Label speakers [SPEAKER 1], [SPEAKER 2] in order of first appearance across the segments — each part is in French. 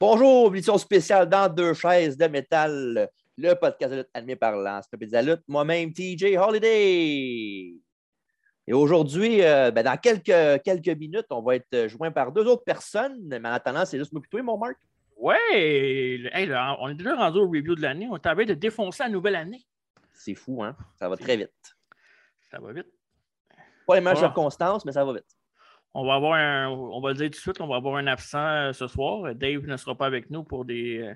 [SPEAKER 1] Bonjour, émission spéciale dans deux chaises de métal, le podcast de lutte animé par l'encyclopédie de la lutte, moi-même TJ Holiday. Et aujourd'hui, euh, ben, dans quelques, quelques minutes, on va être euh, joint par deux autres personnes, mais en attendant, c'est juste moi et toi, mon Marc.
[SPEAKER 2] Ouais! Hey, là, on est déjà rendu au review de l'année. On t'avait de défoncer la nouvelle année.
[SPEAKER 1] C'est fou, hein? Ça va très vite.
[SPEAKER 2] Ça va vite.
[SPEAKER 1] Pas les mêmes
[SPEAKER 2] Ah.
[SPEAKER 1] circonstances, mais ça va vite.
[SPEAKER 2] On va avoir un, on va le dire tout de suite, on va avoir un absent euh, ce soir. Dave ne sera pas avec nous pour des, euh,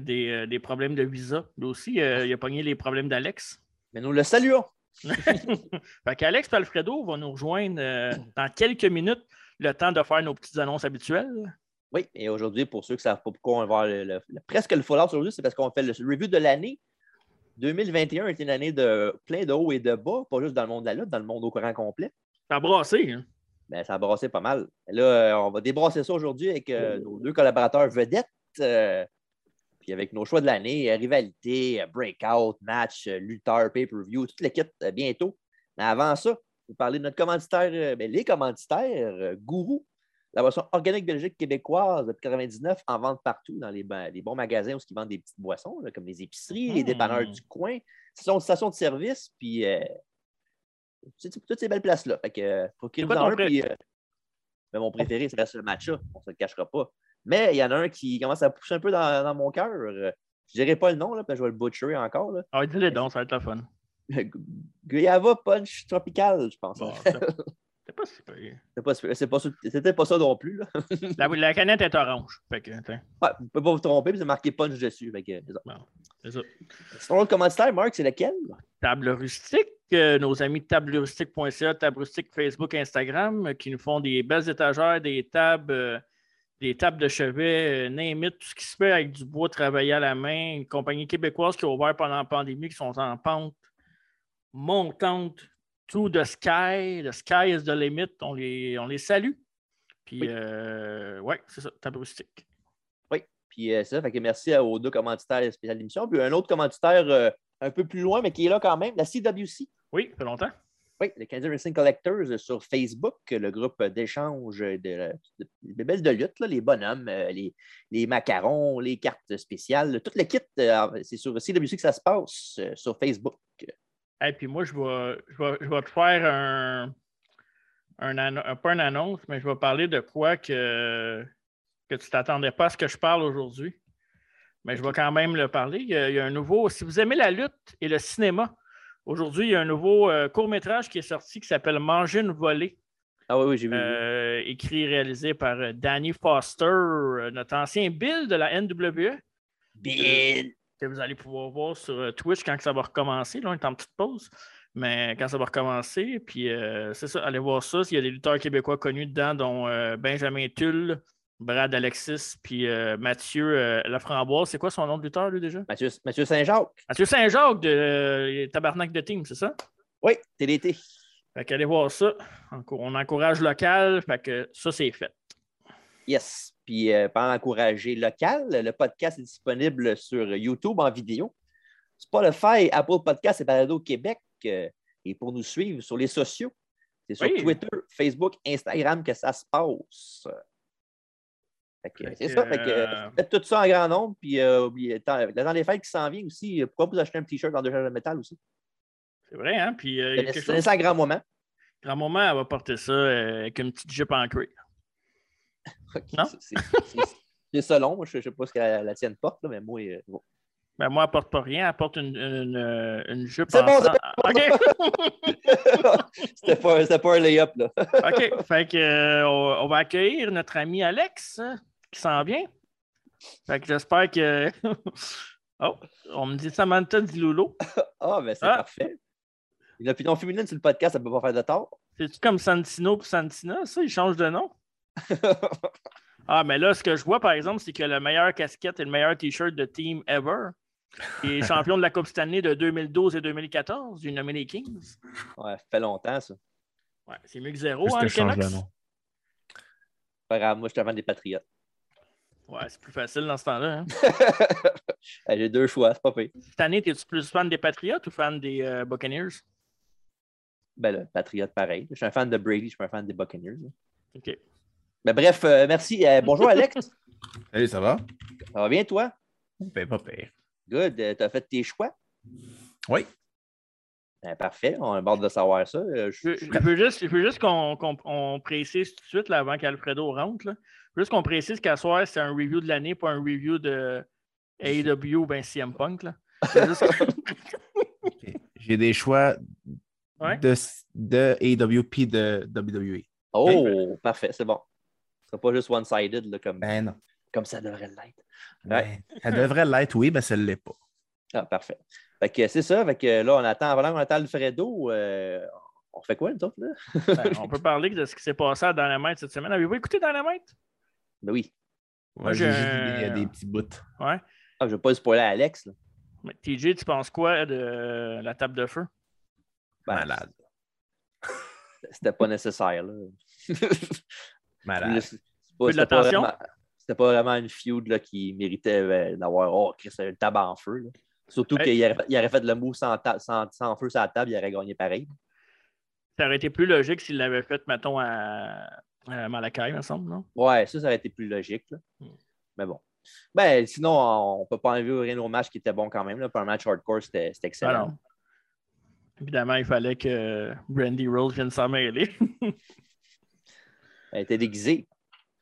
[SPEAKER 2] des, euh, des problèmes de visa. Lui aussi, euh, il a pogné les problèmes d'Alex.
[SPEAKER 1] Mais nous le saluons.
[SPEAKER 2] Fait qu'Alex et Alfredo vont nous rejoindre euh, dans quelques minutes, le temps de faire nos petites annonces habituelles.
[SPEAKER 1] Oui, et aujourd'hui, pour ceux qui ne savent pas pourquoi on va avoir le- le- le- presque le follow aujourd'hui, c'est parce qu'on fait le review de l'année. 2021 était une année de plein de hauts et de bas, pas juste dans le monde de la lutte, dans le monde au courant complet.
[SPEAKER 2] Ça a brassé, hein?
[SPEAKER 1] Ben, ça a brassé pas mal. Et Là, euh, on va débrasser ça aujourd'hui avec euh, nos deux collaborateurs vedettes, euh, puis avec nos choix de l'année, euh, rivalité, euh, breakout, match, euh, lutteur, pay-per-view, toute l'équipe euh, bientôt. Mais avant ça, vous parler de notre commanditaire, euh, ben, les commanditaires, euh, Gourou, la version organique belgique québécoise de 99 en vente partout dans les, ba- les bons magasins où ils vendent des petites boissons, là, comme les épiceries, les
[SPEAKER 2] Mm.
[SPEAKER 1] dépanneurs du coin. Ce sont des stations de service, puis euh, c'est- c'est- toutes ces belles places-là. Fait que, euh, procurez-vous
[SPEAKER 2] quoi
[SPEAKER 1] en
[SPEAKER 2] ton
[SPEAKER 1] un,
[SPEAKER 2] pré-
[SPEAKER 1] puis, euh, mais mon préféré, ça reste le match-up. On ne se le cachera pas. Mais il y en a un qui commence à pousser un peu dans, dans mon cœur. Euh, Je ne dirai pas le nom, là, parce que je vais le butcherer encore. Là.
[SPEAKER 2] Ah, dis-le donc, ça va être le fun.
[SPEAKER 1] Gu- Guayava Punch Tropical, je pense.
[SPEAKER 2] Bon, c'est c'est pas si pire.
[SPEAKER 1] C'est pas- c'est pas ça- C'était pas, ça non plus. Là.
[SPEAKER 2] La, la canette est orange. Fait que, tiens,
[SPEAKER 1] Ouais, vous ne pouvez pas vous tromper, puis c'est marqué Punch dessus. Fait que, c'est ça.
[SPEAKER 2] c'est ça.
[SPEAKER 1] Son autre commanditaire, Marc, c'est lequel?
[SPEAKER 2] Table rustique, euh, nos amis de tablerustique.ca, table rustique Facebook, Instagram, euh, qui nous font des belles étagères, des tables, euh, des tables de chevet, euh, name it, tout ce qui se fait avec du bois travaillé à la main. Une compagnie québécoise qui a ouvert pendant la pandémie, qui sont en pente montante, tout de sky, the sky is the limit. On les, on les salue. Puis,
[SPEAKER 1] Oui.
[SPEAKER 2] euh, ouais, c'est ça, table rustique.
[SPEAKER 1] Puis euh, c'est ça. Fait que merci à- aux deux commanditaires spéciales d'émission. Puis un autre commanditaire euh, un peu plus loin, mais qui est là quand même, la CWC.
[SPEAKER 2] Oui, ça fait longtemps.
[SPEAKER 1] Oui, le Canadian Wrestling Collectors euh, sur Facebook, euh, le groupe euh, d'échange euh, de, la- de- des belles de lutte, là, les bonhommes, euh, les, les macarons, les cartes spéciales, tout le kit, euh, c'est sur CWC que ça se passe, euh, sur Facebook.
[SPEAKER 2] Et puis moi, je vais, je vais- je vais te faire un, un anno- un- pas une annonce, mais je vais parler de quoi que, que tu t'attendais pas à ce que je parle aujourd'hui. Mais je vais quand même le parler. Il y, a, il y a un nouveau, si vous aimez la lutte et le cinéma, aujourd'hui, il y a un nouveau euh, court-métrage qui est sorti qui s'appelle Manger une volée,
[SPEAKER 1] Ah oui, oui, j'ai vu.
[SPEAKER 2] euh, écrit et réalisé par euh, Danny Foster, euh, notre ancien Bill de la E. NWE,
[SPEAKER 1] Bill!
[SPEAKER 2] que vous allez pouvoir voir sur euh, Twitch quand que ça va recommencer. Là, on est en petite pause. Mais quand ça va recommencer, puis euh, c'est ça, allez voir ça. Il y a des lutteurs québécois connus dedans, dont euh, Benjamin Tulle, Brad Alexis, puis euh, Mathieu euh, Laframboise. C'est quoi son nom de lutteur, lui, déjà?
[SPEAKER 1] Mathieu, Mathieu Saint-Jacques.
[SPEAKER 2] Mathieu Saint-Jacques de euh, Tabarnak de Team, c'est ça?
[SPEAKER 1] Oui, TDT.
[SPEAKER 2] Fait qu'allez voir ça. Enco- On encourage local, fait que ça, c'est fait.
[SPEAKER 1] Yes. Puis euh, pour encourager local, le podcast est disponible sur YouTube en vidéo. Spotify, Apple Podcast et Balado Québec. euh, et pour nous suivre sur les sociaux, c'est sur
[SPEAKER 2] Oui.
[SPEAKER 1] Twitter, Facebook, Instagram que ça se passe. Fait que,
[SPEAKER 2] Fait
[SPEAKER 1] c'est
[SPEAKER 2] que,
[SPEAKER 1] ça. Fait que,
[SPEAKER 2] euh,
[SPEAKER 1] faites tout ça en grand nombre. Puis, euh, oubliez, tant- le temps des fêtes qui s'en vient aussi, euh, pourquoi vous achetez un t-shirt en deux charges de métal aussi?
[SPEAKER 2] C'est vrai, hein? Puis, euh, il y a quelque chose.
[SPEAKER 1] C'est un grand moment.
[SPEAKER 2] Grand moment, elle va porter ça euh, avec une petite jupe en cuir.
[SPEAKER 1] Ok,
[SPEAKER 2] Non?
[SPEAKER 1] c'est- c'est- c'est- C'est selon. Moi, je ne sais pas ce que la, la tienne porte, là, mais moi, euh, bon.
[SPEAKER 2] Ben, moi, elle porte pas rien, elle porte une, une, euh, une jupe
[SPEAKER 1] C'est
[SPEAKER 2] en Ah,
[SPEAKER 1] bon, c'est
[SPEAKER 2] OK!
[SPEAKER 1] c'était pas, c'était pas un lay-up. là.
[SPEAKER 2] OK. Fait que, euh, on, on va accueillir notre ami Alex hein, qui s'en vient. Fait que j'espère que. oh, on me dit Samantha dit Loulou.
[SPEAKER 1] Ah, ben c'est
[SPEAKER 2] Ah.
[SPEAKER 1] parfait. Une opinion féminine sur le podcast, ça ne peut pas faire de tort.
[SPEAKER 2] C'est-tu comme Santino pour Santina, ça? Il change de nom? Ah, mais là, ce que je vois, par exemple, c'est que le meilleur casquette et le meilleur t-shirt de team ever. Et champion de la Coupe Stanley de 2012 et 2014, j'ai nommé les Kings.
[SPEAKER 1] ouais, ça fait longtemps, ça.
[SPEAKER 2] Ouais, c'est mieux que zéro,
[SPEAKER 3] Juste
[SPEAKER 2] hein,
[SPEAKER 3] que
[SPEAKER 2] le
[SPEAKER 3] je change le
[SPEAKER 2] Canucks?
[SPEAKER 3] nom.
[SPEAKER 1] Pas grave, moi, je suis avant des Patriotes.
[SPEAKER 2] Ouais, c'est plus facile dans ce temps-là. hein.
[SPEAKER 1] Ouais, J'ai deux choix, c'est pas pire.
[SPEAKER 2] Cette année, es-tu plus fan des Patriots ou fan des euh, Buccaneers?
[SPEAKER 1] Ben là, Patriote, pareil. Je suis un fan de Brady, je suis pas un fan des Buccaneers. là.
[SPEAKER 2] OK.
[SPEAKER 1] Mais bref, euh, merci. Euh, bonjour, Alex.
[SPEAKER 3] Salut, ça va?
[SPEAKER 1] ça va bien, toi?
[SPEAKER 3] Ben, pas pire.
[SPEAKER 1] Good. Euh, T'as fait tes choix?
[SPEAKER 3] Oui.
[SPEAKER 1] Ben, parfait, on a hâte de savoir ça. Euh,
[SPEAKER 2] Je,
[SPEAKER 1] je-
[SPEAKER 2] je- je veux juste, je veux juste qu'on qu'on- on précise tout de suite, là, avant qu'Alfredo rentre, là. Je veux juste qu'on précise qu'à soir, c'est un review de l'année, pas un review de AEW ou ben CM Punk. Là. Je veux juste que-
[SPEAKER 3] J'ai des choix
[SPEAKER 2] Ouais.
[SPEAKER 3] de, de AWP de E. WWE.
[SPEAKER 1] Oh, parfait, c'est bon. Ce sera pas juste one-sided là, comme,
[SPEAKER 3] Ben non.
[SPEAKER 1] comme ça devrait l'être.
[SPEAKER 3] Ben, elle devrait l'être, oui, mais ça ne l'est pas.
[SPEAKER 1] Ah, parfait. Fait que c'est ça. Fait que là, on attend, avant qu'on attend Alfredo, euh, on fait quoi, nous autres, là?
[SPEAKER 2] Ben, on peut parler de ce qui s'est passé à Dans la cette semaine. Avez-vous écouté Dans la
[SPEAKER 1] Ben oui.
[SPEAKER 3] Moi,
[SPEAKER 2] j'ai-
[SPEAKER 3] j'ai juste des, des petits bouts.
[SPEAKER 2] Ouais.
[SPEAKER 1] Ah, je vais pas le spoiler à Alex. Là.
[SPEAKER 2] Mais TJ, tu penses quoi de euh, la table de feu?
[SPEAKER 3] Malade.
[SPEAKER 1] Ben, C'était pas nécessaire, là.
[SPEAKER 3] Malade.
[SPEAKER 1] C'est pas-
[SPEAKER 2] Peu de
[SPEAKER 1] C'était pas,
[SPEAKER 2] l'attention.
[SPEAKER 1] vraiment- c'était pas vraiment une feud là, qui méritait euh, d'avoir oh, Chris, le tabac en feu. là. Surtout
[SPEAKER 2] Hey.
[SPEAKER 1] qu'il aurait, il aurait fait le move sans, ta- sans- sans feu sur la table, il aurait gagné pareil.
[SPEAKER 2] Ça aurait été plus logique s'il l'avait fait, mettons, à, à Malakai, il me semble, non?
[SPEAKER 1] Ouais, ça, ça aurait été plus logique. là.
[SPEAKER 2] Hmm.
[SPEAKER 1] Mais bon. Ben, sinon, on peut pas enlever nos matchs qui étaient bons quand même. Là. Pour un match hardcore, c'était c'était excellent.
[SPEAKER 2] Alors, évidemment, il fallait que Brandy Rose vienne s'en mêler.
[SPEAKER 1] Elle était déguisée.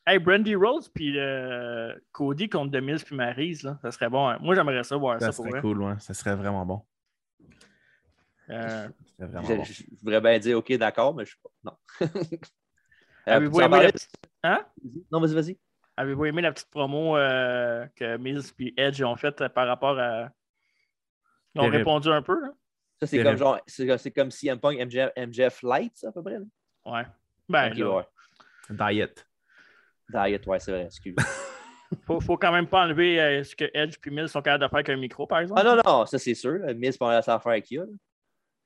[SPEAKER 2] hey, Brandy Rose, puis euh, Cody contre Demise puis Maryse, là, ça serait bon. hein. Moi, j'aimerais ça voir ça,
[SPEAKER 3] Ça
[SPEAKER 2] pour
[SPEAKER 3] serait
[SPEAKER 2] vrai.
[SPEAKER 3] cool, ouais. Ça serait vraiment bon.
[SPEAKER 2] Euh,
[SPEAKER 3] Ça serait vraiment
[SPEAKER 1] Je,
[SPEAKER 3] Ah, bon.
[SPEAKER 1] je- je voudrais bien dire OK, d'accord, mais je suis pas. Non. Euh,
[SPEAKER 2] Avez-vous
[SPEAKER 1] tu en
[SPEAKER 2] aimé, la
[SPEAKER 1] parlais?
[SPEAKER 2] petite- hein?
[SPEAKER 1] Non, vas-y, vas-y.
[SPEAKER 2] Avez-vous aimé la petite promo euh, que Miz puis Edge ont faite euh, par rapport à. Ils ont
[SPEAKER 3] Terrible.
[SPEAKER 2] répondu un peu, hein? là.
[SPEAKER 1] Ça, c'est
[SPEAKER 3] Terrible.
[SPEAKER 1] comme genre, c'est c'est comme CM Punk, MJF, MJF Light, ça, à peu près. là.
[SPEAKER 2] Ouais. Ben,
[SPEAKER 1] Ok,
[SPEAKER 2] là,
[SPEAKER 1] ouais.
[SPEAKER 3] Diet.
[SPEAKER 1] Diet, ouais, c'est vrai, excuse.
[SPEAKER 2] faut, faut quand même pas enlever euh, ce que Edge puis Miz sont capables de faire avec un micro, par exemple.
[SPEAKER 1] ah non, non, ça c'est sûr. là. Miz pendant sa affaire qu'il y a. là.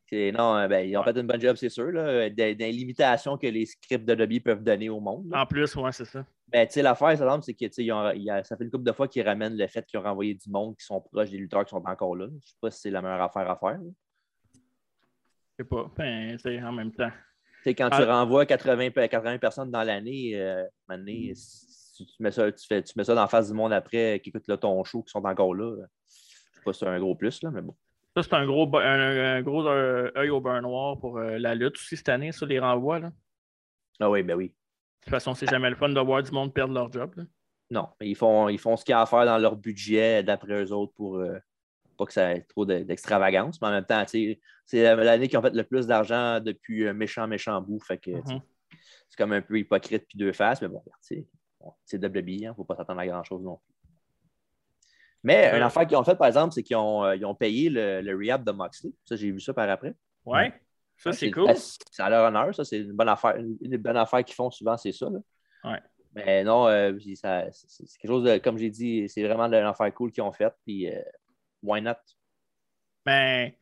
[SPEAKER 1] C'est- Non, euh, ben, ils ont fait une bonne job, c'est sûr. Là, des, des limitations que les scripts de Dobby peuvent donner au monde. là.
[SPEAKER 2] En plus, ouais, c'est ça.
[SPEAKER 1] Ben, tu sais, l'affaire, ça semble, c'est que tu sais, ils ont- il y a- ça fait une couple de fois qu'ils ramènent le fait qu'ils ont renvoyé du monde qui sont proches des lutteurs qui sont encore là. Je sais pas si c'est la meilleure affaire à faire. là.
[SPEAKER 2] Je sais pas. Ben, c'est en même temps.
[SPEAKER 1] Tu sais, quand tu
[SPEAKER 2] Ah.
[SPEAKER 1] renvoies 80, pe- 80 personnes dans l'année, euh, à un moment donné, si tu mets ça, tu fais, tu mets ça dans la face du monde après euh, qui écoute là, ton show, qui sont encore là. euh, Je sais pas si c'est un gros plus, là, mais bon.
[SPEAKER 2] Ça, c'est un gros, bo- un, un gros euh, œil au beurre noir pour euh, la lutte aussi cette année, sur les renvois. Là. De
[SPEAKER 1] Ah oui, ben oui.
[SPEAKER 2] toute façon, c'est jamais le fun de voir du monde perdre leur job. là.
[SPEAKER 1] Non, mais ils font, ils font ce qu'il y a à faire dans leur budget d'après eux autres pour euh, pas que ça ait trop de- d'extravagance. Mais en même temps, tu sais, c'est l'année qui ont fait le plus d'argent depuis un méchant, méchant bout. Fait que tu sais,
[SPEAKER 2] Mhm.
[SPEAKER 1] c'est comme un peu hypocrite puis deux faces. Mais bon, regarde, tu sais, bon, c'est WWE, hein, faut pas s'attendre à grand-chose non plus. Mais
[SPEAKER 2] Ouais.
[SPEAKER 1] une affaire qu'ils ont fait, par exemple, c'est qu'ils ont, euh, ils ont payé le, le rehab de Moxley. Ça, j'ai vu ça par après.
[SPEAKER 2] Ouais. Ça, c'est
[SPEAKER 1] Ouais,
[SPEAKER 2] cool.
[SPEAKER 1] ben, C'est à leur honneur, ça. C'est une bonne affaire. Une bonne affaire qu'ils font souvent, c'est ça. là.
[SPEAKER 2] Ouais.
[SPEAKER 1] Mais non, euh, puis ça- c'est c'est quelque chose de, comme j'ai dit, c'est vraiment de l'affaire cool qu'ils ont faite. Puis, euh, why not?
[SPEAKER 2] Mais Ben,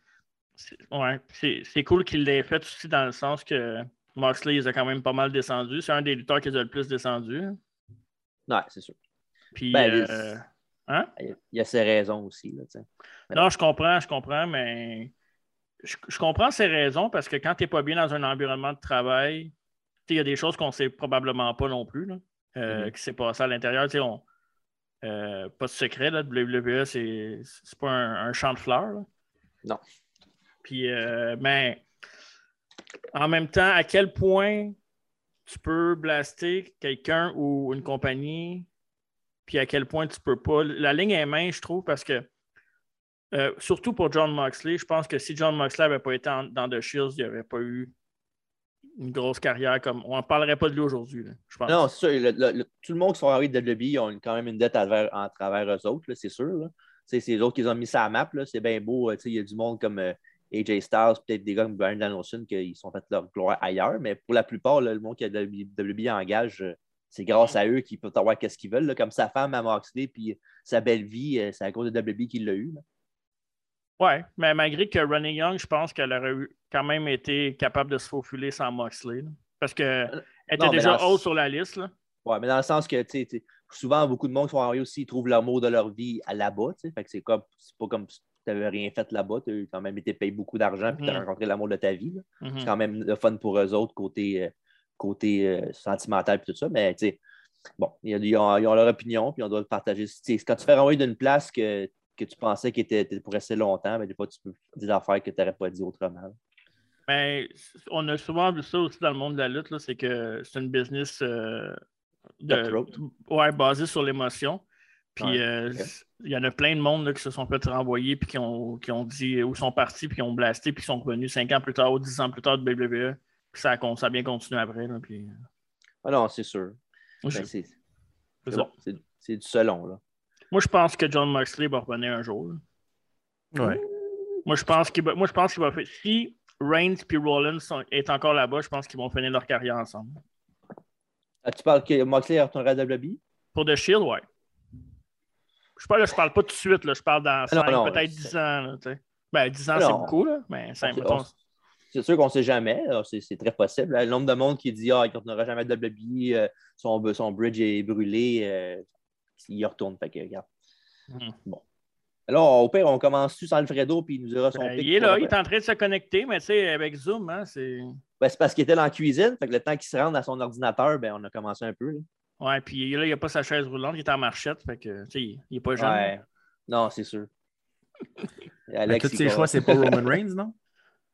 [SPEAKER 2] c'est- ouais, c'est c'est cool qu'il l'ait fait aussi dans le sens que Moxley les a quand même pas mal descendu. C'est un des lutteurs qui les a le plus descendu. hein.
[SPEAKER 1] Ouais, c'est sûr.
[SPEAKER 2] Puis,
[SPEAKER 1] Ben, les-
[SPEAKER 2] euh, hein?
[SPEAKER 1] Il y a- il y a ses raisons aussi. Là, tu sais.
[SPEAKER 2] Non, je comprends, je comprends, mais je, je comprends ses raisons parce que quand tu n'es pas bien dans un environnement de travail, tu sais, il y a des choses qu'on ne sait probablement pas non plus. là.
[SPEAKER 1] Mhm.
[SPEAKER 2] euh, qui s'est passé à l'intérieur. Tu sais, on- euh, pas de secret, là, WWE, c'est c'est pas un, un champ de fleurs. là.
[SPEAKER 1] Non.
[SPEAKER 2] Puis, euh, mais en même temps, à quel point tu peux blaster quelqu'un ou une compagnie, puis à quel point tu peux pas. La ligne est mince, je trouve, parce que euh, surtout pour John Moxley, je pense que si John Moxley n'avait pas été en- dans The Shields, il n'y aurait pas eu une grosse carrière comme. On ne parlerait pas de lui aujourd'hui, là, je pense.
[SPEAKER 1] Non, c'est sûr. le- le- le- tout le monde qui sont arrivés de WWE, ils ont une- quand même une dette à travers- en travers eux autres, là, c'est sûr. là. Tu sais, C'est les autres qui les ont mis ça à map. là. C'est bien beau. euh, tu sais, Il y a du monde comme euh, AJ Styles, peut-être des gars comme Brian Danielson qui sont fait leur gloire ailleurs. Mais pour la plupart, là, le monde que WWE engage, euh, c'est grâce à eux qu'ils peuvent avoir quest ce qu'ils veulent. là. Comme sa femme à Moxley, puis sa belle vie, euh, c'est à cause de WWE qu'il l'a eu. là.
[SPEAKER 2] Ouais, mais malgré que Ronnie Young, je pense qu'elle aurait eu- quand même été capable de se faufiler sans Moxley. là. parce qu'elle était
[SPEAKER 1] Euh, non, mais
[SPEAKER 2] déjà
[SPEAKER 1] dans-
[SPEAKER 2] haute sur la liste. Là.
[SPEAKER 1] Ouais, mais dans le sens que, tu sais, tu sais, souvent, beaucoup de monde qui sont arrivés aussi, ils trouvent l'amour de leur vie à là-bas, tu sais. Fait que c'est comme, c'est pas comme si tu n'avais rien fait là-bas, tu as quand même été payé beaucoup d'argent puis tu as
[SPEAKER 2] Mhm.
[SPEAKER 1] rencontré l'amour de ta vie. là.
[SPEAKER 2] Mhm.
[SPEAKER 1] C'est quand même le fun pour eux autres côté, euh, côté euh, sentimental puis tout ça, mais tu sais, bon, ils, ont- ils ont, ils ont leur opinion puis on doit le partager. Tu sais, quand tu fais renvoyer d'une place que, que tu pensais qu'elle était était pour rester longtemps, mais des fois, tu peux dire des affaires que tu n'aurais pas dit autrement. là.
[SPEAKER 2] Mais on a souvent vu ça aussi dans le monde de la lutte, là, c'est que c'est une business euh, de-
[SPEAKER 1] Cutthroat.
[SPEAKER 2] ouais, basée sur l'émotion.
[SPEAKER 1] Ouais,
[SPEAKER 2] Puis euh,
[SPEAKER 1] ok.
[SPEAKER 2] s- il y en a plein de monde là, qui se sont fait renvoyer, puis qui ont, qui ont dit où sont partis, puis qui ont blasté, puis qui sont revenus 5 ans plus tard ou 10 ans plus tard de WWE. Puis ça a, con- ça a bien continué après. là, puis, euh,
[SPEAKER 1] Ah non, c'est sûr.
[SPEAKER 2] Moi, je-
[SPEAKER 1] Ben, c'est
[SPEAKER 2] c'est
[SPEAKER 1] c'est
[SPEAKER 2] ça.
[SPEAKER 1] bon, c'est- c'est du selon, là.
[SPEAKER 2] Moi, je pense que John Moxley va revenir un jour. là.
[SPEAKER 3] Ouais.
[SPEAKER 2] Moi, je pense qu'il va, moi, je pense qu'il va faire. Si Reigns puis Rollins sont- est encore là-bas, je pense qu'ils vont finir leur carrière ensemble.
[SPEAKER 1] Ah, tu parles que Moxley retournera à E? WWE?
[SPEAKER 2] Pour The Shield, ouais. Je parle, je parle pas tout de suite, là, je parle dans cinq,
[SPEAKER 1] Ah non,
[SPEAKER 2] peut-être
[SPEAKER 1] c'est-
[SPEAKER 2] 10 ans. là, tu sais. ben, 10 ans,
[SPEAKER 1] Non.
[SPEAKER 2] c'est beaucoup, là, mais cinq,
[SPEAKER 1] On-
[SPEAKER 2] mettons,
[SPEAKER 1] on- C'est sûr qu'on ne sait jamais. là, C'est c'est très possible. là. Le nombre de monde qui dit Ah, il ne retournera jamais à WWE, euh, son, son bridge est brûlé, euh, il y retourne. Fait que, regarde.
[SPEAKER 2] Mhm.
[SPEAKER 1] Bon. Alors, au pire, on commence tout sans Alfredo, puis il nous aura son
[SPEAKER 2] ben,
[SPEAKER 1] pic
[SPEAKER 2] il est
[SPEAKER 1] pour
[SPEAKER 2] là,
[SPEAKER 1] le-
[SPEAKER 2] il est en train de se connecter, mais tu sais, avec Zoom, hein, c'est.
[SPEAKER 1] Ben, c'est parce qu'il était dans la cuisine. Fait que le temps qu'il se rende à son ordinateur, ben, on a commencé un peu. là.
[SPEAKER 2] Ouais, puis là, il n'a pas sa chaise roulante, il est en marchette, fait que, tu sais, il- il n'est pas jeune. Ben,
[SPEAKER 1] Ouais. Non, c'est sûr. Et
[SPEAKER 3] Mais
[SPEAKER 1] Alex,
[SPEAKER 3] tous
[SPEAKER 1] il
[SPEAKER 3] ses
[SPEAKER 1] va-
[SPEAKER 3] choix, c'est pas Roman Reigns, non?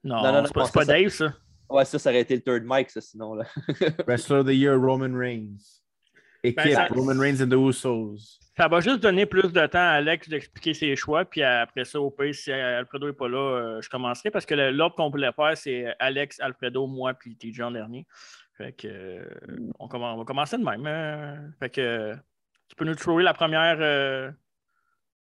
[SPEAKER 2] Non,
[SPEAKER 1] Non, non,
[SPEAKER 2] c'est pas,
[SPEAKER 1] non,
[SPEAKER 2] c'est pas
[SPEAKER 1] c'est ça.
[SPEAKER 2] Dave, ça.
[SPEAKER 1] Ouais, ça, ça aurait été le third mic, ça, sinon. Là.
[SPEAKER 3] Wrestler of the Year, Roman Reigns. Équipe,
[SPEAKER 2] Ben, ça-
[SPEAKER 3] Roman Reigns and the Usos.
[SPEAKER 2] Ça va juste donner plus de temps à Alex d'expliquer ses choix, puis après ça, au pays, si Alfredo n'est pas là, euh, je commencerai parce que le- l'ordre qu'on voulait faire, c'est Alex, Alfredo, moi, puis TJ en dernier. Fait que, euh, on, commence, on va commencer de même. euh. Fait que, euh, tu peux nous trouver la première. euh,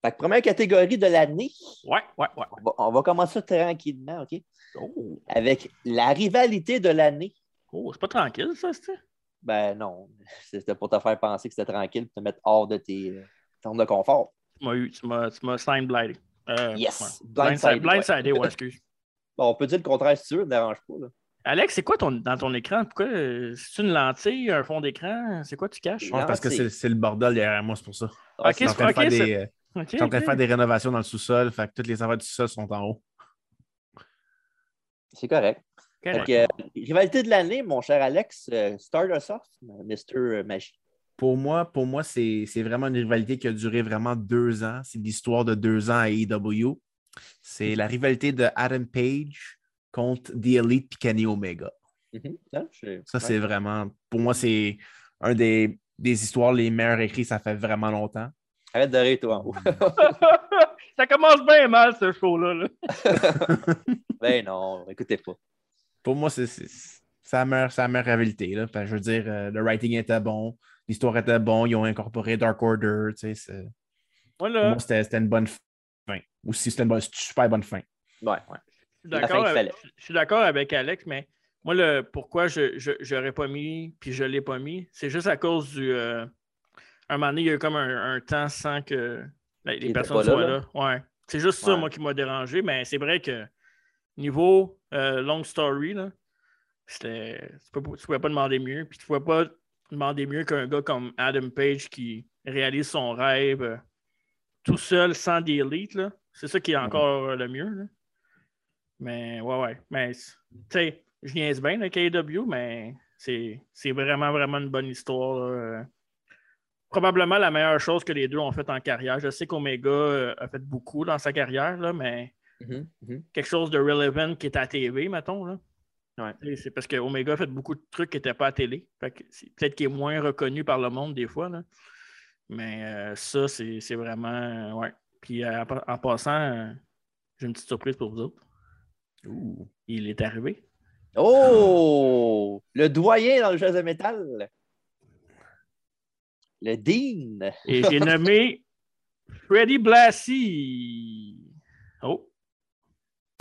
[SPEAKER 1] Fait que première catégorie de l'année.
[SPEAKER 2] Ouais, ouais, ouais.
[SPEAKER 1] On va, on va commencer tranquillement, OK?
[SPEAKER 2] Oh,
[SPEAKER 1] Avec la rivalité de l'année.
[SPEAKER 2] oh, c'est pas tranquille, ça, c'est
[SPEAKER 1] Ben non, c'était pour te faire penser que c'était tranquille, pour te mettre hors de tes euh, zones de confort.
[SPEAKER 2] Tu m'as eu, tu m'as tu m'as blindé. Euh,
[SPEAKER 1] Yes,
[SPEAKER 2] ouais.
[SPEAKER 1] blindsided, ouais.
[SPEAKER 2] Blindsided, blindsidé, ouais, excuse.
[SPEAKER 1] Bon, on peut dire le contraire si tu veux, ça ne dérange pas. là.
[SPEAKER 2] Alex, c'est quoi ton, dans ton écran? Pourquoi? euh, C'est une lentille, un fond d'écran? C'est quoi tu caches?
[SPEAKER 3] Je pense parce que c'est c'est le bordel derrière moi, c'est pour ça.
[SPEAKER 1] Ah,
[SPEAKER 2] Ok,
[SPEAKER 3] Je suis en
[SPEAKER 2] c'est-
[SPEAKER 3] train de
[SPEAKER 2] ok,
[SPEAKER 3] faire
[SPEAKER 2] c'est-
[SPEAKER 3] des, euh,
[SPEAKER 2] Ok,
[SPEAKER 3] je suis en train de
[SPEAKER 2] ok.
[SPEAKER 3] faire des rénovations dans le sous-sol, fait que toutes les affaires du sous-sol sont en haut.
[SPEAKER 1] C'est correct. Fait
[SPEAKER 2] Correct.
[SPEAKER 1] que, euh, rivalité de l'année, mon cher Alex, euh, start us off, Mr. Magie.
[SPEAKER 3] Pour moi, pour moi c'est c'est vraiment une rivalité qui a duré vraiment deux ans. C'est l'histoire de deux ans à AEW. C'est la rivalité de Adam Page contre The Elite et Kenny Omega.
[SPEAKER 1] Mhm. Non, je-
[SPEAKER 3] Ça,
[SPEAKER 1] ouais.
[SPEAKER 3] c'est vraiment, pour moi, c'est un des, des histoires les meilleures écrites, ça fait vraiment longtemps.
[SPEAKER 1] Arrête de rire, toi.
[SPEAKER 2] ça commence bien mal, ce show-là. là.
[SPEAKER 1] ben non, écoutez pas.
[SPEAKER 3] Pour moi, c'est c'est- c'est la meilleure, c'est la meilleure rivalité. Là. Parce que je veux dire, euh, le writing était bon, l'histoire était bon, ils ont incorporé Dark Order. tu sais, c'est- Pour
[SPEAKER 2] Voilà.
[SPEAKER 3] moi, c'était c'était une bonne fin. Ou si c'était une, bonne- c'était une super bonne fin.
[SPEAKER 1] Ouais, ouais.
[SPEAKER 2] Je
[SPEAKER 1] la fin
[SPEAKER 2] suis d'accord
[SPEAKER 1] qu'il
[SPEAKER 2] avec-
[SPEAKER 1] fallait.
[SPEAKER 2] je suis d'accord avec Alex, mais moi, le, pourquoi je n'aurais pas mis, puis je l'ai pas mis, c'est juste à cause du. euh, un moment donné, il y a eu comme un, un temps sans que la- les
[SPEAKER 1] était
[SPEAKER 2] personnes
[SPEAKER 1] pas là,
[SPEAKER 2] soient
[SPEAKER 1] là.
[SPEAKER 2] là. Ouais. C'est juste ça,
[SPEAKER 1] Ouais.
[SPEAKER 2] moi, qui m'a dérangé, mais c'est vrai que niveau euh, long story, là, c'était- tu ne pouvais pas demander mieux, puis tu ne pouvais pas demander mieux qu'un gars comme Adam Page qui réalise son rêve euh, tout seul, sans des leads, là. C'est ça qui est encore euh, le mieux. là. Mais ouais, ouais. Mais c- tu sais, E je niaise bien le KW, mais c'est c'est vraiment, vraiment une bonne histoire. là. Euh, probablement la meilleure chose que les deux ont fait en carrière. Je sais qu'Omega euh, a fait beaucoup dans sa carrière, là, mais
[SPEAKER 1] Mhm, mhm.
[SPEAKER 2] quelque chose de relevant qui est à la TV, mettons. Là. Tu sais, C'est parce que Omega a fait beaucoup de trucs qui n'étaient pas à la télé. Fait que c'est- Peut-être qu'il est moins reconnu par le monde des fois. là. Mais euh, ça, c'est c'est vraiment. euh, ouais. Puis euh, en, pa- en passant, euh, j'ai une petite surprise pour vous autres. Il est arrivé.
[SPEAKER 1] Oh! Le doyen dans le jeu de métal. Le Dean.
[SPEAKER 2] Et j'ai nommé Freddy Blassie. Oh,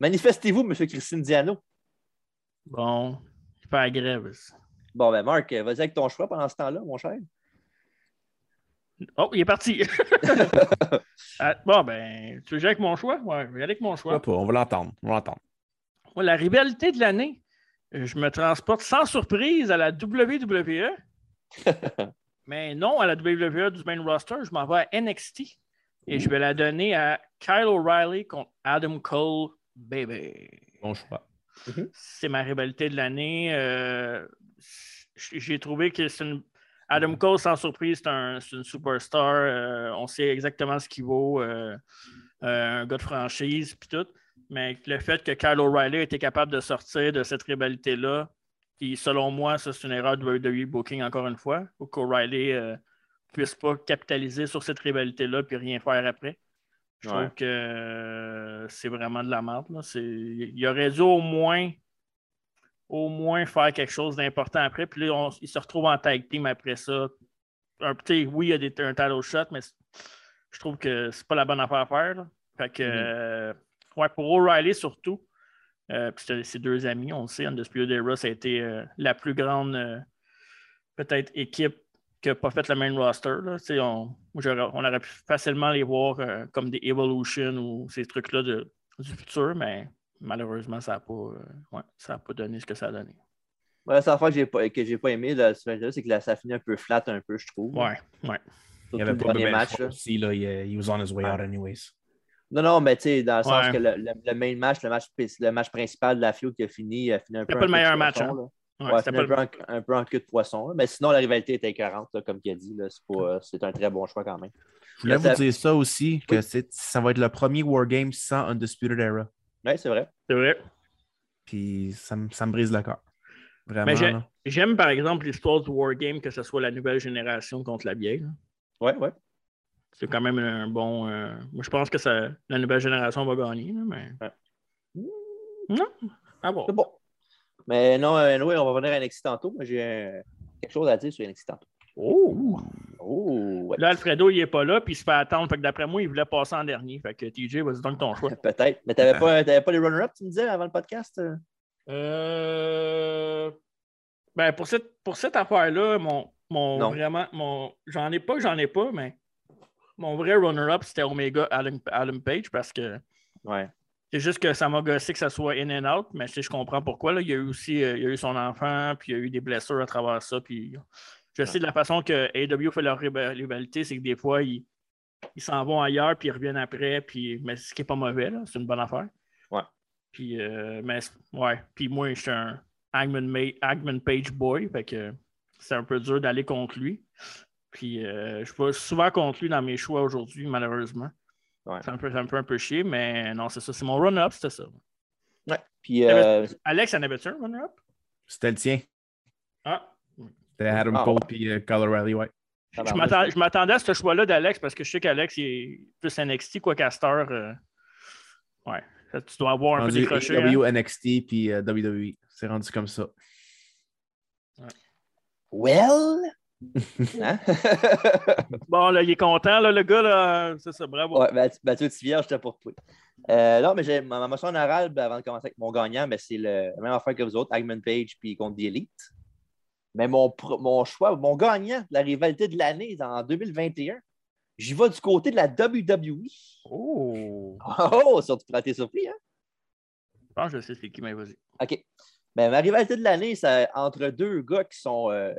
[SPEAKER 1] Manifestez-vous, M. Christine Diano.
[SPEAKER 2] bon, il fait la grève. ça.
[SPEAKER 1] Bon, ben, Marc, vas-y avec ton choix pendant ce temps-là, mon cher.
[SPEAKER 2] Oh, il est parti. Ah, bon, ben, tu veux jouer avec mon choix? Ouais, je vais y aller avec mon choix.
[SPEAKER 3] Pourquoi pas? On va l'entendre. On va l'entendre.
[SPEAKER 2] Moi, la rivalité de l'année, euh, je me transporte sans surprise à la WWE. mais non à la WWE du main roster, je m'en vais à NXT et je vais la donner à Kyle O'Reilly contre Adam Cole, baby.
[SPEAKER 3] Bon choix.
[SPEAKER 2] C'est ma rivalité de l'année. Euh, j- J'ai trouvé que c'est une. Adam Cole, sans surprise, c'est un- c'est une superstar. Euh, on sait exactement ce qu'il vaut. euh, euh, un gars de franchise, puis tout. Mais le fait que Kyle O'Reilly était capable de sortir de cette rivalité-là, qui, selon moi, ça, c'est une erreur de WWE Booking, encore une fois, ou qu'O'Reilly ne puisse pas capitaliser sur cette rivalité-là puis rien faire après. Je
[SPEAKER 1] Ouais.
[SPEAKER 2] trouve que euh, c'est vraiment de la merde. là. C'est- Il aurait dû au moins au moins faire quelque chose d'important après. Puis là, on- il se retrouve en tag team après ça. Un petit, oui, il y a des, un title shot, mais c'est- je trouve que c'est pas la bonne affaire à faire. là. Fait
[SPEAKER 1] Mm-hmm.
[SPEAKER 2] que, euh, ouais, pour O'Reilly surtout, euh, puis c'était ses deux amis, on le sait, Undisputed Era, ça a été euh, la plus grande, euh, peut-être, équipe qui n'a pas fait le main roster. là. Tu sais, On, moi, j'aurais- on aurait pu facilement les voir euh, comme des Evolution ou ces trucs-là de- du futur, mais malheureusement, ça n'a pas, euh, ouais, ça a pas donné ce que ça a donné.
[SPEAKER 1] Moi, la seule affaire que j'ai pas, que j'ai pas aimé, là, ce match-là, c'est que là, ça finit un peu flat, un peu, je trouve.
[SPEAKER 2] Ouais, ouais.
[SPEAKER 1] Surtout
[SPEAKER 3] Il n'y avait
[SPEAKER 1] le
[SPEAKER 3] pas de
[SPEAKER 1] dernier
[SPEAKER 3] belle
[SPEAKER 1] match.
[SPEAKER 3] fois
[SPEAKER 1] là.
[SPEAKER 3] aussi. Là. Il, euh, he was on his way out anyways.
[SPEAKER 1] Non, non, mais tu sais, dans le sens
[SPEAKER 2] Ouais.
[SPEAKER 1] que le, le- le main match, le match, pri- le match principal de la FIO qui a fini, a fini un peu. en
[SPEAKER 2] pas le
[SPEAKER 1] queue de
[SPEAKER 2] meilleur match,
[SPEAKER 1] poisson,
[SPEAKER 2] hein.
[SPEAKER 1] là.
[SPEAKER 2] Ouais,
[SPEAKER 1] Ouais,
[SPEAKER 2] c'était
[SPEAKER 1] fini un,
[SPEAKER 2] pas le-
[SPEAKER 1] peu en, un peu en queue de poisson. là. Mais sinon, la rivalité était écœurante, là, comme il a dit. là. C'est pas, euh, C'est un très bon choix quand même.
[SPEAKER 3] Je voulais
[SPEAKER 1] Là, ça-
[SPEAKER 3] vous dire ça aussi, que c'est- ça va être le premier Wargame sans Undisputed Era.
[SPEAKER 1] Oui, c'est vrai.
[SPEAKER 2] C'est vrai.
[SPEAKER 3] Puis ça, me- ça me brise le cœur. Vraiment.
[SPEAKER 2] Mais j'ai-
[SPEAKER 3] là.
[SPEAKER 2] j'aime par exemple l'histoire du Wargame, que ce soit la nouvelle génération contre la vieille. là.
[SPEAKER 1] Oui, oui.
[SPEAKER 2] C'est quand même un bon. euh, moi, je pense que ça, la nouvelle génération va gagner. là, mais... Non? Ah bon?
[SPEAKER 1] C'est bon. Mais non, oui, on va revenir à NXT tantôt. Moi, j'ai euh, quelque chose à dire sur NXT tantôt.
[SPEAKER 2] Oh!
[SPEAKER 1] Oh, ouais.
[SPEAKER 2] Là, Alfredo, il n'est pas là, puis il se fait attendre. Fait que d'après moi, il voulait passer en dernier. Fait que TJ, vas-y donc ton choix.
[SPEAKER 1] Peut-être. Mais t'avais pas, t'avais pas les runner-up, tu me disais, avant le podcast? euh?
[SPEAKER 2] Euh, Ben, pour cette, pour cette affaire-là, mon, mon
[SPEAKER 1] Non.
[SPEAKER 2] vraiment, mon, j'en ai pas, j'en ai pas, mais mon vrai runner-up, c'était Omega Adam, Adam Page parce que
[SPEAKER 1] Ouais.
[SPEAKER 2] c'est juste que ça m'a gossé que ça soit in and out, mais tu sais, je comprends pourquoi. Là. Il y a eu aussi euh, il y a eu son enfant, puis il y a eu des blessures à travers ça. Puis je sais de la façon que AW fait leur riba- rivalité, c'est que des fois, ils ils s'en vont ailleurs, puis ils reviennent après, puis, mais ce qui n'est pas mauvais, là, c'est une bonne affaire.
[SPEAKER 1] Ouais.
[SPEAKER 2] Puis, euh, mais, c'est- ouais. puis moi, je suis un Hagman, Ma- Hagman Page boy, fait que c'est un peu dur d'aller contre lui. Puis euh, je vais souvent contre lui dans mes choix aujourd'hui, malheureusement.
[SPEAKER 1] Ouais.
[SPEAKER 2] Ça, me fait, ça me fait un peu chier, mais non, c'est ça. C'est mon run-up, c'était ça.
[SPEAKER 1] Ouais. Puis,
[SPEAKER 2] T'avais-
[SPEAKER 1] euh,
[SPEAKER 2] Alex, en avait-tu un runner-up?
[SPEAKER 3] C'était le tien.
[SPEAKER 2] Ah.
[SPEAKER 3] C'était Adam
[SPEAKER 2] Ah.
[SPEAKER 3] Cole puis euh, Kyle O'Reilly, ouais.
[SPEAKER 2] Je m'attends- je m'attendais à ce choix-là d'Alex parce que je sais qu'Alex il est plus NXT, quoi Castor. euh, Ouais. Ça, Tu dois avoir un peu
[SPEAKER 3] Rendu
[SPEAKER 2] décroché. hein.
[SPEAKER 3] AEW, NXT puis euh, WWE. C'est rendu comme ça.
[SPEAKER 1] Well? Hein?
[SPEAKER 2] hein. bon, là, il est content, là, le gars, là. C'est ça, bravo.
[SPEAKER 1] Ouais, Math- Mathieu Tivière, j'étais pour toi. Euh, non, mais j'ai ma, ma motion orale, ben, avant de commencer avec mon gagnant, ben, c'est le la même affaire que vous autres, Agman Page puis contre The Elite. Mais mon, pro- mon choix, mon gagnant de la rivalité de l'année en 2021, j'y vais du côté de la WWE.
[SPEAKER 2] Oh!
[SPEAKER 1] Oh, sur- t'es surpris, hein?
[SPEAKER 2] Je pense que je sais c'est qui, mais vas-y.
[SPEAKER 1] OK. Ben, ma rivalité de l'année, c'est entre deux gars qui sont euh,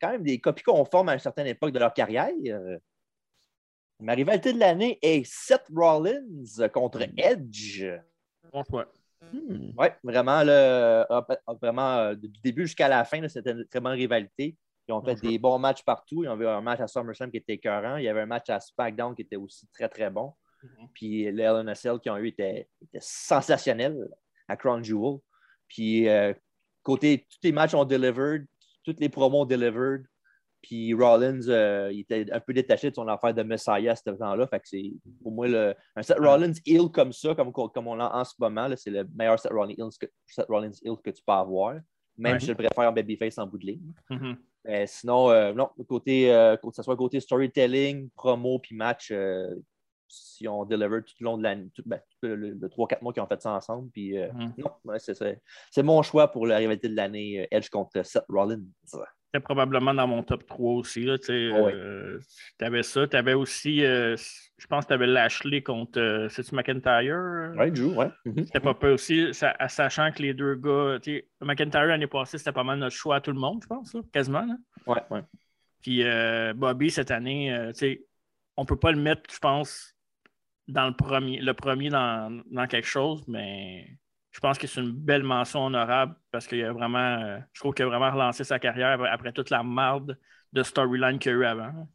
[SPEAKER 1] quand même des copies conformes à une certaine époque de leur carrière. Euh, ma rivalité de l'année est Seth Rollins contre Edge.
[SPEAKER 2] Bon choix.
[SPEAKER 1] Oui, vraiment, là, hop- hop, vraiment euh, du début jusqu'à la fin, là, c'était une très bonne rivalité. Ils ont fait des bons matchs partout. Ils ont eu un match à SummerSlam qui était écœurant. Il y avait un match à SmackDown qui était aussi très, très bon. Puis le LNSL qu'ils ont eu était, était sensationnel à Crown Jewel. Puis euh, côté, tous les matchs ont delivered, toutes les promos ont delivered. Puis Rollins, euh, il était un peu détaché de son affaire de Messiah à ce temps-là. Fait que c'est pour moi le, un Seth Rollins heel comme ça, comme, qu'on- comme on l'a en ce moment, là, c'est le meilleur Seth Rollins, heel que, Seth Rollins heel que tu peux avoir. Même
[SPEAKER 2] Ouais.
[SPEAKER 1] si je le préfère en babyface en bout de ligne.
[SPEAKER 2] Mhm.
[SPEAKER 1] Mais sinon, euh, non, côté, euh, que ce soit côté storytelling, promo, puis match, euh, si on deliver tout le long de l'année, tout, ben, tout le, le- le 3-4 mois qu'ils ont fait ça ensemble. Puis, euh,
[SPEAKER 2] Mhm.
[SPEAKER 1] non, ouais, c'est, c'est- c'est mon choix pour la rivalité de l'année, euh, Edge contre Seth Rollins.
[SPEAKER 2] C'était probablement dans mon top 3 aussi. Là, tu sais,
[SPEAKER 1] Ah ouais.
[SPEAKER 2] euh, t'avais ça. Tu avais aussi, euh, je pense que tu avais Lashley contre euh, c'est-tu McIntyre. euh,
[SPEAKER 1] Oui, Drew, oui.
[SPEAKER 2] C'était pas peu aussi, sa- à- sachant que les deux gars, tu sais, McIntyre l'année passée, c'était pas mal notre choix à tout le monde, je pense, là, quasiment. là.
[SPEAKER 1] Ouais, ouais.
[SPEAKER 2] Puis euh, Bobby, cette année, euh, tu sais, on peut pas le mettre, je pense, dans le premier, le premier dans, dans quelque chose, mais je pense que c'est une belle mention honorable parce qu'il a vraiment, euh, je trouve qu'il a vraiment relancé sa carrière après- après toute la marde de storyline qu'il y a eu avant.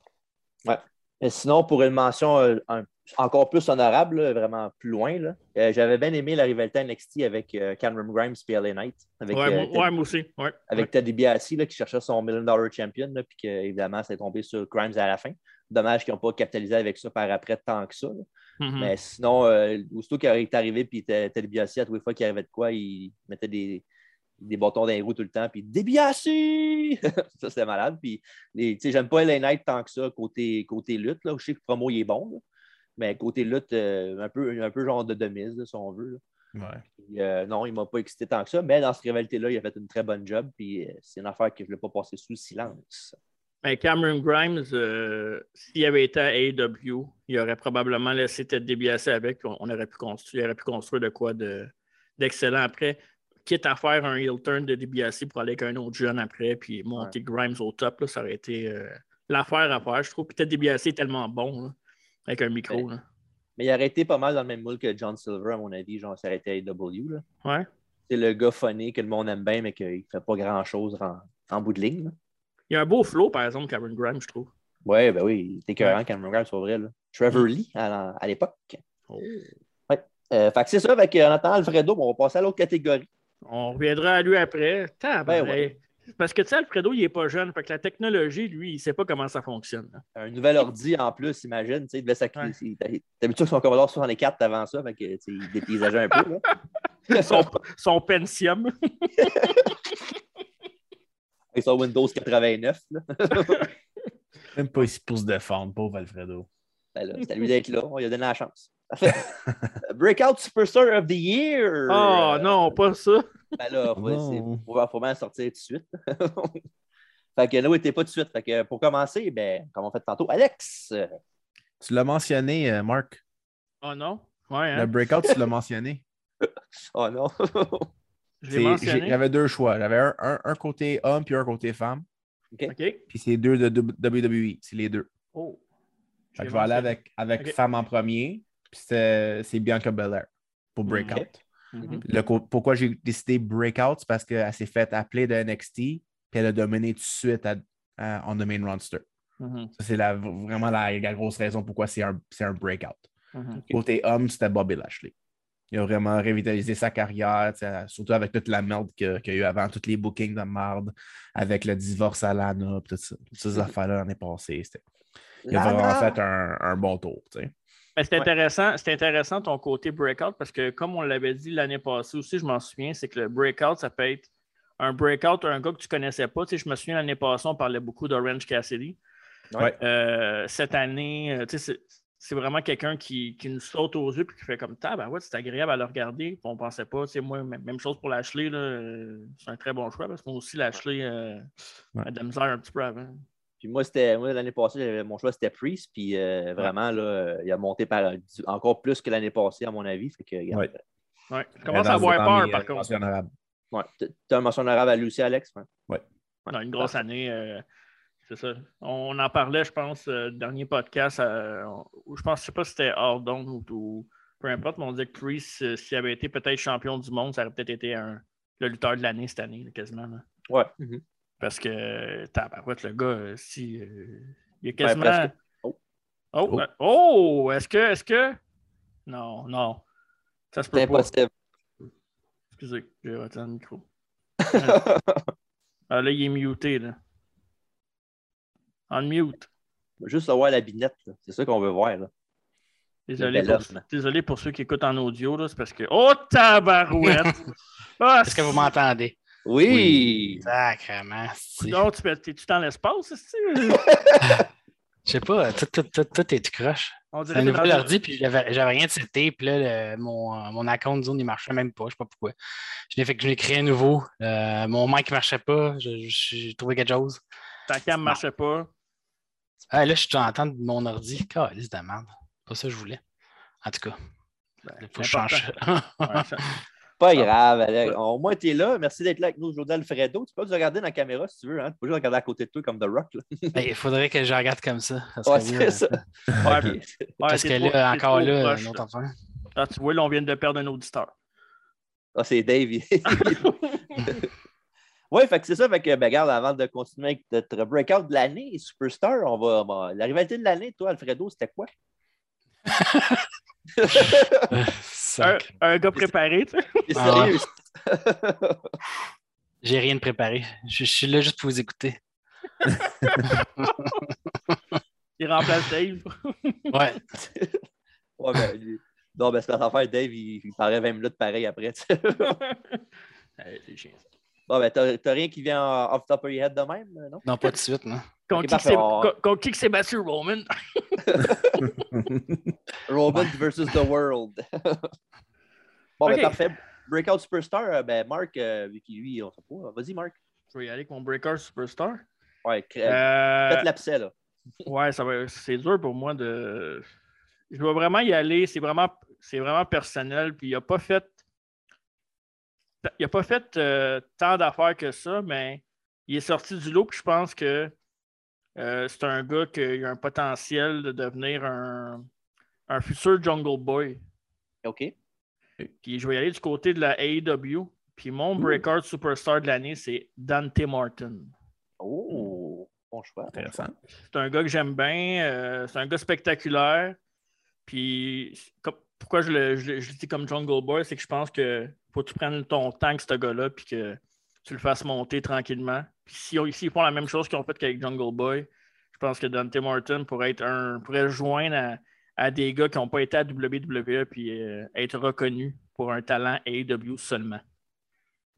[SPEAKER 1] Ouais. Mais sinon, pour une mention euh, un- encore plus honorable, là, vraiment plus loin, là, euh, j'avais bien aimé la rivalité NXT avec euh, Cameron Grimes et LA Knight. Avec,
[SPEAKER 2] ouais,
[SPEAKER 1] euh,
[SPEAKER 2] moi,
[SPEAKER 1] Ted-
[SPEAKER 2] ouais, moi aussi. Ouais.
[SPEAKER 1] avec Ted DiBiase là, qui cherchait son Million Dollar Champion, là, puis que, évidemment, c'est tombé sur Grimes à la fin. Dommage qu'ils n'ont pas capitalisé avec ça par après tant que ça. là.
[SPEAKER 2] Mhm.
[SPEAKER 1] Mais sinon, euh, aussitôt qu'il est arrivé, puis Ted Ted DiBiase, à tous les fois qu'il arrivait de quoi, il mettait des, des bâtons dans les roues tout le temps, puis DiBiase! ça, c'était malade. Puis, les- tu sais, j'aime pas LA Knight tant que ça côté, côté lutte. Là. Je sais que le promo, il est bon, là. mais côté lutte, euh, un, peu, un peu genre de demise, là, si on veut. là. Puis, euh, non, il ne m'a pas excité tant que ça, mais dans cette rivalité-là, il a fait une très bonne job, puis euh, c'est une affaire que je ne l'ai pas passée sous silence.
[SPEAKER 2] Mais Ben, Cameron Grimes, euh, s'il avait été à AEW, il aurait probablement laissé Ted DiBiase avec, puis on, on aurait pu construire, il aurait pu construire de quoi de- d'excellent après, quitte à faire un heel turn de DiBiase pour aller avec un autre jeune après, puis monter Grimes au top, là, ça aurait été euh, l'affaire à faire, je trouve. Puis Ted DiBiase est tellement bon, là, avec un micro. là.
[SPEAKER 1] Mais il aurait été pas mal dans le même moule que John Silver, à mon avis, genre, ça aurait été AEW. là.
[SPEAKER 2] Ouais.
[SPEAKER 1] C'est le gars funny que le monde aime bien, mais qu'il ne fait pas grand-chose en, en bout de ligne. là.
[SPEAKER 2] Il y a un beau flow, par exemple, Cameron Grimes, je trouve.
[SPEAKER 1] Ouais, ben oui, il était écœurant,
[SPEAKER 2] Ouais.
[SPEAKER 1] Cameron Grimes, c'est vrai. Là. Trevor
[SPEAKER 2] Mm.
[SPEAKER 1] Lee, à, la- à l'époque. Oh. Ouais. Euh, fait que c'est ça, fait que, en attendant Alfredo, on va passer à l'autre catégorie.
[SPEAKER 2] On reviendra à lui après. Tabarnak.
[SPEAKER 1] ouais.
[SPEAKER 2] Parce que tu sais, Alfredo, il n'est pas jeune, fait que la technologie, lui, il ne sait pas comment ça fonctionne. là.
[SPEAKER 1] Un nouvel ordi en plus, imagine. tu sais, Il devait sacrifier. D'habitude, son Commodore 64 avant ça, fait que, tu sais, il dépaysageait un peu. là.
[SPEAKER 2] son, son Pentium.
[SPEAKER 1] Avec son Windows 89. là.
[SPEAKER 3] Même pas 6 pouces de forme, pauvre Alfredo.
[SPEAKER 1] Ben là, c'est à lui d'être là. On lui a donné la chance. Parfait. Breakout Superstar of the Year.
[SPEAKER 2] Oh
[SPEAKER 3] Euh,
[SPEAKER 2] non, pas ça.
[SPEAKER 1] Ben là, faut,
[SPEAKER 2] Non.
[SPEAKER 1] c'est- faut- faut bien sortir tout de suite. fait que nous, il était pas tout de suite. Fait que pour commencer, ben, comme on fait tantôt, Alex. euh,
[SPEAKER 3] Tu l'as mentionné, euh, Marc.
[SPEAKER 2] Oh non. Ouais, hein?
[SPEAKER 3] Le breakout, tu l'as mentionné.
[SPEAKER 1] oh non.
[SPEAKER 2] Je l'ai
[SPEAKER 3] C'est-
[SPEAKER 2] mentionné.
[SPEAKER 3] j'ai- J'avais deux choix. J'avais un, un- un côté homme puis un côté femme.
[SPEAKER 2] OK.
[SPEAKER 3] Puis c'est deux de W- WWE. C'est les deux.
[SPEAKER 2] Oh.
[SPEAKER 3] Fait
[SPEAKER 2] l'ai
[SPEAKER 3] que je vais aller
[SPEAKER 2] mentionné.
[SPEAKER 3] avec, avec
[SPEAKER 2] Ok.
[SPEAKER 3] femme en premier. Puis c'est c'est Bianca Belair pour Breakout.
[SPEAKER 2] Mhm.
[SPEAKER 3] Le co- pourquoi j'ai décidé Breakout, c'est parce qu'elle s'est faite appeler de NXT. Puis elle a dominé tout de suite à, à- on the main roster.
[SPEAKER 2] Mhm.
[SPEAKER 3] Ça, c'est la- vraiment la, la grosse raison pourquoi c'est un, c'est un Breakout.
[SPEAKER 2] Mhm.
[SPEAKER 3] Côté homme, c'était Bobby Lashley. Il a vraiment revitalisé sa carrière, tu sais, surtout avec toute la merde que- qu'il y a eu avant, tous les bookings de merde, avec le divorce à Lana, puis tout ça, toutes ces affaires-là l'année passée. c'était- Il a
[SPEAKER 2] Lana!
[SPEAKER 3] vraiment fait un, un bon tour. tu sais.
[SPEAKER 2] Mais c'est intéressant, c'est intéressant ton côté breakout parce que comme on l'avait dit l'année passée aussi, je m'en souviens, c'est que le breakout, ça peut être un breakout, un gars que tu connaissais pas. Tu sais, je me souviens l'année passée, on parlait beaucoup d'Orange Cassidy.
[SPEAKER 3] Ouais.
[SPEAKER 2] Euh, cette année, euh, tu sais, c'est- c'est vraiment quelqu'un qui, qui nous saute aux yeux et qui fait comme ça, ben ouais, c'est agréable à le regarder. Puis on pensait pas. Tu sais, moi, m- même chose pour Lashley, là, euh, c'est un très bon choix parce que moi aussi, Lashley euh, a de la misère un petit peu avant.
[SPEAKER 1] Puis moi, c'était moi, l'année passée, j'avais- mon choix, c'était Priest. Puis euh, vraiment, là, euh, il a monté par, du- encore plus que l'année passée, à mon avis. Fait que, regarde, euh,
[SPEAKER 2] Ouais. Je
[SPEAKER 1] Mais
[SPEAKER 2] commence
[SPEAKER 1] dans-
[SPEAKER 2] à avoir
[SPEAKER 1] dans
[SPEAKER 2] peur
[SPEAKER 1] mes,
[SPEAKER 2] par
[SPEAKER 1] euh,
[SPEAKER 2] contre.
[SPEAKER 3] mention honorable.
[SPEAKER 1] Ouais. T- T'as un mention honorable à Lucie, Alex? hein?
[SPEAKER 2] Non, une grosse année. euh, c'est ça. On en parlait, je pense, euh, dernier podcast. euh, où je pense, je sais pas si c'était hors d'onde ou, ou peu importe, mais on disait que Chris, euh, s'il avait été peut-être champion du monde, ça aurait peut-être été un, le lutteur de l'année cette année, là, quasiment. là.
[SPEAKER 1] Ouais.
[SPEAKER 2] Parce que, tabarouette, le gars, euh, si. euh, il est
[SPEAKER 1] Ouais,
[SPEAKER 2] quasiment.
[SPEAKER 1] presque.
[SPEAKER 2] oh, oh, euh, oh, est-ce que, est-ce que. Non, non. Ça se peut
[SPEAKER 1] C'est
[SPEAKER 2] pas.
[SPEAKER 1] impossible.
[SPEAKER 2] Excusez, j'ai raté le micro. ah, là, il est muté, là. En mute.
[SPEAKER 1] Juste avoir la binette, là. c'est ça qu'on veut voir. Là.
[SPEAKER 2] Désolé
[SPEAKER 1] Le
[SPEAKER 2] pour,
[SPEAKER 1] bel homme.
[SPEAKER 2] désolé pour ceux qui écoutent en audio, là, c'est parce que. Oh, tabarouette! Ah, Est-ce
[SPEAKER 4] que vous m'entendez?
[SPEAKER 1] Oui!
[SPEAKER 4] Sacrement.
[SPEAKER 2] Non, tu es-tu dans l'espace, c'est
[SPEAKER 4] Je sais pas, tout, tout, tout, tout est tout croche.
[SPEAKER 2] On dirait
[SPEAKER 4] C'est un
[SPEAKER 2] que
[SPEAKER 4] nouvel
[SPEAKER 2] dans-
[SPEAKER 4] ordi, puis j'avais j'avais rien de seté, puis là, le- mon, euh, mon account Zoom, il marchait même pas, je sais pas pourquoi. Je l'ai fait que je l'ai créé un nouveau. Euh, mon mic marchait pas, je- je- j'ai trouvé quelque chose.
[SPEAKER 2] Ta cam marchait pas.
[SPEAKER 4] Ah, là, je suis en train de mon ordi. Calice de merde. Pas ça que je voulais. En tout cas,
[SPEAKER 2] Ben,
[SPEAKER 4] il faut que je change.
[SPEAKER 1] Pas grave, Alex. Au moins, t'es là. Merci d'être là avec nous aujourd'hui, Alfredo. Tu peux nous regarder dans la caméra si tu veux. Hein? Tu peux juste regarder à côté de toi comme The Rock. là.
[SPEAKER 4] Ben, il faudrait que je regarde comme ça. ça
[SPEAKER 1] Ouais,
[SPEAKER 4] serait
[SPEAKER 1] c'est
[SPEAKER 4] mieux. hein.
[SPEAKER 1] ça.
[SPEAKER 2] Ouais,
[SPEAKER 1] Ok.
[SPEAKER 4] Parce
[SPEAKER 2] t'es
[SPEAKER 4] que
[SPEAKER 2] trop-
[SPEAKER 4] là,
[SPEAKER 2] t'es
[SPEAKER 4] encore
[SPEAKER 2] trop
[SPEAKER 4] là,
[SPEAKER 2] proche,
[SPEAKER 4] une autre
[SPEAKER 2] là.
[SPEAKER 4] affaire.
[SPEAKER 2] Ah, tu vois, là, on vient de perdre un auditeur.
[SPEAKER 1] Ah, c'est Dave. oui, fait que c'est ça. Fait que, ben, regarde, avant de continuer avec notre breakout de l'année, Superstar, on va. bon, la rivalité de l'année, toi, Alfredo, c'était quoi?
[SPEAKER 2] Un, un gars préparé, tu sais.
[SPEAKER 4] Ah ouais. J'ai rien de préparé. Je, je suis là juste pour vous écouter.
[SPEAKER 2] Il remplace Dave.
[SPEAKER 4] Ouais.
[SPEAKER 1] Ouais, ben, lui- non, ben, c'est pas affaire. Dave, il, il paraît 20 minutes pareil après. tu sais. bon, ben, t'as t'as rien qui vient en- off the top of your head de même, euh, non?
[SPEAKER 4] Non, pas tout de suite, non.
[SPEAKER 1] Ok,
[SPEAKER 2] Contre qui
[SPEAKER 1] parfait,
[SPEAKER 2] c'est-
[SPEAKER 1] on-
[SPEAKER 2] co- contre qui que Sébastien Roman? Ah,
[SPEAKER 1] Robot versus the world. bon,
[SPEAKER 2] Ok.
[SPEAKER 1] ben, parfait. Breakout Superstar, euh, ben, Marc, euh, vu qu'il lui, on sait pas. Vas-y, Marc.
[SPEAKER 2] Je vais y aller avec mon breaker superstar.
[SPEAKER 1] Ouais, crée-
[SPEAKER 2] Euh,
[SPEAKER 1] faites l'abcès, là.
[SPEAKER 2] Ouais, ça va- c'est dur pour moi de. Je dois vraiment y aller. C'est vraiment, c'est vraiment personnel. Puis il n'a pas fait. Il a pas fait euh, tant d'affaires que ça, mais il est sorti du lot. Puis je pense que euh, c'est un gars qui a un potentiel de devenir un, un futur Jungle Boy.
[SPEAKER 1] OK.
[SPEAKER 2] Hmm. Puis je vais y aller du côté de la AEW. Puis mon breakout superstar de l'année, c'est Dante Martin.
[SPEAKER 1] Oh, bon choix. Intéressant.
[SPEAKER 2] C'est un gars que j'aime bien. euh, c'est un gars spectaculaire. Puis c'est comme- pourquoi je le, je le- je le dis comme Jungle Boy, c'est que je pense que faut que tu prennes ton temps avec ce gars-là puis que tu le fasses monter tranquillement. Puis si on- s'ils font la même chose qu'ils ont fait qu'avec Jungle Boy, je pense que Dante Martin pourrait être un pourrait se joindre à, à des gars qui n'ont pas été à WWE puis euh, être reconnus pour un talent AEW seulement.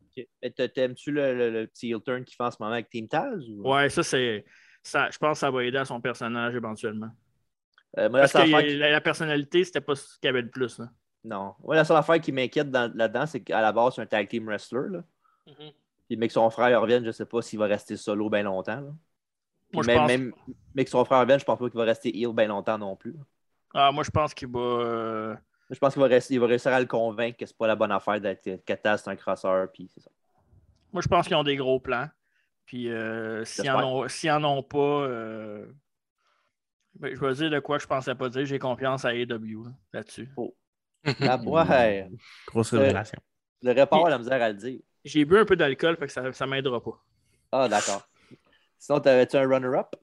[SPEAKER 1] Ok. Mais t'a- T'aimes-tu le, le- le petit heel turn qu'il fait en ce moment avec Team Taz? Ou...
[SPEAKER 2] Ouais, ça c'est ça, je pense que ça va aider à son personnage éventuellement.
[SPEAKER 1] Euh, moi, la
[SPEAKER 2] Parce
[SPEAKER 1] seule
[SPEAKER 2] que
[SPEAKER 1] affaire qui-
[SPEAKER 2] la, la personnalité, c'était pas ce qu'il y avait de plus. hein.
[SPEAKER 1] Non. Ouais, la seule affaire qui m'inquiète dans- là-dedans, c'est qu'à la base, c'est un tag team wrestler. Là.
[SPEAKER 2] Mm-hmm.
[SPEAKER 1] Puis, mais que son frère revienne, je ne sais pas s'il va rester solo bien longtemps. là.
[SPEAKER 2] Moi, je
[SPEAKER 1] mais,
[SPEAKER 2] pense-
[SPEAKER 1] même, mais que son frère revienne, je pense pas qu'il va rester heel bien longtemps non plus.
[SPEAKER 2] Ah, moi, je pense qu'il va. euh,
[SPEAKER 1] Je pense qu'il va, rester- il va réussir à le convaincre que c'est pas la bonne affaire d'être Katas, c'est un crosseur, puis c'est ça.
[SPEAKER 2] Moi, je pense qu'ils ont des gros plans. Puis euh, s'ils en,
[SPEAKER 1] J'espère.
[SPEAKER 2] ont- s'ils en ont pas, euh, ben, je vais dire de quoi je pensais pas dire. J'ai confiance à AEW là, là-dessus.
[SPEAKER 1] La boire.
[SPEAKER 3] Grosse
[SPEAKER 1] Euh,
[SPEAKER 3] révélation.
[SPEAKER 1] Le report a la misère à le dire.
[SPEAKER 2] J'ai bu un peu d'alcool, fait que ça, ça m'aidera pas.
[SPEAKER 1] Ah, d'accord. Sinon, t'avais-tu un runner-up?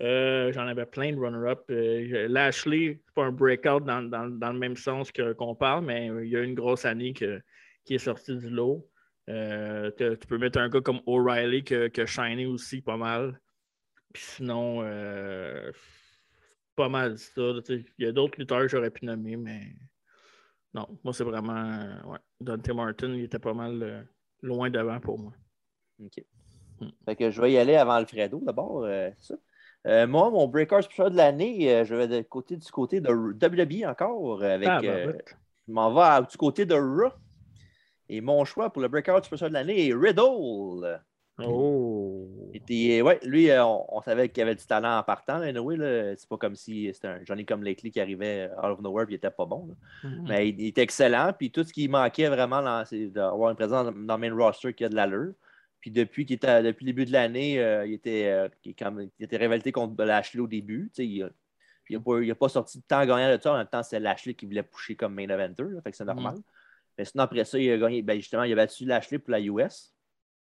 [SPEAKER 2] Euh, J'en avais plein de runner-up. Euh, Lashley, c'est pas un breakout dans, dans- dans le même sens que- qu'on parle, mais il y a une grosse année que- qui est sortie du lot. Euh, t'as- tu peux mettre un gars comme O'Reilly que, que Shiny aussi pas mal. Puis sinon, euh, pas mal ça. là, tu sais. Il y a d'autres lutteurs que j'aurais pu nommer, mais non, moi c'est vraiment. euh, ouais. Dante Martin, il était pas mal euh, loin devant pour moi.
[SPEAKER 1] OK.
[SPEAKER 2] Hmm.
[SPEAKER 1] Fait que je vais y aller avant Alfredo d'abord. euh, c'est ça. Euh, moi, mon Breaker Special de l'année, euh, je vais de côté, du côté de WWE encore. euh, Avec,
[SPEAKER 2] Ah, ben,
[SPEAKER 1] euh,
[SPEAKER 2] ouais.
[SPEAKER 1] je m'en vais à- du côté de Raw. Et mon choix pour le Breakout Special de l'année est Riddle.
[SPEAKER 2] Oh!
[SPEAKER 1] Était, ouais, lui, euh, on, on savait qu'il avait du talent en partant. Là, anyway, là. C'est pas comme si c'était un Johnny comme Lately qui arrivait euh, out of nowhere et il était pas bon. là.
[SPEAKER 2] Hmm.
[SPEAKER 1] Mais il, il est excellent. Puis tout ce qui manquait vraiment, dans- c'est d'avoir une présence dans le main roster qui a de l'allure. Puis depuis, qu'il était, depuis le début de l'année, euh, il, était, euh, il est comme- il était révolté contre Lashley au début. Tu sais, Il n'a pas, il a pas sorti de temps gagnant de ça. En même temps, c'est Lashley qui voulait pousser comme main eventer. là, fait que c'est normal. Mais sinon, après ça, il a gagné. ben, justement, il a battu Lashley pour la US.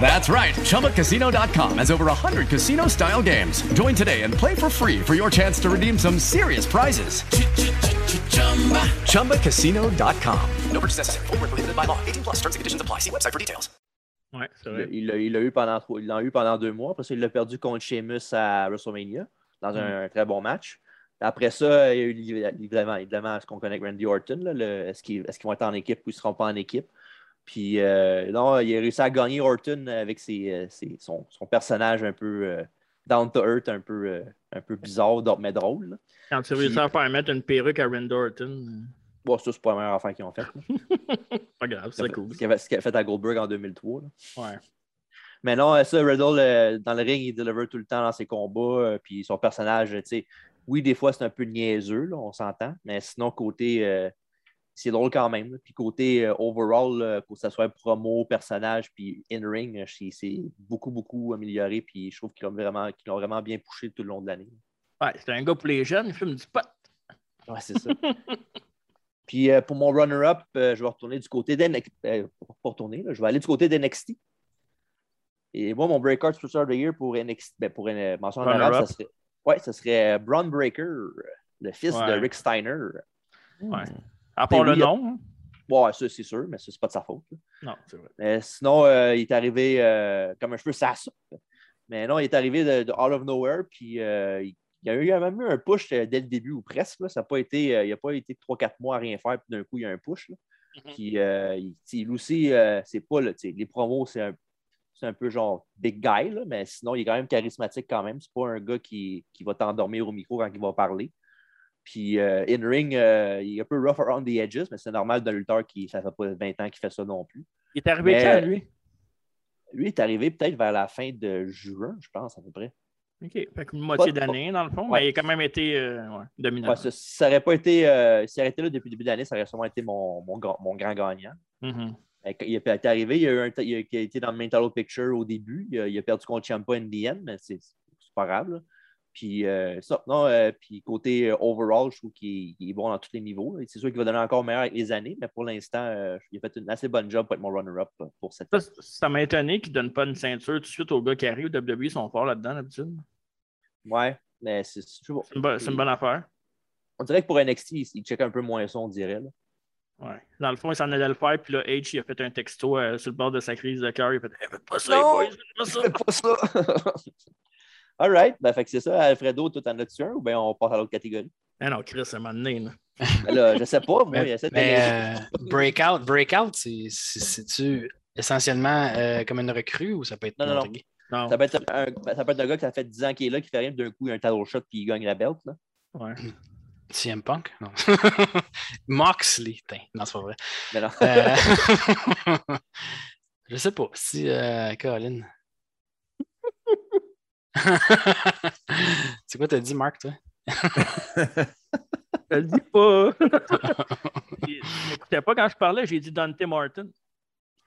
[SPEAKER 5] That's right, ChumbaCasino.com has over 100 casino style games. Join today and play for free for your chance to redeem some serious prizes. ChumbaCasino.com. No purchase necessary, Void where prohibited by law, 18 plus terms and conditions apply. See website for details.
[SPEAKER 2] Ouais, c'est
[SPEAKER 1] Il l'a-
[SPEAKER 2] vrai.
[SPEAKER 1] Il l'a- il l'a eu, pendant trois- il l'a eu pendant deux mois. Après ça, il l'a perdu contre Sheamus à WrestleMania dans
[SPEAKER 2] Mm.
[SPEAKER 1] un, très bon match. Après ça, il y a eu l'é- évidemment, évidemment ce qu'on connaît avec Randy Orton. là, le- Est-ce qu'ils est-ce qu'ils vont être en équipe ou ils ne seront pas en équipe? Puis euh, non, il a réussi à gagner Orton avec ses, euh, ses- son, son personnage un peu euh, down to earth, un peu, euh, un peu bizarre, dr- mais drôle. là.
[SPEAKER 2] Quand tu réussis à faire mettre une perruque à Randy Orton, euh,
[SPEAKER 1] Bon, ça, c'est pas la meilleure affaire qu'ils ont faite. là.
[SPEAKER 2] pas grave,
[SPEAKER 1] Ce
[SPEAKER 2] c'est cool.
[SPEAKER 1] qu'il avait- ce qu'il a fait à Goldberg en 2003. là.
[SPEAKER 2] Ouais.
[SPEAKER 1] Mais non, ça, Riddle, euh, dans le ring, il deliver tout le temps dans ses combats. euh, puis son personnage, euh, tu sais, oui, des fois, c'est un peu niaiseux, là, on s'entend. Mais sinon, côté, euh, c'est drôle quand même. là. Puis côté euh, overall, là, pour que ça soit promo, personnage, puis in-ring, euh, c'est c'est beaucoup, beaucoup amélioré. Puis je trouve qu'ils l'ont vraiment, qu'ils l'ont vraiment bien poussé tout le long de l'année.
[SPEAKER 2] Ouais, c'est un gars pour les jeunes, il fume du pot.
[SPEAKER 1] Ouais, c'est ça. Puis euh, pour mon runner-up, euh, je vais retourner du côté d'NXT. pas retourner, là, je vais aller du côté d'NXT. Et moi, mon breakout Sponsor of the Year pour NXT, ben, pour une mention
[SPEAKER 2] Runner-up.
[SPEAKER 1] honorable, ça serait, ouais, ça serait euh, Braun Breaker, le fils
[SPEAKER 2] Ouais.
[SPEAKER 1] de Rick Steiner.
[SPEAKER 2] Ouais. À part
[SPEAKER 1] Et Mmh. Ben oui,
[SPEAKER 2] le
[SPEAKER 1] il y a-
[SPEAKER 2] nom. hein.
[SPEAKER 1] Ouais, ça, c'est sûr, mais ça, c'est pas de sa faute. là.
[SPEAKER 2] Non, c'est vrai.
[SPEAKER 1] Mais sinon, euh, il est arrivé euh, comme un cheveu sur la soupe. Mais non, il est arrivé de, de out of nowhere. Puis euh, il y a, eu, il y a même eu un push euh, dès le début ou presque. là. Ça n'a pas été, euh, il n'a pas été 3-4 mois à rien faire. Puis d'un coup, il y a un push. là. Puis euh, il, tu sais, lui aussi, euh, c'est pas là, tu sais, les promos, c'est un, c'est un peu genre big guy. là, mais sinon, il est quand même charismatique quand même. C'est pas un gars qui, qui va t'endormir au micro quand il va parler. Puis euh, in-ring, euh, il est un peu rough around the edges, mais c'est normal d'un lutteur qui, ça fait pas 20 ans qu'il fait ça non plus.
[SPEAKER 2] Il est arrivé
[SPEAKER 1] Mais-
[SPEAKER 2] quand, lui?
[SPEAKER 1] Lui est arrivé peut-être vers la fin de juin, je pense, à peu près.
[SPEAKER 2] OK. Fait qu'une moitié
[SPEAKER 1] Pas-
[SPEAKER 2] d'année, dans le fond,
[SPEAKER 1] Ouais.
[SPEAKER 2] mais il a quand même été euh, ouais, dominant.
[SPEAKER 1] Ouais, ça- ça n'aurait pas été. euh, S'il arrêtait là depuis le début de l'année, ça aurait sûrement été mon, mon, grand- mon grand gagnant.
[SPEAKER 2] Mhm.
[SPEAKER 1] Mais quand Il est arrivé, il, y a eu un, t- il a il a été dans le main title picture au début. Il a, il a perdu contre Ciampa in the end, mais c'est c'est pas grave. là. Puis, euh, ça, non, euh, puis côté euh, overall, je trouve qu'il il est bon dans tous les niveaux. là. C'est sûr qu'il va donner encore meilleur avec les années, mais pour l'instant, euh, il a fait une assez bonne job pour être mon runner-up euh, pour cette
[SPEAKER 2] Ça, ça m'a étonné qu'il ne donne pas une ceinture tout de suite aux gars qui arrivent. WWE, ils E sont forts là-dedans, d'habitude.
[SPEAKER 1] Ouais, mais c'est je sais pas.
[SPEAKER 2] C'est une, bonne- c'est une bonne affaire.
[SPEAKER 1] On dirait que pour NXT, il, il check un peu moins ça, on dirait. là.
[SPEAKER 2] Ouais. Dans le fond, il s'en allait le faire, puis là, H, il a fait un texto euh, sur le bord de sa crise de cœur. Il a fait Eh, faites pas ça, les
[SPEAKER 1] Non,
[SPEAKER 2] boys, faites pas ça.
[SPEAKER 1] pas ça. All right. Ben, fait que c'est ça, Alfredo, toi, t'en as-tu un ou bien on passe à l'autre catégorie?
[SPEAKER 2] Eh non, Chris, ça m'a donné. Là.
[SPEAKER 1] Ben là, je sais pas, moi,
[SPEAKER 4] Mais,
[SPEAKER 1] j'essaie de
[SPEAKER 4] mais,
[SPEAKER 1] t'aider.
[SPEAKER 4] euh, breakout, breakout, c'est- c'est- c'est-tu essentiellement euh, comme une recrue ou ça peut être
[SPEAKER 1] Non, non, non.
[SPEAKER 4] n'importe qui?
[SPEAKER 2] Non.
[SPEAKER 1] Ça peut, être un, ça peut être un gars que ça fait 10 ans qu'il est là, qui fait rien, puis d'un coup, il a un title shot puis il gagne la belt. Là.
[SPEAKER 2] Ouais.
[SPEAKER 4] CM Punk? Non. Moxley. Tain, non, c'est pas vrai.
[SPEAKER 1] Mais non.
[SPEAKER 4] Euh, Je sais pas. Si, euh, Colin. c'est quoi, t'as dit, Marc, toi?
[SPEAKER 2] Je le dis pas. Il n'écoutait pas quand je parlais, j'ai dit Dante Martin.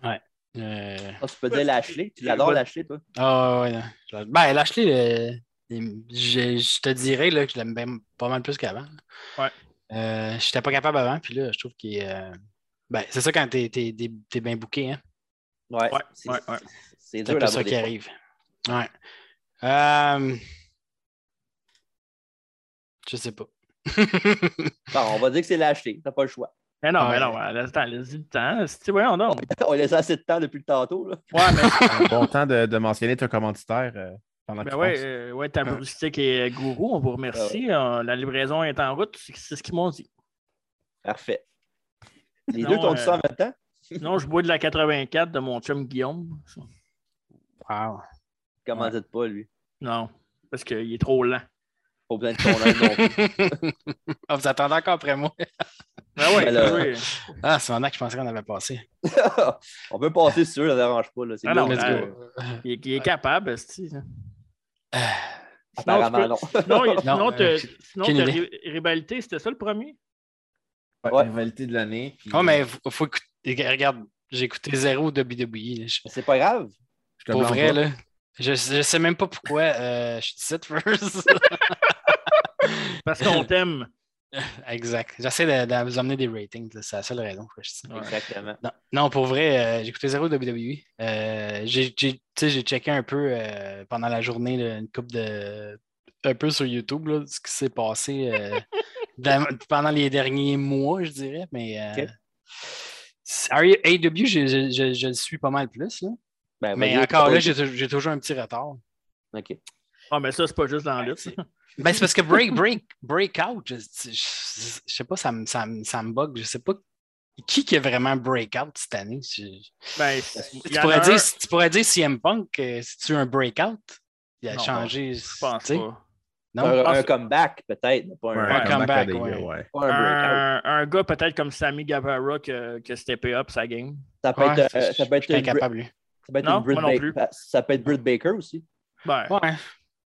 [SPEAKER 4] Ouais. Euh,
[SPEAKER 1] Ah, tu peux dire Lashley. Tu l'adores, Lashley, toi.
[SPEAKER 4] Ah ouais, ouais, ouais. Ben, Lashley, euh, il- je, je te dirais là, que je l'aime bien- pas mal plus qu'avant.
[SPEAKER 2] Ouais.
[SPEAKER 4] Euh, J'étais pas capable avant, puis là, je trouve qu'il est. euh, Ben, c'est ça quand t'es t'es- t'es- t'es bien booké, hein.
[SPEAKER 1] Ouais.
[SPEAKER 2] Ouais,
[SPEAKER 1] C'est
[SPEAKER 2] ouais, ouais.
[SPEAKER 1] c'est
[SPEAKER 4] C'est
[SPEAKER 1] dur
[SPEAKER 4] un peu
[SPEAKER 1] là
[SPEAKER 4] ça qui arrive. Ouais. Euh, Je sais pas.
[SPEAKER 1] on va dire que c'est Lashley. T'as pas le choix.
[SPEAKER 2] Mais non,
[SPEAKER 4] Ouais.
[SPEAKER 2] mais non, hein, laisse-le laisse-y le temps. Si tu vois, on dort.
[SPEAKER 1] On laisse assez de temps depuis le tantôt. Là.
[SPEAKER 2] Ouais, mais
[SPEAKER 3] Un bon temps de, de mentionner ton commanditaire euh, pendant que
[SPEAKER 2] ben
[SPEAKER 3] tu
[SPEAKER 2] ouais,
[SPEAKER 3] penses.
[SPEAKER 2] euh, ouais, Tabouristique et euh, Gourou, on vous remercie. Euh, la livraison est en route, c'est c'est ce qu'ils m'ont dit.
[SPEAKER 1] Parfait. Les
[SPEAKER 2] Non,
[SPEAKER 1] deux t'ont dit ça en
[SPEAKER 2] euh,
[SPEAKER 1] même temps?
[SPEAKER 2] Sinon, je bois de la 84 de mon chum Guillaume.
[SPEAKER 4] Wow.
[SPEAKER 1] Comment dites pas, lui?
[SPEAKER 2] Non, parce qu'il est trop lent.
[SPEAKER 1] Pas besoin de ton âge non plus.
[SPEAKER 4] Ah, vous attendez encore après moi.
[SPEAKER 2] Ben ouais,
[SPEAKER 1] Ben là,
[SPEAKER 2] oui.
[SPEAKER 4] Ah, c'est maintenant que je pensais qu'on avait passé.
[SPEAKER 1] on peut passer sur eux, ça ne dérange pas. Là. C'est
[SPEAKER 2] Ah
[SPEAKER 1] bon,
[SPEAKER 2] non,
[SPEAKER 4] Let's
[SPEAKER 1] là.
[SPEAKER 2] euh,
[SPEAKER 4] go.
[SPEAKER 2] Il, est- il est capable, esti, là. Sinon, tu
[SPEAKER 1] Apparemment, non.
[SPEAKER 2] peux- sinon, il-
[SPEAKER 4] Non,
[SPEAKER 2] sinon,
[SPEAKER 4] euh,
[SPEAKER 2] t'as-
[SPEAKER 4] j'ai-
[SPEAKER 2] sinon,
[SPEAKER 4] aucune
[SPEAKER 2] t'as
[SPEAKER 4] idée.
[SPEAKER 2] ri- rivalité, c'était ça le premier?
[SPEAKER 3] Ouais,
[SPEAKER 1] Ouais.
[SPEAKER 3] Rivalité de l'année. puis- euh,
[SPEAKER 4] Oh, mais faut, faut écouter- Regarde, j'ai écouté zéro de WWE. là. Je-
[SPEAKER 1] C'est pas grave.
[SPEAKER 3] Je te
[SPEAKER 4] Pour
[SPEAKER 3] blâme
[SPEAKER 4] vrai,
[SPEAKER 3] pas.
[SPEAKER 4] là. Je, je sais même pas pourquoi euh, je suis ici first.
[SPEAKER 2] Parce qu'on t'aime.
[SPEAKER 4] exact. J'essaie de, de vous amener des ratings. là. C'est la seule raison pourquoi je suis ici.
[SPEAKER 2] Ouais.
[SPEAKER 1] Exactement.
[SPEAKER 4] Non, non, pour vrai, euh, j'ai écouté zéro WWE. Euh, j'ai, j'ai- tu sais, j'ai checké un peu euh, pendant la journée là, une coupe de. un peu sur YouTube, là, ce qui s'est passé euh, dans- pendant les derniers mois, je dirais. Mais euh,
[SPEAKER 1] Ok.
[SPEAKER 4] c'est- ah AEW, E je, je- je- je le suis pas mal plus. là.
[SPEAKER 1] Ben,
[SPEAKER 4] Mais
[SPEAKER 1] vas-y,
[SPEAKER 4] encore
[SPEAKER 1] pas-
[SPEAKER 4] là, j'ai, tou- j'ai toujours un petit retard.
[SPEAKER 1] OK.
[SPEAKER 2] Ah, mais ça, c'est pas juste dans la lutte.
[SPEAKER 4] Ben, c'est parce que break, break, breakout, je, je, je- je sais pas, ça me, ça, me, ça me bug. Je sais pas qui qui est vraiment breakout cette année. Je-
[SPEAKER 2] Ben, il
[SPEAKER 4] tu,
[SPEAKER 2] y en
[SPEAKER 4] pourrais
[SPEAKER 2] a
[SPEAKER 4] dire,
[SPEAKER 2] un-
[SPEAKER 4] tu pourrais dire CM Punk, euh, si tu un breakout, il a
[SPEAKER 2] Non,
[SPEAKER 4] changé.
[SPEAKER 2] Je pense
[SPEAKER 4] tu sais.
[SPEAKER 2] pas.
[SPEAKER 4] Non? Ah,
[SPEAKER 1] un, un
[SPEAKER 2] pense-
[SPEAKER 1] comeback, peut-être, mais pas un,
[SPEAKER 3] Ouais,
[SPEAKER 4] un comeback,
[SPEAKER 3] à des-
[SPEAKER 4] ouais.
[SPEAKER 3] ouais.
[SPEAKER 1] pas un breakout.
[SPEAKER 2] Un, un gars peut-être comme Sammy Guevara que, que steppé up sa game.
[SPEAKER 1] Ça peut
[SPEAKER 4] Ouais,
[SPEAKER 1] être, euh, ça peut
[SPEAKER 4] je
[SPEAKER 1] être
[SPEAKER 4] suis
[SPEAKER 1] une Brit-
[SPEAKER 4] incapable, lui.
[SPEAKER 1] ça peut être
[SPEAKER 2] Non,
[SPEAKER 1] une Brit
[SPEAKER 2] moi non
[SPEAKER 1] Baker-
[SPEAKER 2] plus.
[SPEAKER 1] ça peut être Britt Baker aussi.
[SPEAKER 2] Ben,
[SPEAKER 4] Ouais.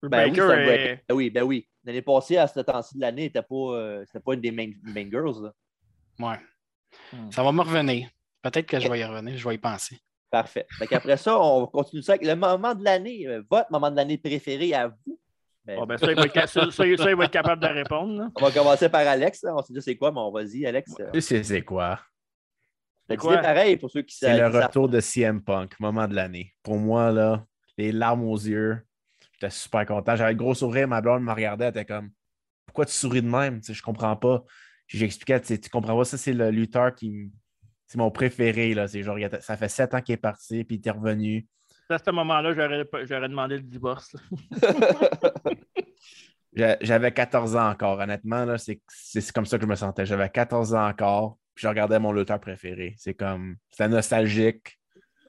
[SPEAKER 1] Ben oui,
[SPEAKER 2] Baker
[SPEAKER 1] c'est un
[SPEAKER 2] est-
[SPEAKER 1] break- ben oui, ben oui. L'année passée, à ce temps-ci de l'année, c'était pas, euh, c'était pas une des main, main girls. là.
[SPEAKER 4] ouais.
[SPEAKER 2] Hmm.
[SPEAKER 4] Ça va me revenir. Peut-être que je vais y revenir, je vais y penser.
[SPEAKER 1] Eh. Parfait. Après ça, on continue ça avec le moment de l'année. euh, Votre moment de l'année préféré à vous. Ben,
[SPEAKER 2] Ah, ben, ça, il va être, ca- ça- ça, il- ça, il va être capable de répondre. là.
[SPEAKER 1] On va commencer par Alex. hein. On sait déjà c'est quoi, mais on va y Alex. euh,
[SPEAKER 3] Tu sais, c'est quoi?
[SPEAKER 1] T'as
[SPEAKER 2] quoi?
[SPEAKER 1] dit pareil pour ceux qui
[SPEAKER 3] C'est le
[SPEAKER 1] savent.
[SPEAKER 3] retour de CM Punk, moment de l'année. Pour moi, là, les larmes aux yeux. J'étais super content. J'avais le gros sourire, ma blonde me regardait, elle était comme Pourquoi tu souris de même? Tu sais, je comprends pas. J'expliquais, tu sais, tu comprends pas, ça, c'est le lutteur qui. m- C'est mon préféré. Là. C'est genre, il a- ça fait sept ans qu'il est parti, puis il est revenu.
[SPEAKER 2] À ce moment-là, j'aurais pas- j'aurais demandé le divorce. là.
[SPEAKER 3] J'a- J'avais 14 ans encore, honnêtement. là, c'est, c'est- c'est comme ça que je me sentais. J'avais 14 ans encore, puis je regardais mon lutteur préféré. C'est comme. C'était nostalgique.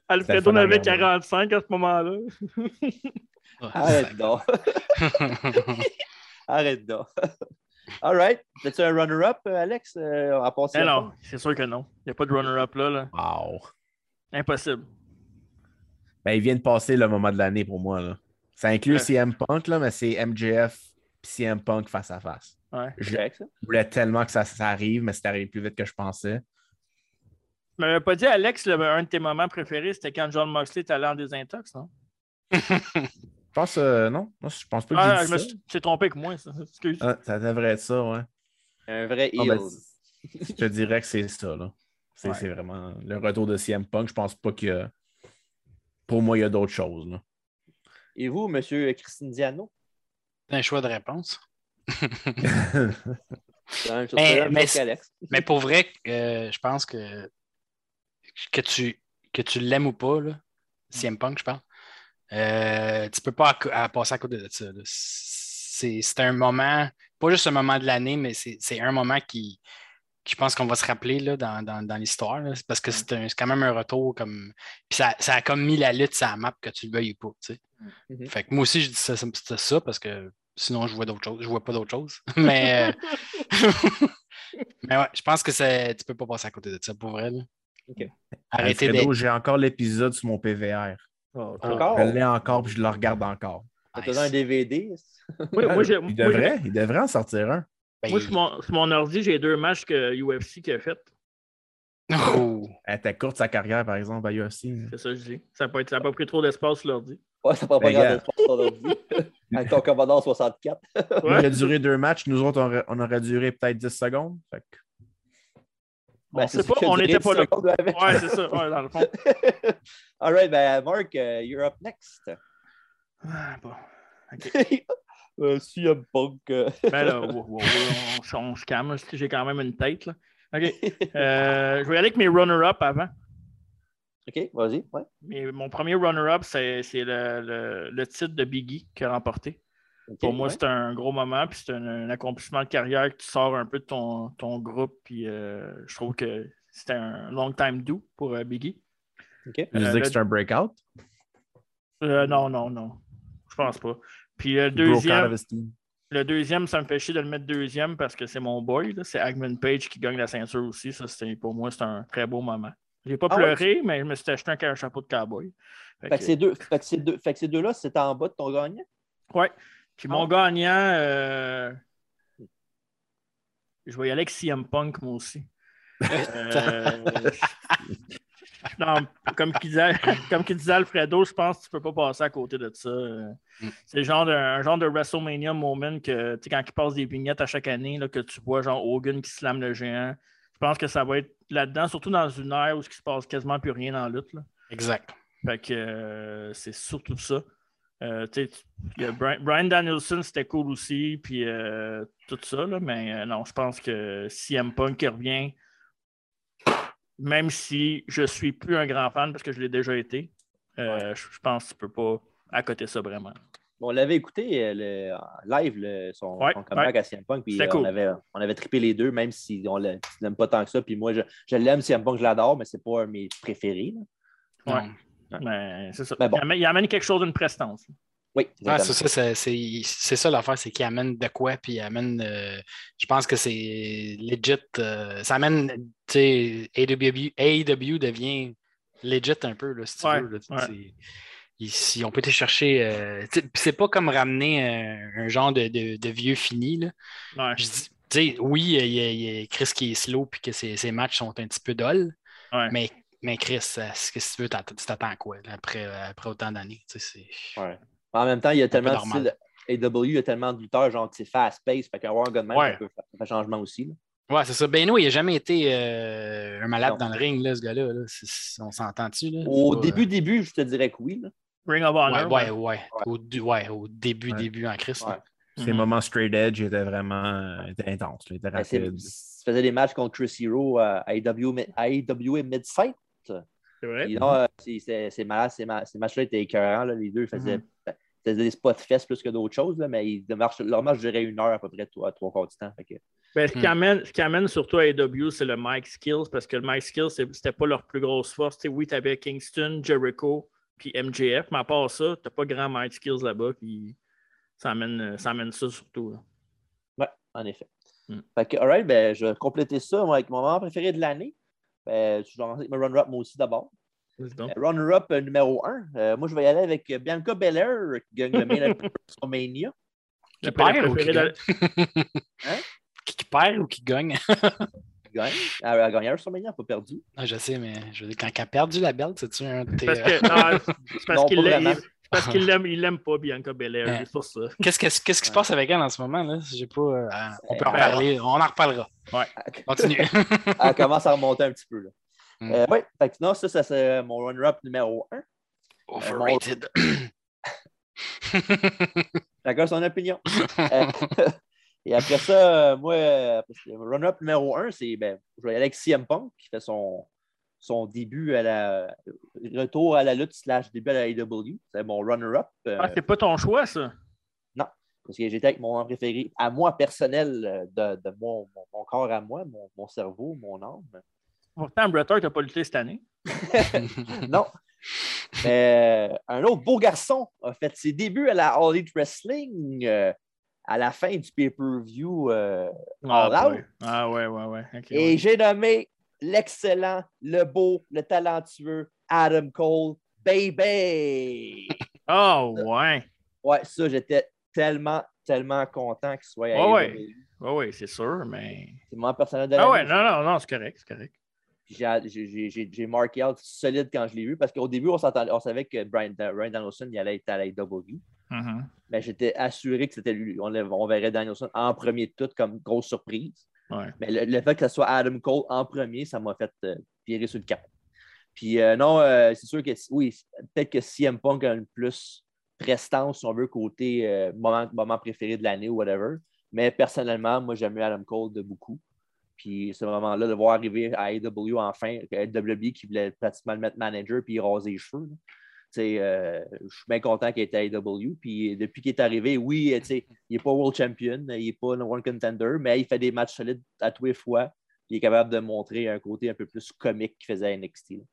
[SPEAKER 2] Alfredo en avait
[SPEAKER 3] regarder.
[SPEAKER 2] 45 à ce moment-là.
[SPEAKER 1] Arrête donc. Arrête donc. All right. As-tu un runner-up, euh, Alex, euh, à part
[SPEAKER 2] Eh
[SPEAKER 1] CM Punk?
[SPEAKER 2] non, c'est sûr que non. Il n'y a pas de runner-up là, là.
[SPEAKER 3] Wow.
[SPEAKER 2] Impossible.
[SPEAKER 3] Ben, il vient de passer le moment de l'année pour moi. Là. Ça inclut
[SPEAKER 2] Ouais.
[SPEAKER 3] CM Punk, là, mais c'est MJF et CM Punk face à face.
[SPEAKER 2] Ouais.
[SPEAKER 3] Je
[SPEAKER 1] Correct, ça?
[SPEAKER 3] voulais tellement que ça, ça arrive, mais c'est arrivé plus vite que je pensais.
[SPEAKER 2] Tu m'avais pas dit, Alex, le- un de tes moments préférés, c'était quand John Moxley était allé en désintox, non?
[SPEAKER 3] Je pense, euh, non, non, je pense pas que j'ai
[SPEAKER 2] Ah,
[SPEAKER 3] dit
[SPEAKER 2] je me
[SPEAKER 3] ça.
[SPEAKER 2] suis tu t'es trompé avec moi, ça. Excuse.
[SPEAKER 3] Ah, ça devrait être ça, ouais.
[SPEAKER 1] Un vrai
[SPEAKER 3] Ah,
[SPEAKER 1] heel.
[SPEAKER 3] ben, je te dirais que c'est ça, là. C'est
[SPEAKER 2] Ouais.
[SPEAKER 3] c'est vraiment le retour de CM Punk. Je pense pas qu'il y a... Pour moi, il y a d'autres choses, là.
[SPEAKER 1] Et vous, monsieur Christine Diano?
[SPEAKER 4] C'est un choix de réponse.
[SPEAKER 1] C'est
[SPEAKER 3] Ben,
[SPEAKER 1] la même
[SPEAKER 4] Mais-
[SPEAKER 1] chose- c'est la même
[SPEAKER 4] mais
[SPEAKER 1] chose
[SPEAKER 4] c'est-
[SPEAKER 1] qu'Alex.
[SPEAKER 4] Mais pour vrai, euh, je pense que que tu, que tu l'aimes ou pas, là, CM Punk, je parle, euh, tu peux pas à co- à passer à côté de ça. là. C'est c'est un moment, pas juste un moment de l'année, mais c'est c'est un moment qui, qui je pense qu'on va se rappeler là, dans, dans, dans l'histoire. là. C'est parce que c'est un- c'est quand même un retour comme. Puis ça, ça a comme mis la lutte sur la map que tu le veuilles ou pas. tu sais.
[SPEAKER 1] Mhm.
[SPEAKER 4] Fait que moi aussi, je dis ça, ça- c'était ça parce que sinon je vois d'autres choses. Je vois pas d'autres choses. Mais, euh, mais ouais, je pense que c'est- tu peux pas passer à côté de ça pour vrai. là. Arrêtez
[SPEAKER 3] Alfredo,
[SPEAKER 4] d'être-
[SPEAKER 3] J'ai encore l'épisode sur mon PVR.
[SPEAKER 1] encore?
[SPEAKER 3] Ah, Je l'ai encore puis je le regarde encore.
[SPEAKER 1] T'as donné un DVD.
[SPEAKER 2] Oui, moi, j'ai-
[SPEAKER 3] il,
[SPEAKER 2] moi,
[SPEAKER 3] devrait,
[SPEAKER 2] j'ai-
[SPEAKER 3] il devrait en sortir un.
[SPEAKER 4] Ben,
[SPEAKER 2] Moi, sur mon, sur mon ordi, j'ai deux matchs que UFC qui a fait.
[SPEAKER 4] Oh.
[SPEAKER 3] Elle était courte sa carrière, par exemple, à UFC.
[SPEAKER 2] C'est ça que je dis. Ça n'a pas, été- ça a pas pris trop d'espace sur l'ordi.
[SPEAKER 1] Ouais, ça prend pas
[SPEAKER 3] Ben,
[SPEAKER 1] grand
[SPEAKER 3] gars.
[SPEAKER 1] d'espace sur l'ordi. Avec ton Commodore 64.
[SPEAKER 3] Lui, Il a duré deux matchs. Nous autres, on aurait, on aurait duré peut-être 10 secondes. Fait que-
[SPEAKER 1] Ben,
[SPEAKER 2] on
[SPEAKER 1] c'est
[SPEAKER 2] sait
[SPEAKER 1] ça
[SPEAKER 2] pas,
[SPEAKER 1] que
[SPEAKER 2] on
[SPEAKER 1] j'ai
[SPEAKER 2] n'était
[SPEAKER 1] dit,
[SPEAKER 2] pas là.
[SPEAKER 1] seconde, ouais.
[SPEAKER 2] Ouais, c'est ça, ouais, dans le fond.
[SPEAKER 1] All right, ben, Mark, euh, you're up next.
[SPEAKER 2] Ah, bon.
[SPEAKER 1] Euh, S'il y a bug. euh.
[SPEAKER 2] Ben là, wow, wow, wow, on, s- on se calme, là, j'ai quand même une tête. là. OK. Euh, je vais aller avec mes runner-up avant.
[SPEAKER 1] OK, vas-y. Ouais.
[SPEAKER 2] Mais mon premier runner-up, c'est c'est le, le- le titre de Biggie qu'il a remporté. Pour moi,
[SPEAKER 1] ouais.
[SPEAKER 2] c'est un gros moment, puis c'est un, un accomplissement de carrière que tu sors un peu de ton, ton groupe, puis euh, je trouve que c'était un long time do pour euh, Biggie.
[SPEAKER 1] OK.
[SPEAKER 3] Je
[SPEAKER 2] Euh,
[SPEAKER 3] dis
[SPEAKER 2] le-
[SPEAKER 3] que c'est un breakout.
[SPEAKER 1] Mm.
[SPEAKER 2] Euh, non, non, non. Je pense pas. Puis le
[SPEAKER 3] Broke out
[SPEAKER 2] deuxième,
[SPEAKER 3] of his team.
[SPEAKER 2] le deuxième, ça me fait chier de le mettre deuxième parce que c'est mon boy. là. C'est Agman Page qui gagne la ceinture aussi. Ça, c'est- pour moi, c'est un très beau moment. J'ai pas
[SPEAKER 1] Ah ouais,
[SPEAKER 2] pleuré, mais je me suis acheté un, un chapeau de cowboy. Fait
[SPEAKER 1] Fait que
[SPEAKER 2] que-
[SPEAKER 1] ces deux- fait que ces deux- fait que ces deux-là, c'était en bas de ton gagnant.
[SPEAKER 2] Oui. Puis mon gagnant, euh, je vais y aller avec CM Punk, moi aussi. Euh, non, comme qu'il disait, comme qu'il disait Alfredo, je pense que tu peux pas passer à côté de ça. Euh, C'est le genre de- un genre de WrestleMania moment que tu sais, quand il passe des vignettes à chaque année, là, que tu vois genre Hogan qui slame le géant. Je pense que ça va être là-dedans, surtout dans une ère où il se passe quasiment plus rien dans la lutte. là.
[SPEAKER 4] Exact.
[SPEAKER 2] Fait que euh, c'est surtout ça. Euh, tu sais, tu- il y a Brian, Brian Danielson, c'était cool aussi, puis euh, tout ça, là, mais euh, non, je pense que CM Punk qui revient, même si je suis plus un grand fan parce que je l'ai déjà été, euh, je je pense que tu peux pas accoter ça vraiment.
[SPEAKER 1] On l'avait écouté euh, le- en live, le- son,
[SPEAKER 2] Ouais,
[SPEAKER 1] son comeback
[SPEAKER 2] ouais.
[SPEAKER 1] à CM Punk, puis
[SPEAKER 2] C'était
[SPEAKER 1] euh,
[SPEAKER 2] cool.
[SPEAKER 1] on, avait, on avait trippé les deux, même si on ne l'aime pas tant que ça. Puis moi, je, je l'aime, CM Punk, je l'adore, mais c'est pas un de mes préférés. là.
[SPEAKER 2] Ouais. Mais c'est ça.
[SPEAKER 1] Mais bon.
[SPEAKER 2] Il, amène, il amène quelque chose d'une prestance.
[SPEAKER 1] Oui,
[SPEAKER 4] Ouais,
[SPEAKER 1] exactement.
[SPEAKER 4] c'est Ah, ça, c'est- c'est c'est ça l'affaire, c'est qu'il amène de quoi, puis il amène, euh, je pense que c'est legit, euh, ça amène, tu sais, AEW, AEW devient legit un peu, là, si tu
[SPEAKER 2] Ouais,
[SPEAKER 4] veux. là, tu sais,
[SPEAKER 2] ouais.
[SPEAKER 4] c'est- ils- si on peut aller chercher, euh, tu sais, puis c'est pas comme ramener euh, un genre de, de- de vieux fini, là.
[SPEAKER 2] Ouais.
[SPEAKER 4] Je dis- tu sais, oui, euh, il y, a- il y a Chris qui est slow, puis que ses, ses matchs sont un petit peu dol,
[SPEAKER 2] Ouais.
[SPEAKER 4] mais, mais Chris, euh, ce que tu veux, t'att- tu t'attends à quoi, là, après, après autant d'années, tu sais, c'est...
[SPEAKER 1] Ouais. Mais En même temps, il y a tellement de
[SPEAKER 4] normal.
[SPEAKER 1] styles. AW, il y a tellement de lutteurs, genre que c'est fast-paced. Fait qu'avoir un gars de même,
[SPEAKER 4] Ouais.
[SPEAKER 1] ça peut faire un changement aussi. là.
[SPEAKER 4] Ouais, c'est ça. Ben nous, il n'a jamais été euh, un malade
[SPEAKER 1] Non.
[SPEAKER 4] dans le ring, là, ce gars-là. là. C'est- c'est- On s'entend-tu? là?
[SPEAKER 1] Au
[SPEAKER 4] C'est pas,
[SPEAKER 1] début, début, je te dirais que oui. là.
[SPEAKER 2] Ring of
[SPEAKER 4] euh,
[SPEAKER 2] Honor.
[SPEAKER 4] Ouais, ouais,
[SPEAKER 2] ouais.
[SPEAKER 4] ouais. Au, du- ouais, au début,
[SPEAKER 3] Ouais.
[SPEAKER 4] début hein. Mm-hmm. en Christ. là.
[SPEAKER 2] Mhm.
[SPEAKER 3] Ses moments straight edge étaient vraiment euh, étaient intenses. là, étaient
[SPEAKER 1] Ben, c'est-
[SPEAKER 3] rapides.
[SPEAKER 1] il faisait des matchs contre Chris Hero euh, à AEW mi- à AEW Mid-Fight.
[SPEAKER 2] C'est vrai.
[SPEAKER 1] Puis là, euh, c'est- c'est c'est malade, ces, ma- ces matchs-là étaient écœurants. là. Les deux faisaient,
[SPEAKER 2] Mhm.
[SPEAKER 1] ben, faisaient des spots fesses plus que d'autres choses, là, mais ils, marchent- leur match durait une heure à peu près, trois, trois quarts du temps. Fait que-
[SPEAKER 2] Ben, ce, qui amène, ce qui amène surtout à AW, c'est le Mike Skills, parce que le Mike Skills, c'est- c'était pas leur plus grosse force. Tu sais, oui, tu avais Kingston, Jericho, puis MJF, mais à part ça, t'as pas grand Mike Skills là-bas, puis ça amène, euh, ça amène ça surtout. là.
[SPEAKER 1] Ouais, en effet.
[SPEAKER 2] Mhm.
[SPEAKER 1] Fait que, all right, ben, je vais compléter ça moi, avec mon moment préféré de l'année. Ben, je vais commencer avec ma runner-up, moi aussi, d'abord.
[SPEAKER 2] Vas-y donc.
[SPEAKER 1] Euh, Runner-up euh, numéro 1. moi, je vais y aller avec euh, Bianca Belair, qui gagne le main event de WrestleMania.
[SPEAKER 2] Le
[SPEAKER 4] perd
[SPEAKER 2] préféré
[SPEAKER 4] ou qui
[SPEAKER 2] de-
[SPEAKER 4] gagne? Qui qui perd ou qui gagne?
[SPEAKER 1] Qui gagne. Elle a gagné à WrestleMania, elle n'a pas perdu.
[SPEAKER 4] Non, je sais, mais je veux dire, quand elle a perdu la belle, c'est-tu un de tes,
[SPEAKER 2] Parce
[SPEAKER 4] euh,
[SPEAKER 2] que- non, c'est parce
[SPEAKER 1] Non,
[SPEAKER 2] qu'il
[SPEAKER 1] pas
[SPEAKER 2] l'a-
[SPEAKER 1] vraiment.
[SPEAKER 2] il- c'est parce qu'il l'aime, il l'aime pas Bianca Belair,
[SPEAKER 4] Hein.
[SPEAKER 2] juste pour ça.
[SPEAKER 4] Qu'est-ce que- qu'est-ce qui se passe avec elle en ce moment? Là? J'ai pas, euh, on peut en
[SPEAKER 1] ben,
[SPEAKER 2] Ah,
[SPEAKER 4] parler. On en reparlera.
[SPEAKER 2] Ouais.
[SPEAKER 4] Continue.
[SPEAKER 1] elle commence à remonter un petit peu. Là. Euh, ouais, fait que non, ça, ça c'est mon runner-up numéro Euh, 1.
[SPEAKER 4] Overrated.
[SPEAKER 1] Chacun son opinion. Euh, et après ça, euh, moi, euh, parce que le runner-up numéro 1, c'est ben, je vais y aller avec CM Punk qui fait son, son début à la retour à la lutte slash début à la AEW. C'est E mon runner-up. euh,
[SPEAKER 2] Ah, c'est pas ton choix, ça.
[SPEAKER 1] non. Parce que j'étais avec mon âme préférée, à moi personnel, euh, de, de mon, mon, mon corps à moi, mon, mon cerveau, mon âme.
[SPEAKER 2] Pourtant, Bretter, t'as pas lutté cette année.
[SPEAKER 1] non. Mais un autre beau garçon a fait ses débuts à la All Elite Wrestling euh, à la fin du pay-per-view euh, All
[SPEAKER 2] ah,
[SPEAKER 1] Out.
[SPEAKER 2] ouais. Ah ouais, ouais, ouais. Ok,
[SPEAKER 1] Et
[SPEAKER 2] ouais.
[SPEAKER 1] j'ai nommé l'excellent, le beau, le talentueux Adam Cole, baby!
[SPEAKER 2] Oh, ouais!
[SPEAKER 1] Ouais, ça, j'étais tellement, tellement content qu'il soit
[SPEAKER 2] Ouais, ouais.
[SPEAKER 1] AEW.
[SPEAKER 2] Ouais, ouais, c'est sûr, mais.
[SPEAKER 1] C'est mon personnel de
[SPEAKER 2] Ah
[SPEAKER 1] l'année.
[SPEAKER 2] ouais, non, non, non, c'est correct, c'est correct.
[SPEAKER 1] J'ai- j'ai- j'ai- J'ai j'ai marqué out solide quand je l'ai vu parce qu'au début, on, s'entendait- on savait que Brian, Brian Danielson il allait être à la AEW.
[SPEAKER 2] Mhm.
[SPEAKER 1] Mais Ben, j'étais assuré que c'était lui. On, le- on verrait Danielson en premier de tout comme grosse surprise.
[SPEAKER 2] Ouais.
[SPEAKER 1] Mais le, le fait que ce soit Adam Cole en premier, ça m'a fait euh, virer sur le cap. Puis euh, non, euh, c'est sûr que oui, peut-être que CM Punk a une plus prestance, si on veut, côté euh, moment, moment préféré de l'année ou whatever. Mais personnellement, moi, j'aime mieux Adam Cole de beaucoup. Puis ce moment-là, de voir arriver à AEW enfin, euh, WWE qui voulait pratiquement le mettre manager puis raser les cheveux. là. Tu sais, euh, je suis bien content qu'il ait été à AEW. Puis depuis qu'il est arrivé, oui, euh, tu sais, il n'est pas world champion, il n'est pas world contender, mais il fait des matchs solides à tous les fois. Il est capable de montrer un côté un peu plus comique qu'il faisait à NXT. là.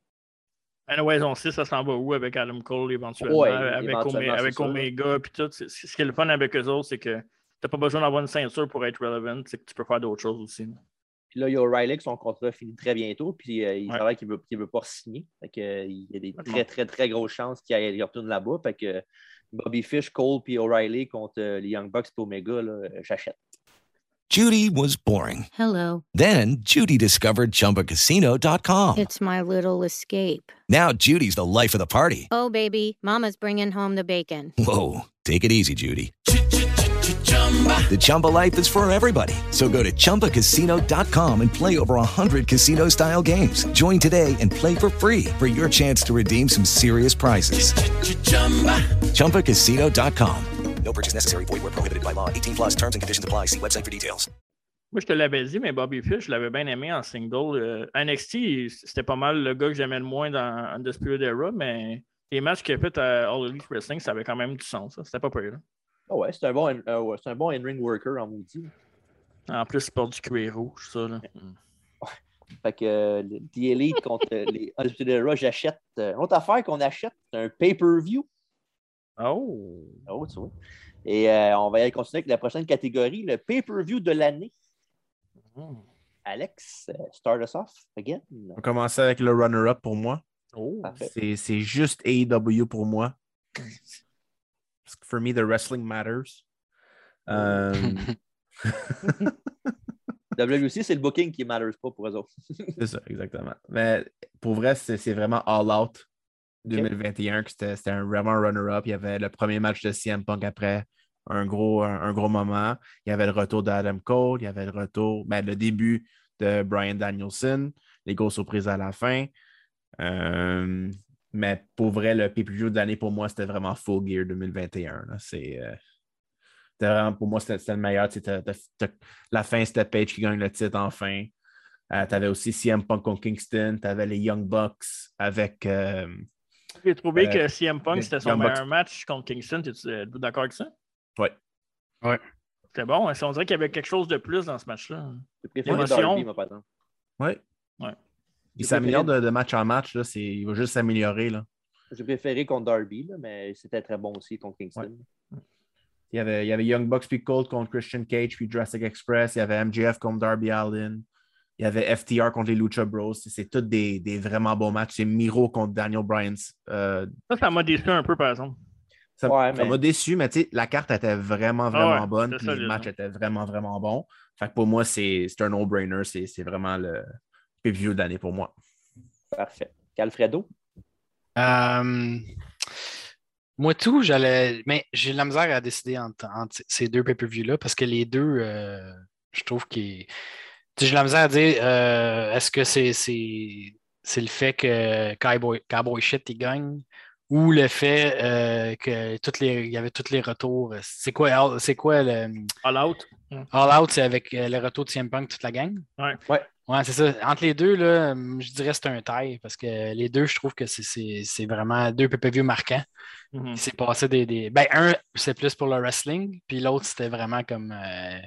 [SPEAKER 2] Anyways, on sait ça s'en va où avec Adam Cole éventuellement,
[SPEAKER 1] Ouais,
[SPEAKER 2] avec,
[SPEAKER 1] éventuellement,
[SPEAKER 2] Ome-
[SPEAKER 1] c'est
[SPEAKER 2] avec
[SPEAKER 1] sûr.
[SPEAKER 2] Omega puis tout. C'est- c'est- Ce qui est le fun avec eux autres, c'est que t'as pas besoin d'avoir une ceinture pour être relevant, c'est que tu peux faire d'autres choses aussi. là.
[SPEAKER 1] Puis là, il y a O'Reilly, que son contrat finit très bientôt, puis euh, il travaille qu'il ne veut, qu'il veut pas signer. Fait que, euh, il y a des très, très, très grosses chances qu'il aille- il retourne là-bas. Fait que Bobby Fish, Cole, puis O'Reilly contre euh, les Young Bucks et Omega, là, euh, j'achète.
[SPEAKER 6] Judy was boring.
[SPEAKER 7] Hello.
[SPEAKER 6] Then Judy discovered ChumbaCasino.com.
[SPEAKER 7] It's my little escape.
[SPEAKER 6] Now Judy's the life of the party.
[SPEAKER 7] Oh, baby, Mama's bringing home the bacon.
[SPEAKER 6] Whoa, take it easy, Judy. The Chumba life is for everybody. So go to ChumbaCasino.com and play over 100 casino style games. Join today and play for free for your chance to redeem some serious prizes. ChumbaCasino.com.
[SPEAKER 8] No purchase necessary. Void where prohibited by law. 18 plus terms and conditions apply. See website for details.
[SPEAKER 2] Moi, je te l'avais dit, mais Bobby Fish, je l'avais bien aimé en single. Euh, NXT, c'était pas mal le gars que j'aimais le moins dans Undisputed Era, mais les matchs qu'il a fait à All Elite Wrestling, ça avait quand même du sens. ça. C'était pas pire. là.
[SPEAKER 1] Ah ouais, c'est un bon, euh, ouais, c'est un bon in-ring worker en maudit.
[SPEAKER 2] En plus, il porte du cuir rouge, ça. Là.
[SPEAKER 1] Mm. Fait que euh, le- The Elite contre euh, les Undisputed Era, j'achète. euh, une autre affaire qu'on achète, c'est un pay-per-view.
[SPEAKER 2] Oh!
[SPEAKER 1] Oh, tu vois. Et euh, on va y continuer avec la prochaine catégorie, le pay-per-view de l'année. Mm. Alex, euh, start us off again.
[SPEAKER 3] On va commencer avec le runner-up pour moi.
[SPEAKER 1] Parfait.
[SPEAKER 3] C'est c'est juste AEW pour moi. Parce que for me, the wrestling matters. Euh,
[SPEAKER 1] WC, c'est le booking qui ne matters pas pour eux autres.
[SPEAKER 3] c'est ça, exactement. Mais pour vrai, c'est c'est vraiment All Out 2021 que c'était c'était un vraiment un runner-up. Il y avait le premier match de CM Punk après un gros, un, un gros moment. Il y avait le retour d'Adam Cole, il y avait le retour, ben, le début de Brian Danielson, les grosses surprises à la fin. Euh, mais pour vrai, le pay-per-view de l'année pour moi, c'était vraiment Full Gear 2021. là. C'est. euh, c'était vraiment- pour moi, c'était c'était le meilleur. Tu sais, t'as- t'as- t'as- la fin, c'était Page qui gagne le titre enfin. tu avais Euh, aussi CM Punk contre Kingston. Tu avais les Young Bucks avec. euh,
[SPEAKER 2] J'ai trouvé
[SPEAKER 3] Euh,
[SPEAKER 2] que CM Punk, c'était son
[SPEAKER 3] Young Bucks.
[SPEAKER 2] meilleur match contre Kingston. T'es-tu euh, d'accord avec ça?
[SPEAKER 3] Ouais. Ouais.
[SPEAKER 2] C'était bon. hein. On dirait qu'il y avait quelque chose de plus dans ce match-là.
[SPEAKER 1] préféré Darby, moi, par exemple.
[SPEAKER 3] Ouais.
[SPEAKER 2] Ouais.
[SPEAKER 3] Il
[SPEAKER 1] J'ai
[SPEAKER 3] s'améliore de, de match en match. Là, c'est- il va juste s'améliorer. là.
[SPEAKER 1] J'ai préféré contre Darby, là, mais c'était très bon aussi contre Kingston.
[SPEAKER 3] Il y, avait, il y avait Young Bucks puis Cold contre Christian Cage puis Jurassic Express. Il y avait MJF contre Darby Allin. Il y avait FTR contre les Lucha Bros. C'est- C'est tous des, des vraiment bons matchs. C'est Miro contre Daniel Bryan. euh,
[SPEAKER 2] Ça, ça m'a déçu un peu, par exemple.
[SPEAKER 3] Ça
[SPEAKER 2] Ouais,
[SPEAKER 3] ça
[SPEAKER 2] mais-
[SPEAKER 3] m'a déçu, mais tu sais, la carte était vraiment,
[SPEAKER 2] Ah ouais,
[SPEAKER 3] vraiment bonne.
[SPEAKER 2] c'était
[SPEAKER 3] Puis le
[SPEAKER 2] solide,
[SPEAKER 3] match
[SPEAKER 2] hein.
[SPEAKER 3] était vraiment, vraiment bon. Fait que pour moi, c'est c'est un no-brainer. C'est c'est vraiment le pay-per-view de l'année pour moi.
[SPEAKER 1] Parfait. Alfredo?
[SPEAKER 4] Euh, moi, tout, j'allais. Mais j'ai de la misère à décider entre, entre ces deux pay-per-views-là parce que les deux, euh, je trouve qu'ils. Tu sais, J'ai de la misère à dire euh, est-ce que c'est c'est- c'est le fait que Cowboy, Cowboy Shit il gagne ou le fait euh, que toutes les, il y avait tous les retours. C'est quoi, All- c'est quoi le.
[SPEAKER 2] All Out.
[SPEAKER 4] All Out, c'est avec euh, le retour de CM Punk, toute la gang.
[SPEAKER 2] Ouais.
[SPEAKER 1] Ouais.
[SPEAKER 4] Ouais, c'est ça. Entre les deux, là, je dirais que c'est un taille parce que les deux, je trouve que c'est- c'est c'est vraiment deux PPV marquants.
[SPEAKER 2] Mhm.
[SPEAKER 4] Il s'est passé des, des- Ben, un, c'est plus pour le wrestling, puis l'autre, c'était vraiment comme. euh,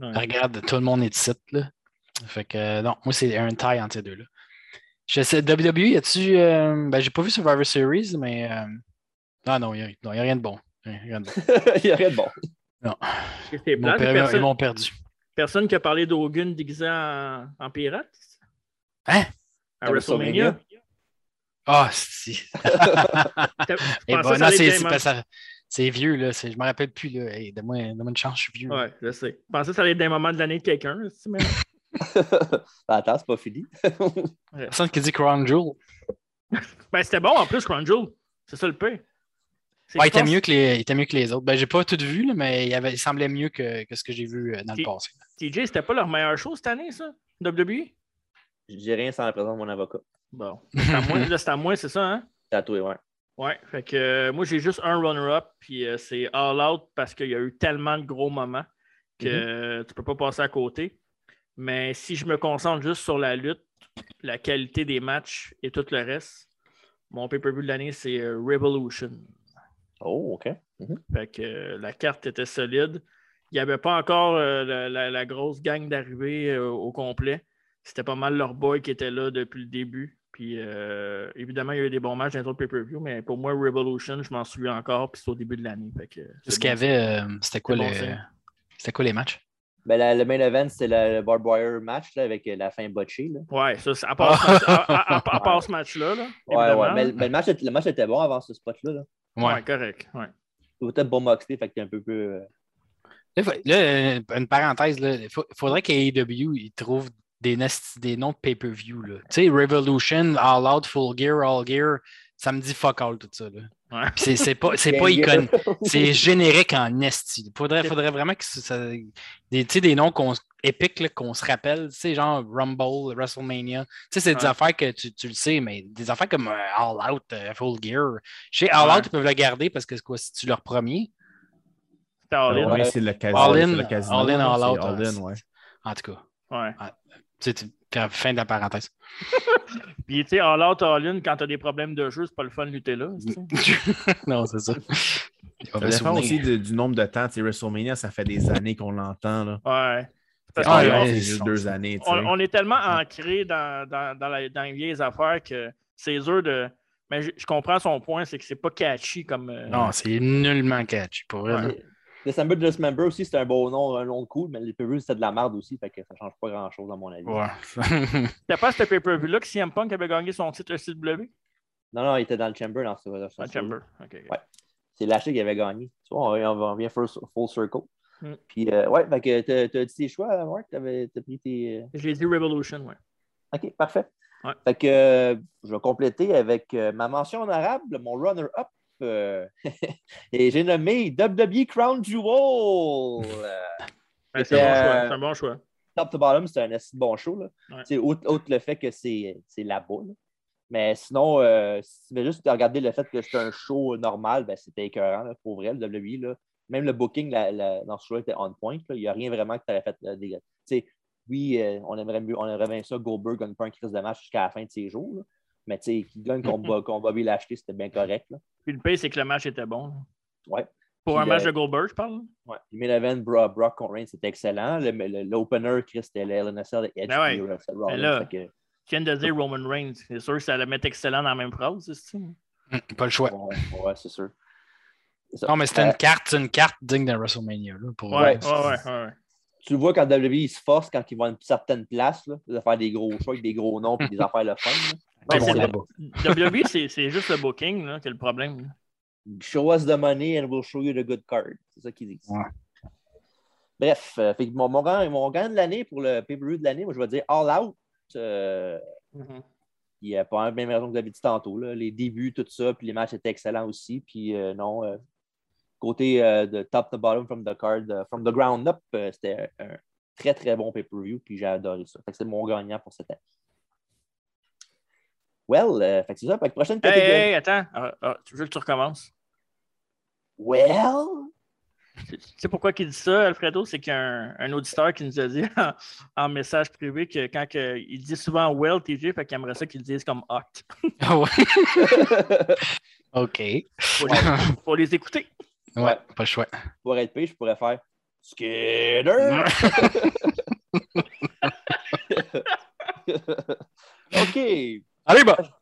[SPEAKER 2] Ouais.
[SPEAKER 4] Regarde, tout le monde est de site, là. Fait que, euh, non, moi, c'est un taille entre ces deux-là. Je sais, WWE, y a-tu. euh, ben, j'ai pas vu Survivor Series, mais. euh, Ah non, il n'y a rien de bon. Il n'y a rien de bon.
[SPEAKER 1] Il y a rien de bon.
[SPEAKER 4] Non.
[SPEAKER 2] C'est
[SPEAKER 4] Ils m'ont
[SPEAKER 2] plate,
[SPEAKER 4] per-
[SPEAKER 2] personne-
[SPEAKER 4] ils m'ont perdu.
[SPEAKER 2] Personne qui a parlé d'Ogun déguisé en, en pirate?
[SPEAKER 4] Hein?
[SPEAKER 2] À WrestleMania?
[SPEAKER 4] Ah, si.
[SPEAKER 2] T'as- tu
[SPEAKER 4] Eh ben,
[SPEAKER 2] pensais que ça
[SPEAKER 4] non,
[SPEAKER 2] allait
[SPEAKER 4] c'est-
[SPEAKER 2] bien,
[SPEAKER 4] c'est
[SPEAKER 2] hein?
[SPEAKER 4] pas ça- c'est vieux, là. c'est- Je me rappelle plus, là. Hey, donne-moi donne-moi une chance, je suis vieux. là.
[SPEAKER 2] Ouais, je sais. Je pensais que ça allait être des moments de l'année de quelqu'un. c'est-tu, mais-
[SPEAKER 1] Attends, c'est pas fini.
[SPEAKER 4] Personne qui dit Crown Jewel.
[SPEAKER 2] ben, c'était bon en plus, Crown Jewel. C'est ça le pire. C'est
[SPEAKER 4] Ouais, il
[SPEAKER 2] que
[SPEAKER 4] était
[SPEAKER 2] je pense-
[SPEAKER 4] mieux que les, il était mieux que les autres. Ben, j'ai pas tout vu, là, mais il, avait- il semblait mieux que, que ce que j'ai vu euh, dans le
[SPEAKER 2] T-
[SPEAKER 4] passé.
[SPEAKER 2] TJ, c'était pas leur meilleur show cette année, ça? E? WWE?
[SPEAKER 1] Je dis rien sans la présence de mon avocat.
[SPEAKER 2] Bon. C'est à moi, là, c'est à moi, c'est ça, hein?
[SPEAKER 1] Tatoué, ouais.
[SPEAKER 2] Ouais, fait que euh, moi j'ai juste un runner-up, puis euh, c'est All Out parce qu'il y a eu tellement de gros moments que
[SPEAKER 1] Mhm.
[SPEAKER 2] euh, tu peux pas passer à côté. Mais si je me concentre juste sur la lutte, la qualité des matchs et tout le reste, mon pay-per-view de l'année c'est euh, Revolution.
[SPEAKER 1] Oh, OK.
[SPEAKER 2] Fait que euh, la carte était solide. Il n'y avait pas encore euh, la, la- la grosse gang d'arrivée euh, au complet. C'était pas mal leur boy qui était là depuis le début. Puis euh, évidemment, il y a eu des bons matchs dans les autres pay-per-view, mais pour moi, Revolution, je m'en souviens encore, puis c'est au début de l'année. Fait que, euh,
[SPEAKER 4] Ce
[SPEAKER 2] c'est
[SPEAKER 4] qu'il y
[SPEAKER 2] bon.
[SPEAKER 4] avait, euh, c'était quoi,
[SPEAKER 2] C'est bon
[SPEAKER 4] le-
[SPEAKER 2] signe.
[SPEAKER 4] c'était quoi les matchs?
[SPEAKER 1] Ben, la- le main event, c'est la- le barbed wire match là, avec euh, la fin botchée. Là.
[SPEAKER 2] Ouais, ça, c'est- à part ce match- à- à- à- à part ce match-là. là,
[SPEAKER 1] Ouais, ouais,
[SPEAKER 2] évidemment.
[SPEAKER 1] mais, mais le, match, était- le match était bon avant ce spot-là. Là.
[SPEAKER 4] Ouais.
[SPEAKER 2] Ouais, correct. ouais.
[SPEAKER 1] Peut-être bon Moxley, fait que t'es un peu. peu euh,
[SPEAKER 4] Là, fa- là, euh, une parenthèse, il faudrait qu'AEW il trouve des, nas- des noms de pay-per-view. là. Tu sais, Revolution, All Out, Full Gear, All Gear, ça me dit fuck all tout ça. là.
[SPEAKER 2] Ouais.
[SPEAKER 4] Puis C'est c'est pas, c'est pas
[SPEAKER 2] Gang
[SPEAKER 4] iconique.
[SPEAKER 2] Gear.
[SPEAKER 4] C'est générique en esti. Il faudrait, faudrait vraiment que ça- ça- des, tu sais, des noms qu'on s- épiques là, qu'on se rappelle, tu sais, genre Rumble, WrestleMania. Tu sais, c'est des
[SPEAKER 2] Ouais.
[SPEAKER 4] affaires que tu, tu le sais, mais des affaires comme euh, All Out, euh, Full Gear. Chez All
[SPEAKER 2] Ouais.
[SPEAKER 4] Out, ils peuvent le garder parce que c'est quoi, c'est-tu leur premier?
[SPEAKER 2] C'était All In.
[SPEAKER 3] Ouais, c'est le casino.
[SPEAKER 4] All
[SPEAKER 3] c'est
[SPEAKER 4] in,
[SPEAKER 3] le casino,
[SPEAKER 4] all in,
[SPEAKER 3] là,
[SPEAKER 4] all
[SPEAKER 3] c'est
[SPEAKER 4] out.
[SPEAKER 3] All in,
[SPEAKER 4] hein.
[SPEAKER 3] ouais.
[SPEAKER 4] En tout cas,
[SPEAKER 2] Ouais.
[SPEAKER 4] tu sais, tu- fin- fin de la parenthèse.
[SPEAKER 2] Puis tu sais, All Out, All In, quand t'as des problèmes de jeu, c'est pas le fun de lutter là. tu sais.
[SPEAKER 4] Mm. non, c'est ça. Il va
[SPEAKER 3] Ça
[SPEAKER 4] me
[SPEAKER 3] dépend
[SPEAKER 4] souvenir.
[SPEAKER 3] aussi de- du nombre de temps. Tu sais, WrestleMania, ça fait des années qu'on l'entend. là.
[SPEAKER 2] Ouais.
[SPEAKER 3] C'est
[SPEAKER 2] Parce
[SPEAKER 3] ah,
[SPEAKER 2] que on-
[SPEAKER 3] ouais, c'est juste deux années. tu sais.
[SPEAKER 2] on, on est tellement ancré dans, dans, dans la- dans les vieilles affaires que c'est dur de. Mais je, je comprends son point, c'est que c'est pas catchy comme. euh,
[SPEAKER 4] Non, c'est nullement catch, pour vrai. là.
[SPEAKER 1] December to Dismember aussi, c'était un beau nom, un nom de cool, mais le pay-per-view, c'était de la merde aussi, fait que ça change pas grand-chose à mon avis.
[SPEAKER 4] Ouais.
[SPEAKER 2] C'était pas ce pay-per-view-là que CM Punk avait gagné son titre ECW?
[SPEAKER 1] non, non, il était dans le Chamber dans ce dans ce-
[SPEAKER 2] Ah, Chamber. OK.
[SPEAKER 1] Ouais. C'est Lashley qui avait gagné. Tu vois, on, on vient full, full circle.
[SPEAKER 2] Mm.
[SPEAKER 1] Puis, euh, ouais, fait que t'as- t'as dit tes choix, Mark? T'avais- T'as pris tes. euh,
[SPEAKER 2] Je l'ai dit Revolution, ouais.
[SPEAKER 1] OK, parfait.
[SPEAKER 2] Ouais.
[SPEAKER 1] Fait que euh, je vais compléter avec euh, ma mention honorable, mon runner-up. euh, et j'ai nommé WWE Crown Jewel. Euh,
[SPEAKER 2] Ben, c'est
[SPEAKER 1] c'était,
[SPEAKER 2] un bon choix,
[SPEAKER 1] euh,
[SPEAKER 2] c'est un bon choix.
[SPEAKER 1] top to bottom, c'est un assez bon show. Là.
[SPEAKER 2] Ouais.
[SPEAKER 1] Tu sais, Outre, outre le fait que c'est c'est là-bas. là. Mais sinon, euh, si tu veux juste regarder le fait que c'était un show normal, ben, c'était écœurant là, pour vrai, le WWE. Là. Même le booking la- la- dans ce show était on point. là. Il n'y a rien vraiment que tu fait euh, des- tu sais, Oui, euh, on, aimerait mieux, on aimerait bien ça, Goldberg gagne pas un crise de match jusqu'à la fin de ses jours. là. Mais tu sais, qu'il gagne contre Bo- contre Bobby Lashley, c'était bien correct. Là.
[SPEAKER 2] Puis le pire, c'est que le match était bon. là.
[SPEAKER 1] Ouais.
[SPEAKER 2] Pour
[SPEAKER 1] Puis euh,
[SPEAKER 2] un
[SPEAKER 1] le-
[SPEAKER 2] match de Goldberg, je parle. là.
[SPEAKER 1] Ouais. Le main event, Bro- Brock contre Reigns, c'était excellent. Le- le- L'opener, Chris, c'était le LNSL de Edge.
[SPEAKER 2] Ben ouais.
[SPEAKER 1] puis Russell
[SPEAKER 2] Mais
[SPEAKER 1] Rollins.
[SPEAKER 2] là,
[SPEAKER 1] Fait que-
[SPEAKER 2] Je viens de dire Roman Reigns. C'est sûr que ça allait mettre excellent dans la même phrase, c'est ça? hein?
[SPEAKER 4] Pas le choix.
[SPEAKER 1] Ouais, ouais, c'est sûr. C'est ça.
[SPEAKER 4] Non, mais c'était
[SPEAKER 1] Euh,
[SPEAKER 4] une carte, c'est une carte digne de WrestleMania. Là, pour
[SPEAKER 2] Ouais, ouais,
[SPEAKER 4] vrai.
[SPEAKER 2] ouais. ouais.
[SPEAKER 1] Euh, Tu le vois quand WWE il se force quand ils vont à une certaine place, là, de faire des gros choix avec des gros noms puis des affaires le fun. là.
[SPEAKER 2] Ben,
[SPEAKER 1] Ouais,
[SPEAKER 2] c'est
[SPEAKER 1] c'est
[SPEAKER 2] le- WWE, c'est- c'est juste le booking là, qui est le problème. là.
[SPEAKER 1] Show us the money and we'll show you the good card. C'est ça qu'ils disent.
[SPEAKER 4] Ouais.
[SPEAKER 1] Bref, euh, fait que mon, mon, gagnant- mon gagnant de l'année pour le pay-per-view de l'année, moi je vais dire All Out. euh, Il n'y a pas la même raison que vous avez dit tantôt. là. Les débuts, tout ça, puis les matchs étaient excellents aussi. Puis euh, non, euh, côté euh, de top to bottom from the card, euh, from the ground up, euh, c'était un très très bon pay-per-view, puis j'ai adoré ça. Fait que c'est mon gagnant pour cette année. Well, euh, fait que c'est ça. Fait que prochaine
[SPEAKER 2] Hey,
[SPEAKER 1] catégorie.
[SPEAKER 2] hey, attends. Ah, ah, tu veux que tu recommences?
[SPEAKER 1] Well,
[SPEAKER 2] Tu sais pourquoi qu'il dit ça, Alfredo? C'est qu'il y a un, un auditeur qui nous a dit en, en message privé que quand que- il dit souvent well, TJ, fait qu'il aimerait ça qu'il dise comme oct.
[SPEAKER 4] Ah ouais. OK.
[SPEAKER 2] Faut les, faut les écouter.
[SPEAKER 4] Ouais, pas le choix.
[SPEAKER 1] Pour être pire, je pourrais faire Skinner. OK.
[SPEAKER 4] Allez, bah.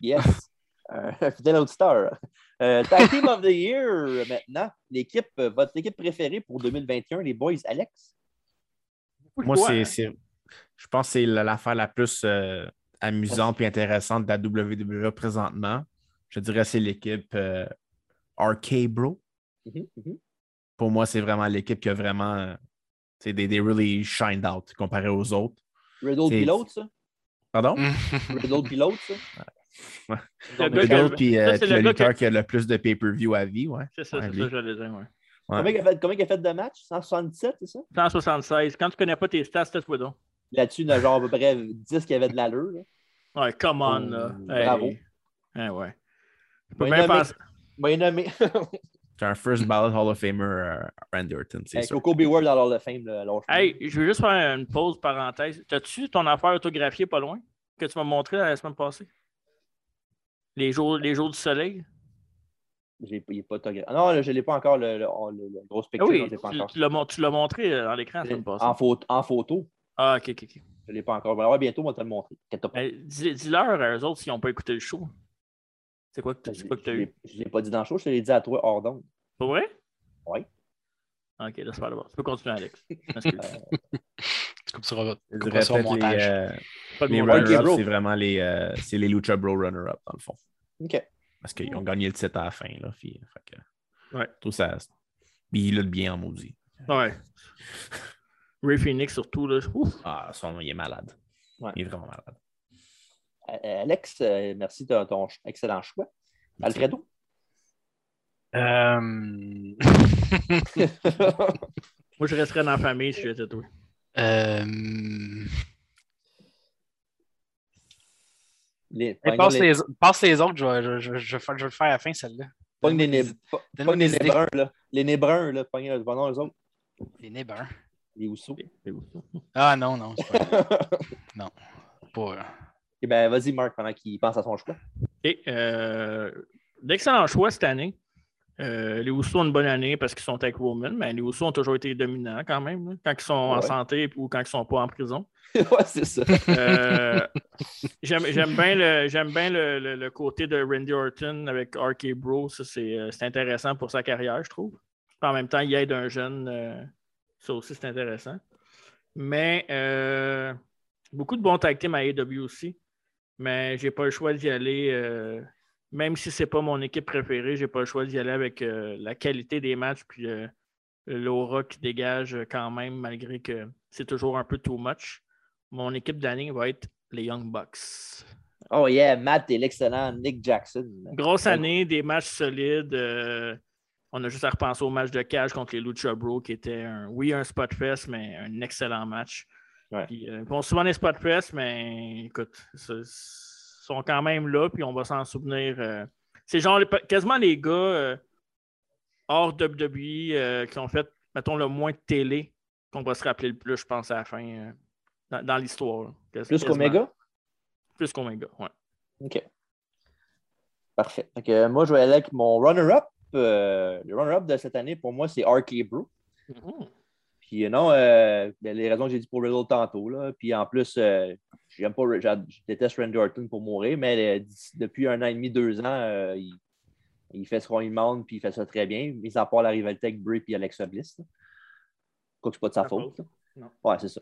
[SPEAKER 1] yes. Un fidèle auditeur. Euh, tag Team of the Year maintenant. L'équipe, euh, votre équipe préférée pour 2021, les boys, Alex?
[SPEAKER 3] Moi,
[SPEAKER 2] hein?
[SPEAKER 3] c'est, c'est- je pense que c'est la- l'affaire la plus euh, amusante et intéressante de la WWE présentement. Je dirais c'est l'équipe euh, RK Bro.
[SPEAKER 1] Mhm, mhm.
[SPEAKER 3] Pour moi, c'est vraiment l'équipe qui a vraiment euh, c'est des, des really shined out comparé aux autres.
[SPEAKER 1] Riddle
[SPEAKER 3] C'est-
[SPEAKER 1] Pilote, ça?
[SPEAKER 3] Pardon?
[SPEAKER 1] Riddle Pilote, ça? Mm.
[SPEAKER 3] Ouais.
[SPEAKER 1] Le
[SPEAKER 3] Riddle,
[SPEAKER 1] gars qui a-
[SPEAKER 3] puis, euh,
[SPEAKER 1] ça, c'est
[SPEAKER 3] puis
[SPEAKER 1] le
[SPEAKER 3] le
[SPEAKER 1] gars
[SPEAKER 3] lutteur
[SPEAKER 1] qui
[SPEAKER 3] qui a le plus de pay-per-view à vie. Ouais.
[SPEAKER 2] C'est ça,
[SPEAKER 3] Ouais,
[SPEAKER 2] c'est
[SPEAKER 3] lui.
[SPEAKER 2] ça, j'allais dire, ouais.
[SPEAKER 3] Ouais.
[SPEAKER 1] Combien il a fait, combien il a fait de matchs? 167, c'est ça?
[SPEAKER 2] 176. Quand tu connais pas tes stats, c'est toi donc.
[SPEAKER 1] Là-dessus, il y en a genre à peu près 10 qui avaient de l'allure. là.
[SPEAKER 2] Ouais, come on, là.
[SPEAKER 3] Oh,
[SPEAKER 2] Hey.
[SPEAKER 1] Bravo.
[SPEAKER 2] Eh ouais. Je peux
[SPEAKER 1] Moi,
[SPEAKER 2] bien
[SPEAKER 1] nommé-
[SPEAKER 2] penser-
[SPEAKER 1] moi, nommé-
[SPEAKER 3] C'est un first ballot Hall of Famer, euh, Randy Orton, c'est
[SPEAKER 1] Avec
[SPEAKER 3] sûr.
[SPEAKER 1] Coco Beware dans l'Hall of Fame. Là, alors, je-
[SPEAKER 2] Hey, je veux juste faire une pause parenthèse. T'as-tu ton affaire autographiée pas loin que tu m'as montré la semaine passée? Les jours, les jours du soleil?
[SPEAKER 1] j'ai- il est pas autographe. Ah Non, là, je ne l'ai pas encore, le, le, le- le gros
[SPEAKER 2] Ah
[SPEAKER 1] spectacle.
[SPEAKER 2] oui,
[SPEAKER 1] je l'ai pas
[SPEAKER 2] tu-
[SPEAKER 1] encore.
[SPEAKER 2] tu l'as mon- tu l'as montré euh, dans l'écran la semaine passée.
[SPEAKER 1] En, photo, en photo.
[SPEAKER 2] Ah, ok, ok, ok.
[SPEAKER 1] Je ne l'ai pas encore. On va le voir bientôt, on va te le montrer. Inquiète-toi pas.
[SPEAKER 2] Mais dis- Dis-leur à eux autres s'ils n'ont pas écouté le show. C'est quoi que tu as eu?
[SPEAKER 1] Je ne l'ai pas dit dans le show, je te l'ai dit à toi hors d'onde.
[SPEAKER 2] Pour vrai?
[SPEAKER 1] Oui.
[SPEAKER 2] Ok, laisse faire d'abord. Tu peux continuer, Alex. Excuse.
[SPEAKER 1] Euh,
[SPEAKER 4] C'est comme ça,
[SPEAKER 3] Je
[SPEAKER 4] on
[SPEAKER 3] dirais
[SPEAKER 4] ça au
[SPEAKER 3] peut-être les,
[SPEAKER 4] montage.
[SPEAKER 3] euh,
[SPEAKER 2] Pas de
[SPEAKER 3] les
[SPEAKER 2] montage.
[SPEAKER 3] runner-up,
[SPEAKER 2] Ok, bro.
[SPEAKER 3] c'est vraiment les, euh, c'est les Lucha Bro runner-up, dans le fond.
[SPEAKER 1] OK.
[SPEAKER 3] Parce qu'ils ont gagné le titre à la fin. Là, puis, euh, fait que-
[SPEAKER 2] Ouais.
[SPEAKER 3] Je trouve ça. Puis il l'a bien en maudit.
[SPEAKER 2] Ouais. Ray Phoenix surtout, là. Ouf.
[SPEAKER 3] Ah, son, il est malade.
[SPEAKER 1] Ouais.
[SPEAKER 3] Il est vraiment malade.
[SPEAKER 1] Euh, Alex, euh, merci de ton ch- excellent choix.
[SPEAKER 3] Merci.
[SPEAKER 1] Alfredo?
[SPEAKER 4] Euh,
[SPEAKER 2] Moi, je resterais dans la famille si j'étais toi.
[SPEAKER 4] euh,
[SPEAKER 1] Les,
[SPEAKER 4] hey, passe, les... passe les autres, je vais, je, je- je vais faire- je vais le faire à la fin, celle-là.
[SPEAKER 1] Pogne les,
[SPEAKER 4] Donne-moi
[SPEAKER 1] nez-
[SPEAKER 4] des-
[SPEAKER 1] po-
[SPEAKER 4] donne-moi
[SPEAKER 1] pogne les
[SPEAKER 4] des idées.
[SPEAKER 1] nébrins, là. Les nébrins, là. Pogne le bonheur, les autres.
[SPEAKER 4] Les nébrins.
[SPEAKER 1] Les housseaux.
[SPEAKER 4] Ah non, non, c'est pas vrai. Non. Pas. euh,
[SPEAKER 1] Eh bien, vas-y, Marc, pendant qu'il pense à son choix.
[SPEAKER 2] Et euh, d'excellents choix cette année. Euh, les Usos ont une bonne année parce qu'ils sont avec Roman, mais les Usos ont toujours été dominants quand même, là, quand ils sont en
[SPEAKER 1] Ouais.
[SPEAKER 2] santé ou quand ils sont pas en prison.
[SPEAKER 1] ouais, c'est ça.
[SPEAKER 2] Euh, J'aime j'aime bien, le, j'aime bien le, le- le côté de Randy Orton avec RK Bro. Ça, c'est euh, c'est intéressant pour sa carrière, je trouve. Puis en même temps, il aide un jeune. euh, ça aussi, c'est intéressant. Mais euh, beaucoup de bons tag team à AEW aussi. Mais j'ai pas le choix d'y aller. euh, même si c'est pas mon équipe préférée, j'ai pas le choix d'y aller avec euh, la qualité des matchs puis euh, l'aura qui dégage quand même, malgré que c'est toujours un peu too much. Mon équipe d'année va être les Young Bucks.
[SPEAKER 1] Oh yeah, Matt et l'excellent Nick Jackson.
[SPEAKER 2] Grosse année, des matchs solides. euh, on a juste à repenser au match de cage contre les Lucha Bro, qui était un, oui, un spot fest, mais un excellent match.
[SPEAKER 1] Ouais.
[SPEAKER 2] Puis, euh, bon, souvent des spot fest, mais écoute, ils sont quand même là, puis on va s'en souvenir. euh. c'est genre les- quasiment les gars euh, hors WWE euh, qui ont fait, mettons, le moins de télé qu'on va se rappeler le plus, je pense, à la fin, euh, dans, dans l'histoire. là. Quas-
[SPEAKER 1] Plus
[SPEAKER 2] quasiment.
[SPEAKER 1] qu'Omega?
[SPEAKER 2] Plus qu'Omega, oui.
[SPEAKER 1] OK. Parfait. Fait que moi, je vais aller avec mon runner-up. Euh, le runner-up de cette année, pour moi, c'est RK Bro.
[SPEAKER 2] Mm.
[SPEAKER 1] Puis euh, non, euh, ben, les raisons que j'ai dit pour Riddle tantôt. Là. Puis en plus, euh, j'aime pas, j'a- je déteste Randy Orton pour mourir, mais euh, d'ici- depuis un an et demi, deux ans, euh, il, il fait ce qu'on lui demande, puis il fait ça très bien, mis à part la rivalité avec Bray et Alexa Bliss. là. Quoique c'est pas de sa faute. là. Ouais, c'est ça.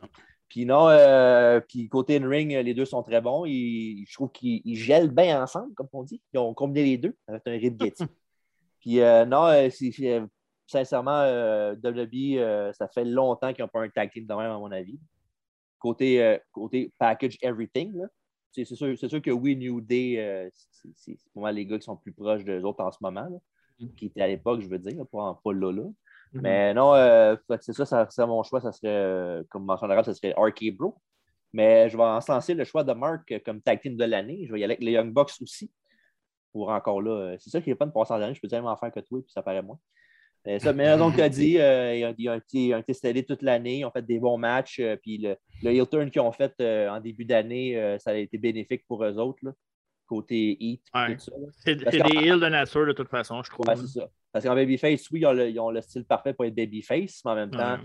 [SPEAKER 1] Puis non, euh, puis côté in-ring, euh, les deux sont très bons. Ils- je trouve qu'ils ils gèlent bien ensemble, comme on dit. Ils ont combiné les deux avec un rib Getty. puis euh, non, euh, c'est- c'est- sincèrement, euh, WWE, euh, ça fait longtemps qu'ils n'ont pas un tag team de même, à mon avis. Côté, euh, côté package everything, là. C'est c'est sûr, c'est sûr que oui, New Day, euh, c'est- c'est c'est pour moi les gars qui sont plus proches d'eux autres en ce moment, là, qui étaient à l'époque, je veux dire, là, pas, en- pas là, là.
[SPEAKER 2] Mm-hmm.
[SPEAKER 1] Mais non, euh, fait que c'est ça, ça, ça, mon choix, ça serait, euh, comme mention honorable, ça serait RK Bro. Mais je vais encenser le choix de Marc euh, comme tag team de l'année. Je vais y aller avec les Young Bucks aussi. Pour encore là, euh, c'est ça qui est pas de passer en dernier. Je peux tellement en faire que toi, puis ça paraît moins. Mais ça, mais donc, tu as dit, euh, ils ont- ils ont été, ils ont été scellés toute l'année, ils ont fait des bons matchs, euh, puis le, le heel turn qu'ils ont fait euh, en début d'année, euh, ça a été bénéfique pour eux autres, là, côté Heat. puis
[SPEAKER 2] Ouais.
[SPEAKER 1] tout ça, là.
[SPEAKER 2] C'est
[SPEAKER 1] Parce
[SPEAKER 2] c'est
[SPEAKER 1] qu'en-
[SPEAKER 2] des heals de nature, de toute façon, je trouve.
[SPEAKER 1] Ouais, c'est ça. Parce qu'en babyface, oui, ils ont, le, ils ont le style parfait pour être babyface, mais en même temps,
[SPEAKER 2] Ouais.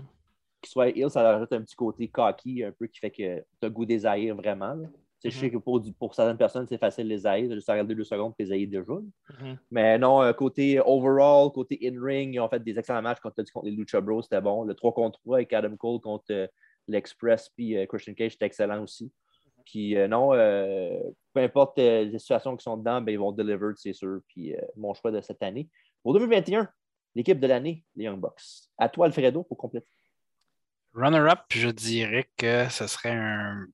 [SPEAKER 1] qu'ils soient heel, ça leur ajoute un petit côté cocky, un peu, qui fait que tu as goût des haïr vraiment. là. Tu sais, Je sais que pour, du- pour certaines personnes, c'est facile de les haïr, de juste regarder deux secondes et les haïr déjà. là.
[SPEAKER 2] Mhm.
[SPEAKER 1] Mais non, euh, côté overall, côté in-ring, ils ont fait des excellents matchs contre, contre les Lucha Bros, c'était bon. Le 3 contre 3 avec Adam Cole contre euh, l'Express puis euh, Christian Cage, c'était excellent aussi. Puis euh, non, euh, peu importe euh, les situations qui sont dedans, ben, ils vont deliver, c'est sûr. Puis euh, mon choix de cette année. Pour 2021, l'équipe de l'année, les Young Bucks. À toi, Alfredo, pour compléter.
[SPEAKER 4] Runner-up, je dirais que ce serait un.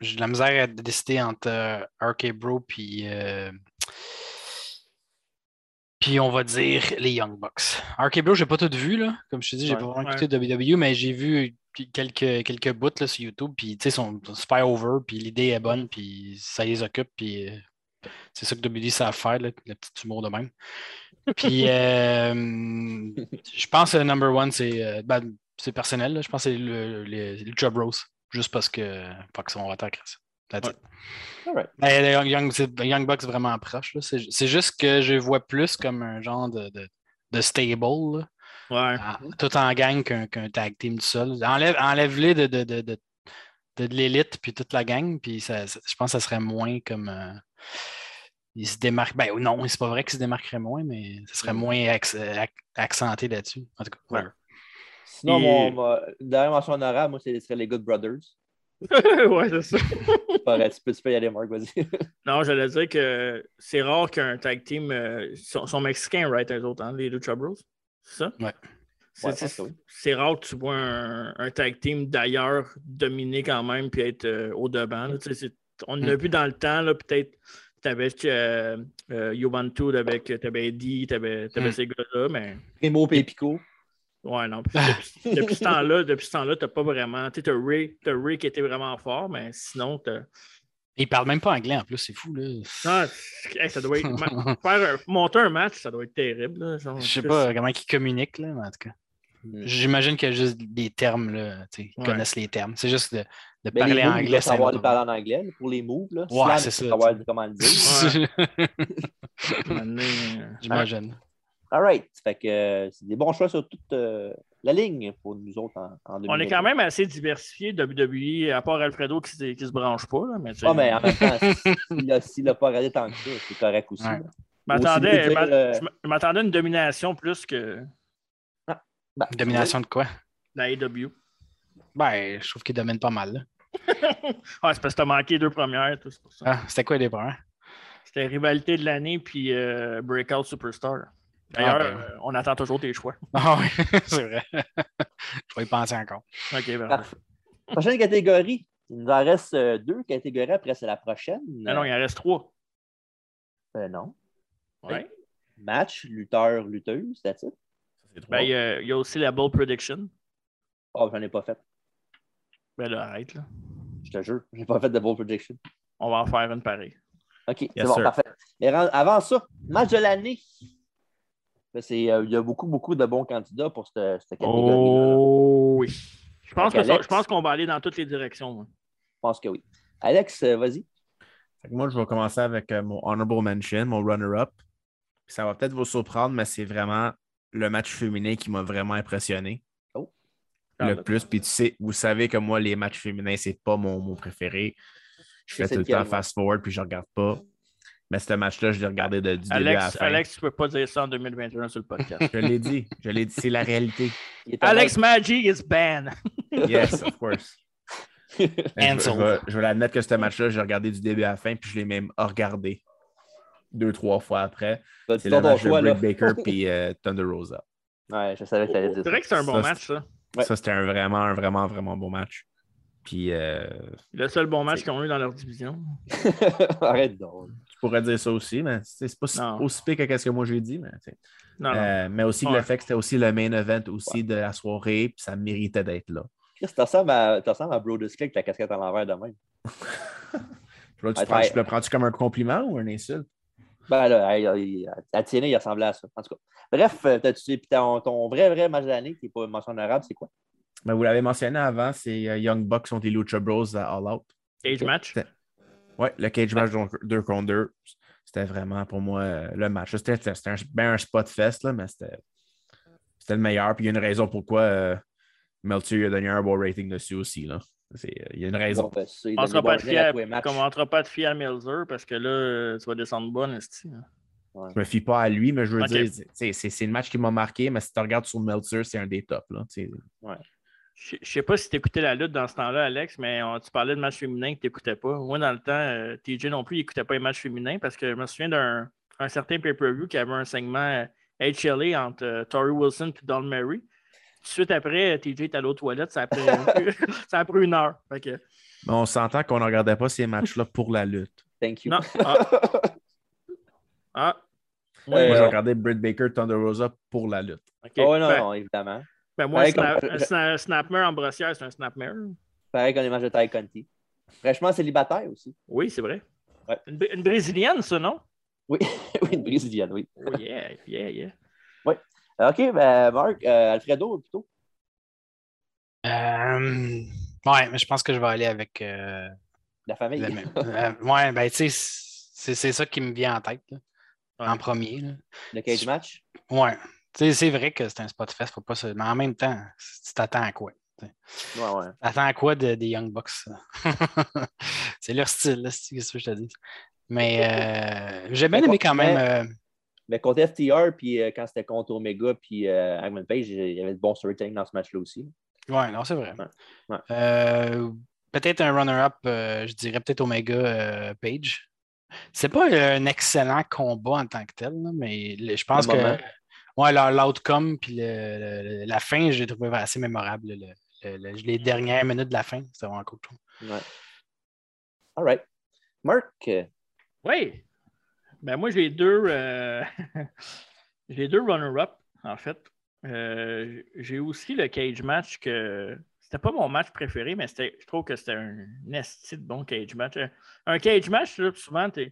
[SPEAKER 4] J'ai de la misère à décider entre euh, RK Bro puis. euh, Puis on va dire les Young Bucks. RK Bro, j'ai pas tout vu, là. Comme je te dis, j'ai
[SPEAKER 1] Ouais,
[SPEAKER 4] pas vraiment
[SPEAKER 1] ouais.
[SPEAKER 4] écouté WWE, mais j'ai vu quelques, quelques bouts là, sur YouTube. Puis, tu sais, ils sont sont super over, puis l'idée est bonne, puis ça les occupe, puis euh, c'est ça que WWE savent faire, là, le petit humour de même. Puis, euh, je pense que le number one, c'est euh, ben, c'est personnel. là. Je pense que c'est le, les Lucha Bros. Juste parce que Fox on attaque. That's it.
[SPEAKER 1] All right.
[SPEAKER 4] Mais les Young, Young- c'est- les Young Bucks vraiment proche. là. C'est c'est juste que je les vois plus comme un genre de, de, de stable. là. Ah, tout en gang qu'un qu'un tag team tout seul. Enlève- Enlève-les de, de, de, de, de- de l'élite puis toute la gang. Puis ça- ça- je pense que ça serait moins comme. euh, ils se démarquent. Ben non, c'est pas vrai qu'ils se démarqueraient moins, mais ça serait moins acc- ac- accenté là-dessus. En tout cas, whatever.
[SPEAKER 1] Sinon,
[SPEAKER 4] Et-
[SPEAKER 1] mon, mon- dernière mention honorable, moi, ce serait les Good Brothers.
[SPEAKER 2] ouais, c'est ça.
[SPEAKER 1] Pareil, tu, peux, tu peux y aller, Marc, vas-y.
[SPEAKER 2] Non, j'allais dire que c'est rare qu'un tag team. euh, Ils sont, sont mexicains, right, eux autres, hein, les Lucha Bros? C'est ça?
[SPEAKER 4] Ouais.
[SPEAKER 2] C'est,
[SPEAKER 1] Ouais, je pense
[SPEAKER 2] c'est-
[SPEAKER 1] que oui.
[SPEAKER 2] c'est rare que tu vois un, un tag team d'ailleurs dominer quand même puis être euh, au-devant. là. Tu sais, c'est- on en a
[SPEAKER 4] Mm.
[SPEAKER 2] vu dans le temps, là, peut-être. T'avais euh, euh, Juventud avec t'avais Eddie, t'avais, t'avais
[SPEAKER 1] Mm.
[SPEAKER 2] ces gars-là, mais.
[SPEAKER 1] Primo et Pico.
[SPEAKER 2] Ouais, non. puis Depuis, depuis ce temps-là, depuis ce temps-là, t'as pas vraiment. Tu sais, t'as Ray, t'as Ray qui était vraiment fort, mais sinon, t'as.
[SPEAKER 4] Ils parlent même pas anglais en plus, c'est fou. Là.
[SPEAKER 2] Non, c'est- hey, ça doit être. ma- faire un- monter un match, ça doit être terrible. là, genre,
[SPEAKER 4] Je sais
[SPEAKER 2] Chris.
[SPEAKER 4] pas comment ils communiquent, là, mais en tout cas. J'imagine qu'il y a juste des termes, là, tu sais, ils
[SPEAKER 1] Ouais.
[SPEAKER 4] connaissent les termes. C'est juste de, de
[SPEAKER 1] Ben,
[SPEAKER 4] parler
[SPEAKER 1] les moves, il doit
[SPEAKER 4] anglais.
[SPEAKER 1] savoir
[SPEAKER 4] c'est
[SPEAKER 1] les parler en anglais là, pour les moves. Là.
[SPEAKER 4] Ouais,
[SPEAKER 1] Slam,
[SPEAKER 4] c'est
[SPEAKER 1] il
[SPEAKER 4] ça,
[SPEAKER 1] faut savoir
[SPEAKER 4] tu sais.
[SPEAKER 1] comment le dire.
[SPEAKER 4] Ouais.
[SPEAKER 2] J'imagine.
[SPEAKER 4] J'imagine.
[SPEAKER 1] All right. Fait que euh, c'est des bons choix sur toute euh, la ligne pour nous autres en, en
[SPEAKER 2] On est
[SPEAKER 1] 2021.
[SPEAKER 2] quand même assez diversifié WWE, à part Alfredo qui, se- qui se branche pas. Là, mais tu sais-
[SPEAKER 1] Ah, mais en même temps, s'il a- s'il n'a pas regardé tant que ça, c'est correct aussi.
[SPEAKER 2] Ouais.
[SPEAKER 1] là.
[SPEAKER 2] Je m'attendais-
[SPEAKER 1] Aussi,
[SPEAKER 2] je
[SPEAKER 1] dire, euh,
[SPEAKER 2] m'a- je m'a- je m'attendais à une domination plus que
[SPEAKER 1] ben,
[SPEAKER 4] Domination de quoi?
[SPEAKER 2] la AW.
[SPEAKER 4] Ben, je trouve qu'ils dominent pas mal. là.
[SPEAKER 2] Ah, c'est parce que t'as manqué les deux premières, tout, c'est pour ça.
[SPEAKER 4] Ah, c'était quoi les premières?
[SPEAKER 2] C'était rivalité de l'année puis euh, Breakout Superstar. D'ailleurs,
[SPEAKER 4] Ah, ben.
[SPEAKER 2] euh, on attend toujours tes choix.
[SPEAKER 4] Ah oui, c'est vrai. je vais y penser encore.
[SPEAKER 2] Ok, ben.
[SPEAKER 3] Ah.
[SPEAKER 1] Parfait. Prochaine catégorie. Il nous en reste euh, deux catégories. Après, c'est la prochaine.
[SPEAKER 2] Ah non, il en reste trois.
[SPEAKER 1] Euh, non.
[SPEAKER 2] Ouais.
[SPEAKER 1] Match, lutteur, lutteuse, that's it.
[SPEAKER 2] Ben, il y,
[SPEAKER 3] Oh.
[SPEAKER 2] a- il y a aussi la Bold Prediction.
[SPEAKER 1] Oh, j'en ai pas fait.
[SPEAKER 2] Ben là, arrête, là.
[SPEAKER 1] Je te jure, j'ai pas fait de bold prediction.
[SPEAKER 2] On va en faire une pareille.
[SPEAKER 1] OK, c'est
[SPEAKER 2] Yes,
[SPEAKER 1] bon,
[SPEAKER 2] sir.
[SPEAKER 1] parfait. Mais ren- avant ça, match de l'année. Là, c'est, euh, Il y a beaucoup, beaucoup de bons candidats pour cette, cette catégorie.
[SPEAKER 2] Oh oui. Je pense
[SPEAKER 1] Fait
[SPEAKER 2] que ça-
[SPEAKER 1] qu'Alex-
[SPEAKER 2] je pense qu'on va aller dans toutes les directions. moi.
[SPEAKER 1] Je pense que oui. Alex, euh, vas-y.
[SPEAKER 3] Fait que moi, je vais commencer avec euh, mon honorable mention, mon runner-up. Puis Ça va peut-être vous surprendre, mais c'est vraiment le match féminin qui m'a vraiment impressionné.
[SPEAKER 1] Oh.
[SPEAKER 3] Le
[SPEAKER 1] Charlotte.
[SPEAKER 3] plus. Puis tu sais, vous savez que moi, les matchs féminins, c'est pas mon, mon préféré. Je
[SPEAKER 1] C'est
[SPEAKER 3] fais tout le
[SPEAKER 1] lequel,
[SPEAKER 3] temps
[SPEAKER 1] ouais.
[SPEAKER 3] fast-forward, puis je regarde pas. Mais ce match-là, je l'ai regardé de, du début à la
[SPEAKER 2] Alex,
[SPEAKER 3] fin.
[SPEAKER 2] Alex, tu peux pas dire ça en 2021 sur le podcast.
[SPEAKER 3] Je l'ai dit, je l'ai dit, c'est la réalité.
[SPEAKER 1] Il est
[SPEAKER 2] Alex
[SPEAKER 1] honnête.
[SPEAKER 2] Maggi is banned.
[SPEAKER 3] Yes, of course. Mais je, je
[SPEAKER 4] Ansel.
[SPEAKER 3] vais, je vais l'admettre que ce match-là, j'ai regardé du début à la fin, puis je l'ai même regardé deux, trois fois après.
[SPEAKER 1] Bah,
[SPEAKER 3] C'est
[SPEAKER 1] dis donc
[SPEAKER 3] le
[SPEAKER 1] ton
[SPEAKER 3] match de
[SPEAKER 1] choix, là.
[SPEAKER 3] Britt Baker puis euh, Thunder Rosa.
[SPEAKER 1] Ouais, je savais que t'allais dire
[SPEAKER 2] C'est vrai que c'est un bon
[SPEAKER 3] Ça,
[SPEAKER 2] match, ça.
[SPEAKER 1] Ouais.
[SPEAKER 3] Ça, c'était un vraiment, un vraiment, vraiment bon match. Puis euh,
[SPEAKER 2] Le seul bon match qu'ils ont eu dans leur division.
[SPEAKER 1] ça. Arrête donc.
[SPEAKER 3] tu pourrais dire ça aussi, mais tu sais, c'est pas si-
[SPEAKER 2] Non. Ah
[SPEAKER 3] aussi pire que ce que moi j'ai dit. Mais, tu sais.
[SPEAKER 2] Non, non.
[SPEAKER 3] Euh, mais aussi que le
[SPEAKER 2] Ouais.
[SPEAKER 3] fait que c'était aussi le main event aussi de la soirée, puis ça méritait d'être là.
[SPEAKER 1] Chris, t'en ressembles à, t'en ressembles à Bro Disclay avec la casquette à l'envers de même.
[SPEAKER 3] Puis là, tu
[SPEAKER 1] Ouais,
[SPEAKER 3] prends-
[SPEAKER 1] ouais.
[SPEAKER 3] tu le prends-tu comme un compliment ou un insulte?
[SPEAKER 1] Ben là, hey, il- à Tiennet, il ressemblait à ça. En tout cas. Bref, euh, t'as-tu- puis ton, ton vrai, vrai match de l'année qui n'est pas mention honorable, c'est quoi?
[SPEAKER 3] Mais vous l'avez mentionné avant, c'est euh, Young Bucks contre les Lucha Bros à All Out.
[SPEAKER 2] Cage match.
[SPEAKER 3] C'était- Ouais, le cage match 2 contre 2. C'était vraiment pour moi euh, le match. C'était c'était- c'était un, ben un spot fest, là, mais c'était c'était le meilleur. Puis il y a une raison pourquoi euh, Meltier a donné un bon rating dessus aussi. Là. C'est- euh, Il y a une raison.
[SPEAKER 2] On ne pas de fier à- comme on sera pas de fier à Melzer parce que là, euh, tu vas descendre bonne, esti, hein.
[SPEAKER 3] Je me fie pas à lui, mais je veux
[SPEAKER 2] Ok.
[SPEAKER 3] dire, c'est- c'est- c'est c'est le match qui m'a marqué, mais si tu regardes sur Meltzer, c'est un des tops. Là, tu sais.
[SPEAKER 2] Je je sais pas si t'écoutais la lutte dans ce temps-là, Alex, mais on- tu parlais de matchs féminins que t'écoutais pas. Moi, dans le temps, euh, TJ non plus, il écoutait pas les matchs féminins parce que je me souviens d'un un certain pay-per-view qui avait un segment euh, HLA entre euh, Tori Wilson et Don Mary. Tout de suite après, euh, TJ est allé aux toilettes, ça a pris, ça a pris une heure. Fait que-
[SPEAKER 3] Mais on s'entend qu'on ne regardait pas ces matchs-là pour la lutte.
[SPEAKER 1] Thank Euh,
[SPEAKER 2] you. Non. Ah. Ah. Ouais,
[SPEAKER 3] moi, je
[SPEAKER 2] euh,
[SPEAKER 3] regardais Britt Baker, Thunder Rosa pour la lutte.
[SPEAKER 2] Ok. Oh, non,
[SPEAKER 1] Non,
[SPEAKER 2] Ben-
[SPEAKER 1] non, évidemment.
[SPEAKER 2] ben moi,
[SPEAKER 1] Pareil
[SPEAKER 2] sna-
[SPEAKER 1] comme-
[SPEAKER 2] un sna- snapmare en brossière, c'est un snapmare.
[SPEAKER 1] Pareil comme les matchs de Ty Conti. Fraîchement célibataire aussi.
[SPEAKER 2] Oui, c'est vrai. Une, Br- une Brésilienne, ça, non?
[SPEAKER 1] Oui, oui une Brésilienne, oui.
[SPEAKER 2] Oh, yeah, yeah, yeah.
[SPEAKER 1] Oui. OK, ben, Marc, euh, Alfredo, plutôt.
[SPEAKER 4] Euh, ouais, mais je pense que je vais aller avec. euh,
[SPEAKER 1] La famille.
[SPEAKER 4] la même- euh, ouais, ben, tu sais, c'est c'est ça qui me vient en tête, là, en premier. là.
[SPEAKER 1] Le cage match.
[SPEAKER 4] Ouais. Tu sais, c'est vrai que c'est un spot fest, faut pas se... mais en même temps, tu t'attends à quoi? tu sais?
[SPEAKER 1] Ouais, ouais.
[SPEAKER 4] Attends à quoi de- des Young Bucks? ça? c'est leur style, là, c'est ce que je te dis. Mais euh, j'ai bien aimé quand même. euh,
[SPEAKER 1] Mais contre FTR, puis euh, quand c'était contre Omega, puis euh, Hangman Page, il y avait de bons storytelling dans ce match-là aussi.
[SPEAKER 4] Ouais, non, c'est vrai.
[SPEAKER 1] Ouais.
[SPEAKER 4] Euh, peut-être un runner-up, euh, je dirais peut-être Omega euh, Page. C'est pas un excellent combat en tant que tel, là, mais le- je pense
[SPEAKER 1] Le moment.
[SPEAKER 4] que ouais, leur- l'outcome puis le- le- la fin, je l'ai trouvé assez mémorable. là, le- le- le- les dernières minutes de la fin, c'était vraiment cool.
[SPEAKER 1] Ouais. All right. Marc, euh,
[SPEAKER 2] Oui. Ben moi, j'ai deux, euh, j'ai deux runner-up, en fait. Euh, j'ai aussi le cage match que c'était pas mon match préféré, mais c'était- je trouve que c'était un esti de bon cage match. Un- Un cage match, là, souvent, t'es-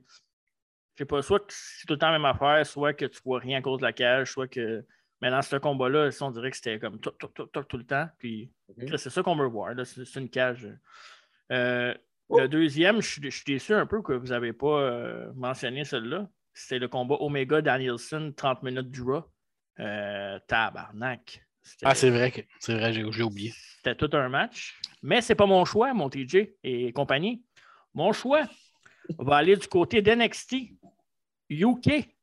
[SPEAKER 2] je sais pas, soit que c'est tout le temps la même affaire, soit que tu vois rien à cause de la cage, soit que. Mais dans ce combat-là, ça, on dirait que c'était comme toc, toc, toc, toc tout le temps. Puis là, c'est ça qu'on veut voir. là, C'est c'est une cage. Euh,
[SPEAKER 4] Oh.
[SPEAKER 2] le deuxième, je suis je suis déçu un peu que vous n'avez pas euh, mentionné celui-là. C'est le combat Omega Danielson, 30 minutes du Raw. Euh, tabarnak. C'était-
[SPEAKER 4] Ah, c'est vrai que c'est vrai, j'ai, j'ai oublié.
[SPEAKER 2] C'était tout un match. Mais c'est pas mon choix, mon TJ et compagnie. Mon choix va aller du côté d'NXT UK.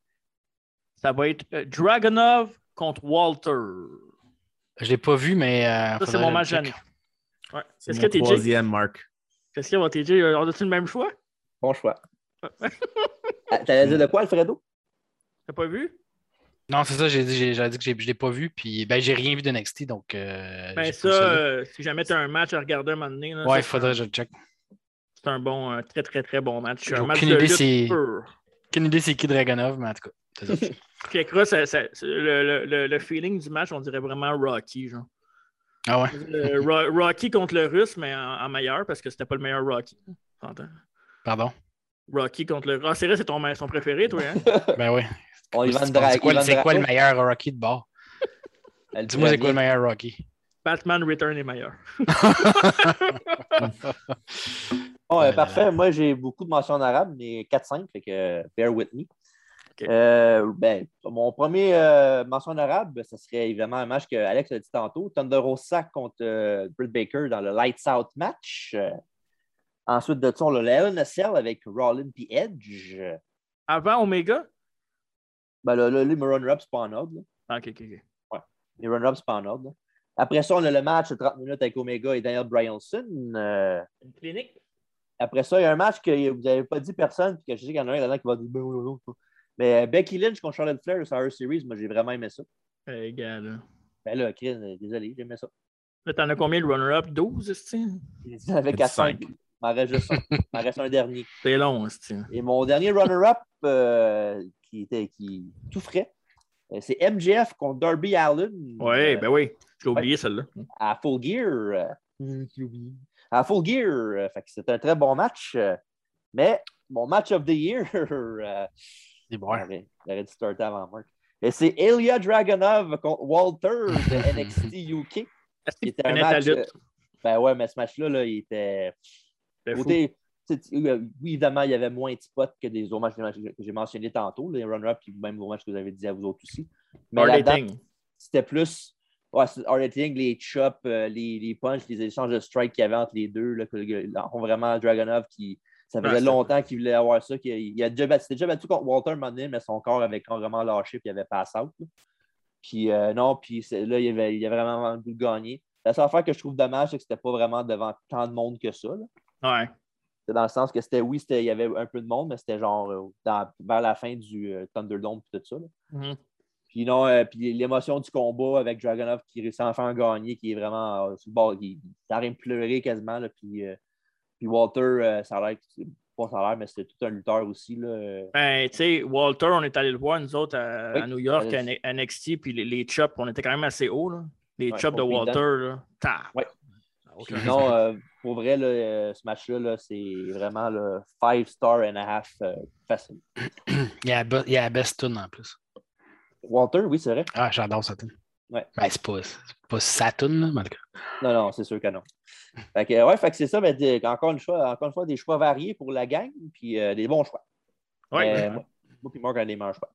[SPEAKER 2] Ça va être euh, Dragunov contre Walter.
[SPEAKER 4] Je l'ai pas vu, mais. euh,
[SPEAKER 2] Ça, c'est
[SPEAKER 4] faudrait
[SPEAKER 2] mon
[SPEAKER 4] le
[SPEAKER 2] match
[SPEAKER 4] check.
[SPEAKER 2] d'année. Ouais.
[SPEAKER 4] C'est
[SPEAKER 2] Est-ce
[SPEAKER 4] mon
[SPEAKER 2] que TJ?
[SPEAKER 4] troisième.
[SPEAKER 3] Deuxième, Marc.
[SPEAKER 2] Est-ce que mon TJ, euh, on a-tu le même choix?
[SPEAKER 1] bon choix. Ah, T'allais dire de quoi, Alfredo?
[SPEAKER 2] T'as pas vu?
[SPEAKER 4] Non, c'est ça, j'ai dit, j'ai, j'avais dit que j'ai- je l'ai pas vu, puis ben, j'ai rien vu de NXT, donc. euh, j'ai
[SPEAKER 2] Ben
[SPEAKER 4] pas
[SPEAKER 2] ça,
[SPEAKER 4] vu celui-là.
[SPEAKER 2] euh, si jamais tu as un match à regarder un moment donné, là,
[SPEAKER 4] ouais,
[SPEAKER 2] ça,
[SPEAKER 4] il faudrait que je le check.
[SPEAKER 2] c'est un bon, un très très très bon match.
[SPEAKER 4] J'ai
[SPEAKER 2] Un match
[SPEAKER 4] aucune
[SPEAKER 2] de
[SPEAKER 4] idée
[SPEAKER 2] lutte
[SPEAKER 4] c'est-
[SPEAKER 2] pure.
[SPEAKER 4] Aucune idée c'est qui Dragonov, mais en tout cas. c'est ça.
[SPEAKER 2] Tu checkeras, ça- ça- ça- le, le- le- le feeling du match, on dirait vraiment Rocky. Genre.
[SPEAKER 4] ah ouais.
[SPEAKER 2] Euh, Ro- Rocky contre le russe, mais en, en meilleur, parce que c'était pas le meilleur Rocky. T'entends?
[SPEAKER 4] Pardon.
[SPEAKER 2] Rocky contre le russe. Ah, c'est vrai, c'est ton, son préféré, toi. Hein?
[SPEAKER 4] Ben oui.
[SPEAKER 1] On y va
[SPEAKER 4] C'est
[SPEAKER 1] de dra-
[SPEAKER 4] c'est quoi,
[SPEAKER 1] il va
[SPEAKER 4] c'est
[SPEAKER 1] de
[SPEAKER 4] quoi le
[SPEAKER 1] dragon.
[SPEAKER 4] meilleur Rocky de bord? Dis-moi c'est quoi le meilleur Rocky.
[SPEAKER 2] Batman Return est meilleur.
[SPEAKER 1] Bon, euh, parfait. Moi, j'ai beaucoup de mentions en arabe, mais 4-5, fait que euh, bear with me. Euh, ben, mon premier euh, mention en arabe, ce serait évidemment un match que Alex a dit tantôt, Thunder Rosa contre euh, Britt Baker dans le Lights Out match. Euh, ensuite de ça, on a le Hell in a Cell avec Rollin puis Edge.
[SPEAKER 2] Avant Omega?
[SPEAKER 1] Ben là, là, là, mes runner-up, c'est pas en ordre.
[SPEAKER 2] là. Ah, Ok, ok, ok.
[SPEAKER 1] Ouais. Les runner-up, c'est pas en ordre. là. Après ça, on a le match de 30 minutes avec Omega et Daniel Bryanson. Euh,
[SPEAKER 2] Clinique?
[SPEAKER 1] Après ça, il y a un match que vous n'avez pas dit personne, puis que je sais qu'il y en a un là-dedans qui va dire. Ben, oui, oui, oui. Mais euh, Becky Lynch contre Charlotte Flair sur Survivor Series, moi j'ai vraiment aimé ça.
[SPEAKER 2] Eh, gars, là.
[SPEAKER 1] Ben là, Chris, euh, désolé, j'aimais ça.
[SPEAKER 2] Là, t'en as combien le runner-up? 12, est-ce
[SPEAKER 1] Avec à 5. Il m'en reste juste un. Il m'en reste un dernier.
[SPEAKER 2] C'est long, c'est
[SPEAKER 1] Et mon dernier runner-up euh, qui était qui, tout frais, euh, c'est MGF contre Darby Euh, Allen.
[SPEAKER 2] Ouais, ben oui. Je l'ai oublié, celle-là.
[SPEAKER 1] à Full Gear. euh, À Full Gear. euh, Fait que c'est un très bon match. euh, Mais mon match of the year, euh,
[SPEAKER 4] C'est bon.
[SPEAKER 1] J'aurais dû starter avant Mark. Et c'est Ilya Dragunov contre Walter de NXT UK. qui était un
[SPEAKER 2] connaît ta
[SPEAKER 1] match.
[SPEAKER 2] lutte.
[SPEAKER 1] euh, Ben ouais, mais ce match-là, là, il était.
[SPEAKER 2] C'était
[SPEAKER 1] Côté- tu sais, tu- euh, oui, évidemment, il y avait moins de spots que des autres matchs que j'ai mentionnés tantôt, les run-up, puis même vos matchs que vous avez dit à vous autres aussi. Mais
[SPEAKER 2] Hard
[SPEAKER 1] là-dedans,
[SPEAKER 2] hitting.
[SPEAKER 1] c'était plus ouais, c'est hard hitting, les chops, euh, les, les punches, les échanges de strikes qu'il y avait entre les deux. Là, que, que- là, vraiment, Dragonov, qui, ça faisait
[SPEAKER 2] Ouais, c'est-
[SPEAKER 1] longtemps qu'il voulait avoir ça. qu'il il a déjà battu, il s'était déjà battu contre Walter un moment donné, mais son corps avait vraiment lâché, puis il avait pass out. là. Puis euh, non, puis c'est- là, il avait, il avait vraiment le goût de gagner. La seule affaire que je trouve dommage, c'est que c'était pas vraiment devant tant de monde que ça. là.
[SPEAKER 2] Ouais.
[SPEAKER 1] C'est dans le sens que c'était, oui, c'était- il y avait un peu de monde, mais c'était genre euh, dans- vers la fin du euh, Thunderdome et tout ça. là.
[SPEAKER 2] Mhm.
[SPEAKER 1] Puis non, euh, puis l'émotion du combat avec Dragonov qui réussit à faire gagner, qui est vraiment euh, sur le bord, qui t'arrive de pleurer quasiment. là, puis, euh, puis Walter, euh, ça a l'air, que- pas ça a l'air, mais c'était tout un lutteur aussi. Là, euh,
[SPEAKER 2] Ben, tu sais, Walter, on est allé le voir, nous autres, à,
[SPEAKER 1] Oui,
[SPEAKER 2] à New York,
[SPEAKER 1] allez-
[SPEAKER 2] à, N- à NXT, puis les, les chops, on était quand même assez haut, là. Les
[SPEAKER 1] Ouais,
[SPEAKER 2] chops de
[SPEAKER 1] au Big
[SPEAKER 2] Walter,
[SPEAKER 1] Dan.
[SPEAKER 2] là. Ta-
[SPEAKER 1] Ouais.
[SPEAKER 2] aucun
[SPEAKER 1] Puis
[SPEAKER 2] sens.
[SPEAKER 1] non, euh, pour vrai, là, euh, ce match-là, là, c'est vraiment le five star and a half euh, facile.
[SPEAKER 4] Il y a la be- il y a la best tune en plus.
[SPEAKER 1] Walter, oui, c'est vrai.
[SPEAKER 4] Ah, j'adore sa tune.
[SPEAKER 1] Ouais.
[SPEAKER 4] Ben, c'est pas, c'est pas sa tune, là, mais en tout cas.
[SPEAKER 1] Non, non, c'est sûr que non. Fait que, ouais, fait que c'est ça, mais des- encore, une fois, encore une fois, des choix variés pour la gang, puis euh, des bons choix.
[SPEAKER 2] Ouais,
[SPEAKER 1] Mais
[SPEAKER 2] ouais.
[SPEAKER 1] moi, moi puis Marc, on a des meilleurs choix.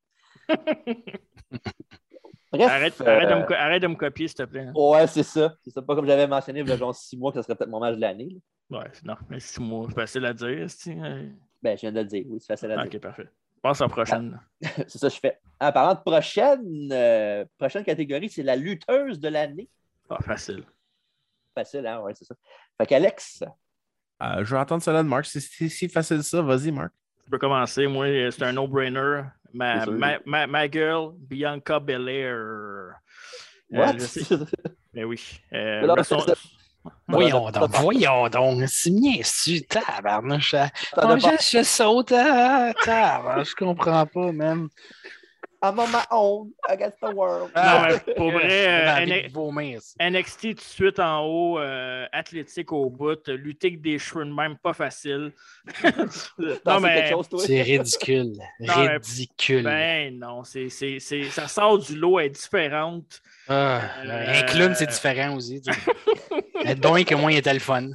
[SPEAKER 2] arrête,
[SPEAKER 1] euh,
[SPEAKER 2] arrête, de me, co- arrête de me copier, s'il te plaît. hein.
[SPEAKER 1] Ouais, c'est ça. C'est ça. Pas comme j'avais mentionné il y a genre six mois que ça serait peut-être mon match de l'année. là.
[SPEAKER 2] Ouais, non, mais c'est moi, c'est facile à dire. c'est- euh,
[SPEAKER 1] Ben, je viens de le dire. Oui, c'est facile à dire.
[SPEAKER 2] Ok, parfait. Pense à la prochaine.
[SPEAKER 1] c'est ça que je fais. En parlant de prochaine, euh, prochaine catégorie, c'est la lutteuse de l'année.
[SPEAKER 2] Ah, facile.
[SPEAKER 1] Facile, hein? Ouais, c'est ça. Fait qu'Alex,
[SPEAKER 3] Euh, je vais entendre cela de Marc. C'est- C'est si facile ça, vas-y, Marc.
[SPEAKER 2] Je peux commencer. Moi, euh, c'est un no-brainer.
[SPEAKER 3] C'est
[SPEAKER 2] Ma,
[SPEAKER 3] sûr.
[SPEAKER 2] ma, ma, ma girl, Bianca Belair. Euh,
[SPEAKER 4] What?
[SPEAKER 2] je sais- Mais oui. Euh,
[SPEAKER 4] Mais non,
[SPEAKER 2] Wrestle-
[SPEAKER 4] c'est- Voyons donc, voyons donc. C'est bien su, tabarnouche. hein. Moi,
[SPEAKER 2] pas.
[SPEAKER 4] je, je saute. ah, tabarnouche, je comprends pas, même.
[SPEAKER 1] I'm on my own against the world.
[SPEAKER 2] Non, mais
[SPEAKER 4] Ah,
[SPEAKER 2] pour
[SPEAKER 4] J'ai
[SPEAKER 2] vrai, euh,
[SPEAKER 4] envie de
[SPEAKER 2] NXT
[SPEAKER 4] vomir, ça.
[SPEAKER 2] NXT tout de suite en haut, euh, athlétique au bout, euh, lutter avec des cheveux de même, pas facile.
[SPEAKER 4] T'en sais quelque chose, toi? C'est ridicule.
[SPEAKER 2] Non, mais-
[SPEAKER 4] Ridicule.
[SPEAKER 2] Ben non, c'est, c'est, c'est- ça sort du lot, elle est différente.
[SPEAKER 4] Ah,
[SPEAKER 2] Euh,
[SPEAKER 4] Un clown, c'est différent aussi. tu sais.
[SPEAKER 2] ben,
[SPEAKER 4] Mais donc, au moins, il était le fun.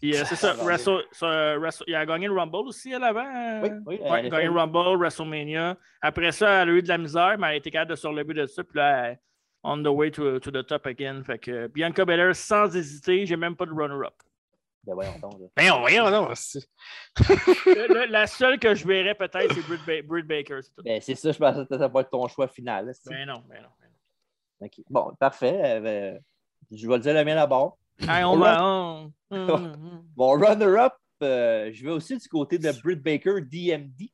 [SPEAKER 2] Puis, euh, c'est ça, Wrestle- ça, euh, Wrestle- il a gagné le Rumble aussi, elle, avant. euh,
[SPEAKER 1] Oui, oui,
[SPEAKER 2] ouais,
[SPEAKER 1] elle a
[SPEAKER 2] gagné
[SPEAKER 1] fait-
[SPEAKER 2] le Rumble, WrestleMania. Après ça, elle a eu de la misère, mais elle a été capable de surlever de ça. Puis là, elle est on the way to, to the top again. Fait que euh, Bianca Belair, sans hésiter, j'ai même pas de runner-up.
[SPEAKER 1] Ben voyons donc. là.
[SPEAKER 4] Ben, voyons donc. c'est-
[SPEAKER 2] Le- le- la seule que je verrais peut-être, c'est Britt, Ba- Britt Baker. c'est tout.
[SPEAKER 1] Ben, c'est ça, je pensais que ça va être ton choix final. là, c'est-
[SPEAKER 2] Ben non, ben non.
[SPEAKER 1] Ok. Bon, parfait. Euh, ben, je vais le dire le mien d'abord.
[SPEAKER 2] Hey, on
[SPEAKER 1] Mon
[SPEAKER 2] va.
[SPEAKER 1] run-
[SPEAKER 2] on- Mm,
[SPEAKER 1] Mon runner-up, euh, je vais aussi du côté de Britt Baker, DMD.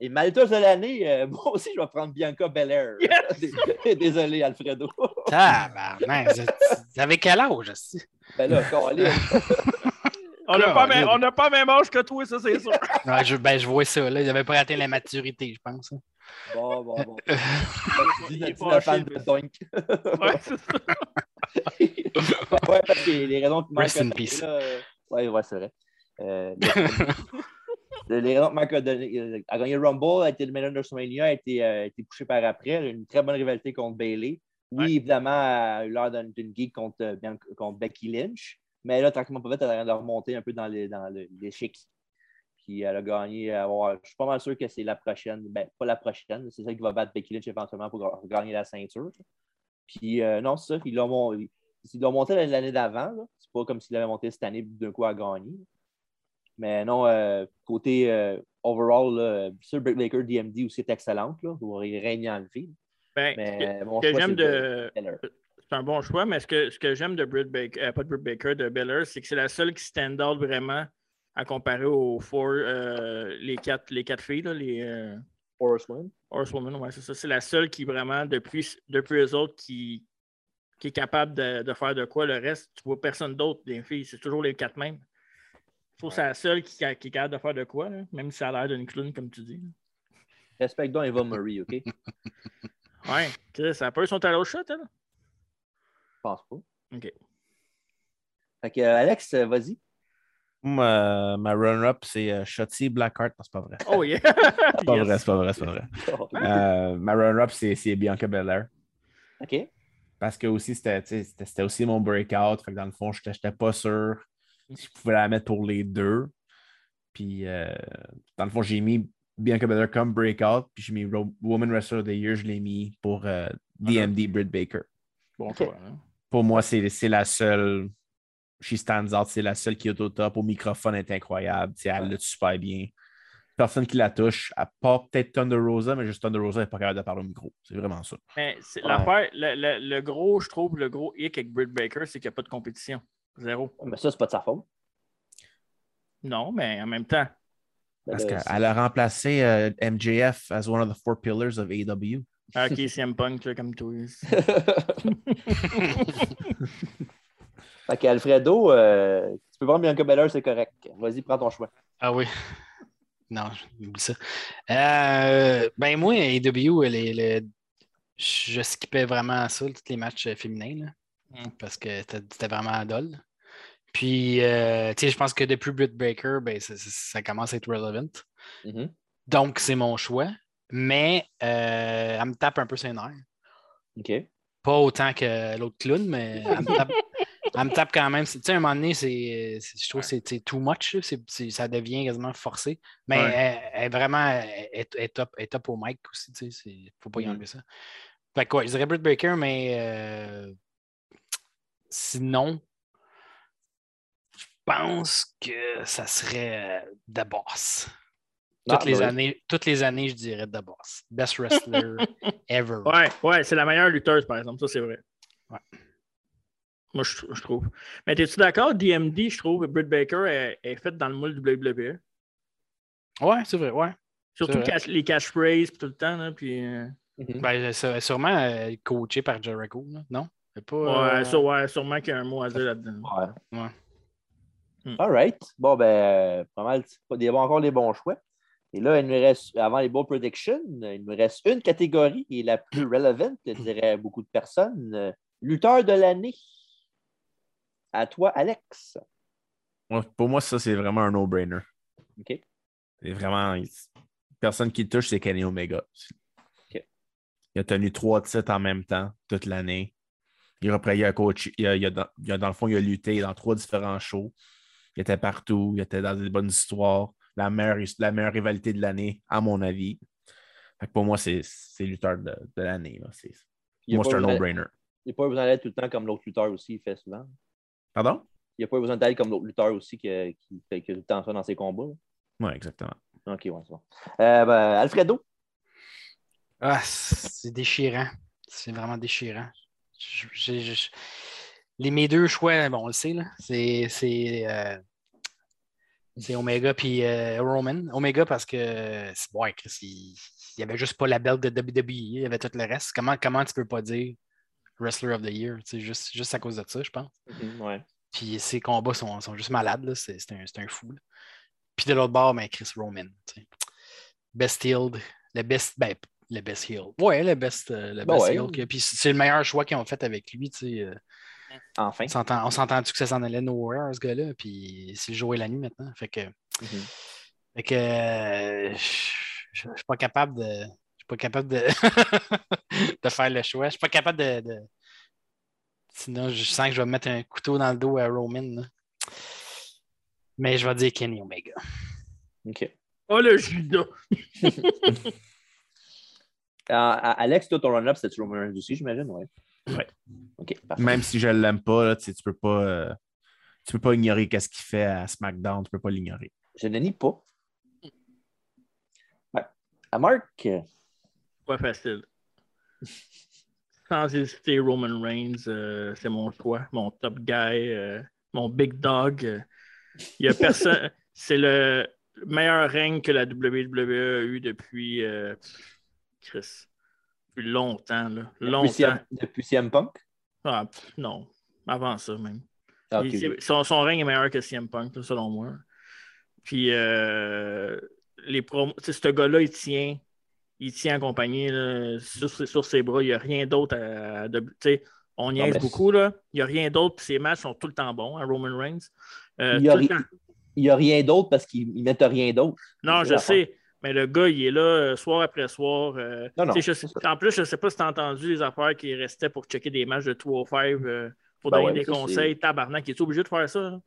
[SPEAKER 1] Et malgré de l'année, euh, moi aussi, je vais prendre Bianca Belair. Dés- Désolé, Alfredo.
[SPEAKER 4] Tabarnak. c'est- Avec quel âge, aussi?
[SPEAKER 1] ben là, câlisse.
[SPEAKER 2] on n'a
[SPEAKER 4] Colin.
[SPEAKER 2] pas, même- on n'a pas même âge que toi, ça, c'est sûr.
[SPEAKER 4] Ouais, je, ben, je vois ça. Là. Il n'avait pas atteint la maturité, je pense. hein.
[SPEAKER 1] Bon, bon, bon. Dis
[SPEAKER 2] Il est
[SPEAKER 1] dis la
[SPEAKER 2] fâché,
[SPEAKER 1] fan de Doink.
[SPEAKER 2] Ouais, c'est ça.
[SPEAKER 1] ouais, parce que les raisons que Marc
[SPEAKER 4] Rest
[SPEAKER 1] a
[SPEAKER 4] in
[SPEAKER 1] données,
[SPEAKER 4] peace.
[SPEAKER 1] là, euh, ouais, ouais, c'est vrai. Euh, les- les raisons que Marc a données, euh, a gagné le Rumble, a été le meilleur de WrestleMania, a été, euh, a été poussé par après. Elle a eu Une très bonne rivalité contre Bailey. Oui, évidemment, elle a eu l'air d'une d'une geek contre, euh, Bian- contre Becky Lynch. Mais là, tranquillement, pas vite, elle a l'air de remonter un peu dans l'échec. Dans le- l'échiquier. Puis elle a gagné. elle va avoir- je suis pas mal sûr que c'est la prochaine. Ben, pas la prochaine. C'est celle qui va battre Becky Lynch éventuellement pour ga- gagner la ceinture. Puis euh, non, c'est ça. Ils l'ont, mon- ils ils l'ont monté l'année- l'année d'avant. là. C'est pas comme s'ils l'avaient monté cette année puis d'un coup à gagner. Mais non, euh, côté euh, overall, là, sur Britt Baker DMD aussi est excellente. Là, où il règne en vie.
[SPEAKER 2] Ben,
[SPEAKER 1] Mais
[SPEAKER 2] ce que-
[SPEAKER 1] mon
[SPEAKER 2] ce que
[SPEAKER 1] choix,
[SPEAKER 2] j'aime
[SPEAKER 1] c'est
[SPEAKER 2] de.
[SPEAKER 1] Beller.
[SPEAKER 2] C'est un bon choix, mais ce que, ce que j'aime de Britt Baker, euh, pas de Britt Baker, de Beller, c'est que c'est la seule qui stand out vraiment à comparer aux four, euh, les, quatre, les quatre filles, là, les. euh,
[SPEAKER 1] Horseman.
[SPEAKER 2] Horsewoman, ouais, c'est ça. C'est la seule qui vraiment, depuis, depuis eux autres, qui, qui est capable de, de faire de quoi. Le reste, tu vois personne d'autre des filles. C'est toujours les quatre mêmes. Je trouve que c'est la seule qui, qui est capable de faire de quoi, là, même si ça a l'air d'une clown, comme tu dis.
[SPEAKER 1] Respecte donc Eva Murray, OK? Je
[SPEAKER 2] Ouais, Chris, ça peut son talent au shot, hein? elle.
[SPEAKER 1] pense pas.
[SPEAKER 2] OK.
[SPEAKER 1] Fait que, euh, Alex, euh, vas-y.
[SPEAKER 3] Ma, ma runner-up, c'est euh, Shotzi Blackheart. Non, c'est pas vrai.
[SPEAKER 2] Oh, yeah.
[SPEAKER 3] C'est pas vrai, c'est pas vrai, c'est pas vrai.
[SPEAKER 1] Ah.
[SPEAKER 3] Euh, ma runner-up, c'est c'est Bianca Belair.
[SPEAKER 1] OK.
[SPEAKER 3] Parce que aussi, c'était tu sais, c'était- c'était aussi mon breakout. Fait que dans le fond, je n'étais pas sûr si je pouvais la mettre pour les deux. Puis, euh, dans le fond, j'ai mis Bianca Belair comme breakout. Puis, j'ai mis Ro- Woman Wrestler of the Year. Je l'ai mis pour euh, DMD Britt Baker.
[SPEAKER 2] Bon
[SPEAKER 1] Ok.
[SPEAKER 2] choix, hein.
[SPEAKER 3] Pour moi, c'est c'est la seule. She stands out. C'est la seule qui est au top. Au microphone, elle est incroyable. tu sais, Elle le super bien. Personne qui la touche, à part peut-être Thunder Rosa, mais juste Thunder Rosa n'est pas capable de parler au micro. C'est vraiment ça.
[SPEAKER 2] Mais c'est
[SPEAKER 3] Ouais.
[SPEAKER 2] l'affaire, le, le- le gros, je trouve, le gros hic avec Britt Baker, c'est qu'il n'y a pas de compétition. Zéro.
[SPEAKER 1] Mais ça, c'est pas de sa faute.
[SPEAKER 2] Non, mais en même temps.
[SPEAKER 3] Parce qu'elle a remplacé euh, MJF as one of the four pillars of AEW.
[SPEAKER 2] Ah, Ok, CM Punk, là, comme toi.
[SPEAKER 1] Fait qu'Alfredo, euh, tu peux voir Bianca Belair, c'est correct. Vas-y, prends ton choix.
[SPEAKER 4] Ah oui. Non, j'oublie ça. Euh, ben moi, AEW, les- les- je skippais vraiment ça, tous les matchs euh, féminins, là, parce que c'était c'était vraiment dol. Puis, euh, tu sais, je pense que depuis Britt Baker, ben, ça, ça- ça commence à être relevant. Donc, c'est mon choix. Mais euh, elle me tape un peu ses nerfs.
[SPEAKER 1] OK.
[SPEAKER 4] Pas autant que l'autre clown, mais elle me tape, elle me tape quand même. Tu sais, à un moment donné, c'est, c'est- je trouve que c'est- c'est too much. là. C'est- c'est- ça devient quasiment forcé. Mais
[SPEAKER 2] Ouais.
[SPEAKER 4] elle, elle est vraiment elle, est- elle est top, elle est top au mic aussi. tu sais, c'est- faut pas y
[SPEAKER 2] Mhm.
[SPEAKER 4] enlever ça. Fait que ouais, je dirais Britt Baker, mais euh, sinon, je pense que ça serait euh, The Boss.
[SPEAKER 2] Ah,
[SPEAKER 4] Toutes, les
[SPEAKER 2] bah oui.
[SPEAKER 4] années, toutes les années, je dirais The Boss. Best wrestler ever.
[SPEAKER 2] Ouais, ouais, c'est la meilleure lutteuse, par exemple. Ça, c'est vrai.
[SPEAKER 4] Ouais.
[SPEAKER 2] Moi, je, je trouve. Mais es-tu d'accord? DMD, je trouve, Britt Baker est, est faite dans le moule WWE.
[SPEAKER 4] Ouais, c'est vrai, ouais.
[SPEAKER 2] E. Surtout
[SPEAKER 4] C'est vrai.
[SPEAKER 2] cash- les catchphrases puis tout le temps. Là, puis, euh,
[SPEAKER 4] Ben, c'est- sûrement euh, coaché par Jericho, là, non? C'est Pas,
[SPEAKER 2] ouais,
[SPEAKER 4] euh,
[SPEAKER 2] ça, ouais, sûrement qu'il y a un mot à dire là-dedans.
[SPEAKER 1] Ouais.
[SPEAKER 4] ouais.
[SPEAKER 1] All right. Bon, ben, euh, pas mal. pas Des, encore des bons choix. Et là, il nous reste, avant les bons predictions, il nous reste une catégorie qui est la plus relevant,
[SPEAKER 4] Hmm.
[SPEAKER 1] je dirais, à beaucoup de personnes. euh, Lutteur de l'année. À toi, Alex.
[SPEAKER 3] Moi, pour moi, ça, c'est vraiment un no-brainer.
[SPEAKER 1] OK.
[SPEAKER 3] C'est vraiment. Personne qui le touche, c'est Kenny Omega.
[SPEAKER 1] OK.
[SPEAKER 3] Il a tenu trois titres en même temps, toute l'année. Il a, repris- il a coaché- il a- il a dans, il a- dans le fond, il a lutté dans trois différents shows. Il était partout, il était dans des bonnes histoires. La meilleure, his- la meilleure rivalité de l'année, à mon avis. Fait que pour moi, c'est c'est lutteur de, de l'année. là. C'est-
[SPEAKER 1] Il a
[SPEAKER 3] Moi,
[SPEAKER 1] pas
[SPEAKER 3] c'est un
[SPEAKER 1] besoin-
[SPEAKER 3] no-brainer.
[SPEAKER 1] Il n'y a pas besoin d'être tout le temps comme l'autre lutteur aussi, il fait souvent.
[SPEAKER 3] Pardon?
[SPEAKER 1] Il n'y a pas besoin d'aller comme l'autre lutteur aussi que- qui fait que tout le temps ça dans ses combats.
[SPEAKER 3] Oui, exactement.
[SPEAKER 1] OK, ouais, c'est bon. Euh, ben, Alfredo.
[SPEAKER 4] Ah, c'est déchirant. C'est vraiment déchirant. Je- je- je- Les, mes deux choix, bon, on le sait, là. C'est, c'est, euh, c'est Omega puis euh, Roman. Omega parce que c'est ouais, Chris, il n'y avait juste pas la belt de WWE, il y avait tout le reste. Comment, comment tu peux pas dire Wrestler of the Year? tu sais, Juste, juste à cause de ça, je pense.
[SPEAKER 1] Ouais.
[SPEAKER 4] Puis ses combats sont, sont juste malades, là. C'est, c'est un, c'est un fou. là. Puis de l'autre bord, ben, Chris Roman. tu sais. Best healed. Le best. Ben, le best healed. Ouais, le best, euh, le
[SPEAKER 1] Ben
[SPEAKER 4] best
[SPEAKER 1] ouais.
[SPEAKER 4] healed qu'il y a. Puis c'est le meilleur choix qu'ils ont fait avec lui. tu sais, euh.
[SPEAKER 1] Enfin.
[SPEAKER 4] On s'entend- On s'entend-tu que ça s'en allait nowhere, ce gars-là? Puis c'est le jour et la nuit maintenant. Fait que.
[SPEAKER 2] Mhm.
[SPEAKER 4] Fait que. euh, Je je suis pas capable de. E. Je suis pas capable de. de faire le choix. Je suis pas capable de. de- Sinon, je sens que je vais mettre un couteau dans le dos à Roman. là. Mais je vais dire Kenny Omega.
[SPEAKER 1] OK.
[SPEAKER 2] Oh, le judas!
[SPEAKER 1] Euh, à- Alex, toi, ton run-up, c'était toujours Roman Reigns aussi, j'imagine, ouais.
[SPEAKER 3] Ouais.
[SPEAKER 1] OK, parfait.
[SPEAKER 3] Même si je l'aime pas, là, tu sais, tu peux pas, euh, tu peux pas ignorer qu'est-ce qu'il fait à SmackDown. Tu peux pas l'ignorer.
[SPEAKER 1] Je ne nie pas. Ouais. À Marc, euh,
[SPEAKER 2] Pas facile. Sans hésiter, Roman Reigns, euh, c'est mon choix, mon top guy, euh, mon big dog. euh. Il y a personne. c'est le meilleur règne que la WWE a eu depuis euh, Chris. Depuis longtemps, là.
[SPEAKER 1] depuis,
[SPEAKER 2] Longtemps.
[SPEAKER 1] CM, depuis CM Punk,
[SPEAKER 2] Ah, pff, non. Avant ça, même.
[SPEAKER 1] Ah, ok,
[SPEAKER 2] Il- c'est-
[SPEAKER 1] ok.
[SPEAKER 2] son, son règne est meilleur que CM Punk, là, selon moi. Puis, euh, les promos. tu sais, Ce gars-là, il tient. Il tient accompagné là, sur, ses- sur ses bras. Il n'y a rien d'autre à. à- de- tu sais, on niaise
[SPEAKER 1] mais-
[SPEAKER 2] beaucoup, là. Il n'y a rien d'autre. puis Ses matchs sont tout le temps bons à Roman hein, Reigns. Euh,
[SPEAKER 1] il, a
[SPEAKER 2] tout le
[SPEAKER 1] ri-
[SPEAKER 2] temps.
[SPEAKER 1] il n'y a rien d'autre parce qu'ils ne mettent rien d'autre.
[SPEAKER 2] Non, je sais. Mais le gars, il est là euh, soir après soir. euh,
[SPEAKER 1] Ah Non, non,
[SPEAKER 2] tu sais, je sais- en plus, je ne sais pas si tu as entendu les affaires qui restaient pour checker des matchs de 3 ou 5 euh, pour
[SPEAKER 1] Ben
[SPEAKER 2] donner
[SPEAKER 1] ouais,
[SPEAKER 2] des
[SPEAKER 1] ça, c'est-
[SPEAKER 2] conseils. Tabarnak, es-tu obligé de faire ça? là?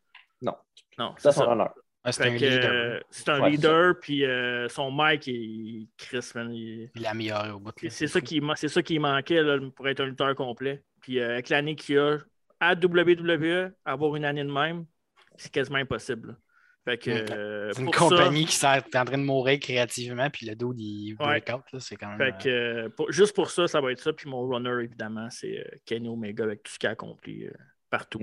[SPEAKER 1] Non.
[SPEAKER 2] Non,
[SPEAKER 1] Ça,
[SPEAKER 2] c'est
[SPEAKER 1] c'est
[SPEAKER 2] ça.
[SPEAKER 1] un honneur.
[SPEAKER 4] Ah, c'est
[SPEAKER 2] Fait
[SPEAKER 4] un
[SPEAKER 2] que,
[SPEAKER 4] leader.
[SPEAKER 2] euh, C'est un
[SPEAKER 4] Ouais,
[SPEAKER 2] leader, puis euh, son mic, il, Chris, man, il,
[SPEAKER 4] Il l'a amélioré au bout.
[SPEAKER 2] c'est- C'est ça qui, ma- c'est ça qui manquait là, pour être un lutteur complet. Puis euh, avec l'année qu'il a à WWE, avoir une année de même, c'est quasiment impossible. là. Fait que, euh,
[SPEAKER 4] Mm. C'est une
[SPEAKER 2] pour
[SPEAKER 4] compagnie
[SPEAKER 2] ça,
[SPEAKER 4] qui s'est- est en train de mourir créativement, puis le dos, il break out. là, C'est quand même.
[SPEAKER 2] fait que, euh, pour- juste pour ça, ça va être ça. Puis mon runner, évidemment, c'est euh, Kenny Omega avec tout ce qu'il a accompli euh, partout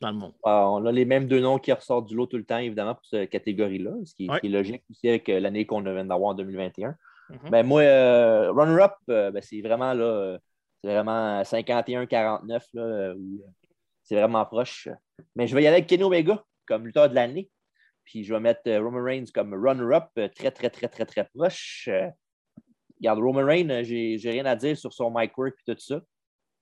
[SPEAKER 2] dans le monde.
[SPEAKER 1] Ah, on a les mêmes deux noms qui ressortent du lot tout le temps, évidemment, pour cette catégorie-là, ce qui, ce
[SPEAKER 2] Ouais.
[SPEAKER 1] qui est logique aussi avec euh, l'année qu'on vient d'avoir en 2021.
[SPEAKER 2] Mhm.
[SPEAKER 1] Ben, moi, euh, runner-up, euh, ben, c'est vraiment là, euh, c'est vraiment 51-49, là, euh, où, euh, c'est vraiment proche. Mais je vais y aller avec Kenny Omega comme lutteur de l'année. Puis je vais mettre euh, Roman Reigns comme runner-up, euh, très, très, très, très, très proche. Euh, regarde, Roman Reigns, euh, j'ai j'ai rien à dire sur son mic work et tout ça.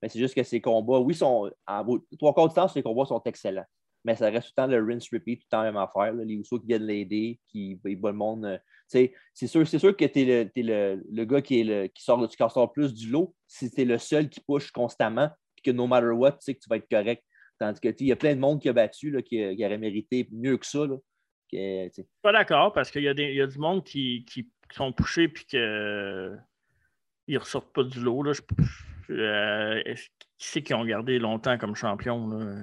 [SPEAKER 1] Mais c'est juste que ses combats, oui, sont. En, gros, trois quarts du temps, ses combats sont excellents. Mais ça reste tout le temps le rinse repeat, tout le temps la même affaire. là. Les Usos qui viennent l'aider, qui ils battent le monde. euh, tu sais, c'est sûr, c'est sûr que tu es, le, t'es le- le gars qui, est le- qui sort, qui en sort plus du lot si tu es le seul qui push constamment puis que no matter what, tu sais que tu vas être correct. Tandis que tu sais, il y a plein de monde qui a battu, là, qui, qui aurait mérité mieux que ça. là. Que, tu sais,
[SPEAKER 2] Pas d'accord, parce qu'il y, a des- il y a du monde qui, qui sont poussés puis que euh, ils ressortent pas du lot. Là. Je- euh, est-ce- qui c'est qui ont gardé longtemps comme champion? Là?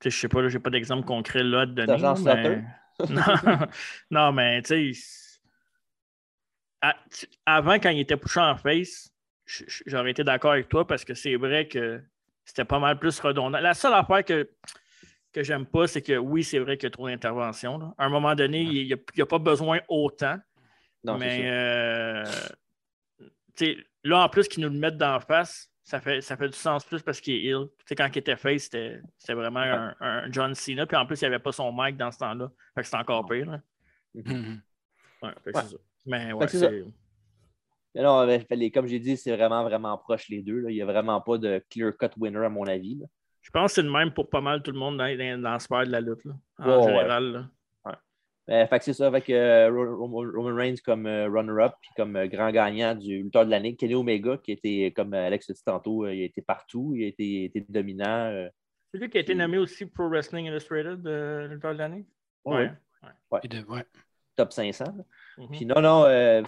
[SPEAKER 2] Tu sais, je sais pas, là, j'ai pas d'exemple concret là à te donner.
[SPEAKER 1] Sergent
[SPEAKER 2] mais- non, non, mais tu sais, à- tu- avant, quand il était poussé en face, j- j- j'aurais été d'accord avec toi parce que c'est vrai que c'était pas mal plus redondant. La seule affaire que, que j'aime pas, c'est que oui, c'est vrai qu'il y a trop d'interventions. là. À un moment donné, il n'y a, il y a pas besoin autant.
[SPEAKER 1] Non, c'est
[SPEAKER 2] mais
[SPEAKER 1] ça.
[SPEAKER 2] euh, tu sais, là, en plus qu'ils nous le mettent d'en face, ça fait, ça fait du sens plus parce qu'il est ill. Tu sais, quand il était face, c'était c'était vraiment un, un John Cena. Puis en plus, il n'y avait pas son mic dans ce temps-là. Fait que c'était encore pire. là. Ouais, fait que
[SPEAKER 1] Ouais.
[SPEAKER 2] c'est ça. Mais
[SPEAKER 1] Fait
[SPEAKER 2] ouais,
[SPEAKER 1] que c'est ça.
[SPEAKER 2] c'est-
[SPEAKER 1] Mais non, ben, fait- les- comme j'ai dit, c'est vraiment, vraiment proche les deux. là. Il n'y a vraiment pas de clear-cut winner, à mon avis. là.
[SPEAKER 2] je pense que c'est le même pour pas mal tout le monde dans, dans, dans la sphère de la lutte. là, en
[SPEAKER 1] Ouais, ouais.
[SPEAKER 2] général. là.
[SPEAKER 1] Euh, fait que c'est ça, avec euh, Ro- Ro- Roman Reigns comme euh, runner-up, puis comme euh, grand gagnant du lutteur de l'année, Kenny Omega, qui était, comme Alex a dit tantôt, euh, il a été partout, il a été, il a été dominant. euh.
[SPEAKER 2] C'est lui qui a été nommé aussi Pro Wrestling Illustrated euh, lutteur de l'année. Ouais.
[SPEAKER 1] Ouais. Top 500. là.
[SPEAKER 2] Mhm.
[SPEAKER 1] Puis non, non, euh,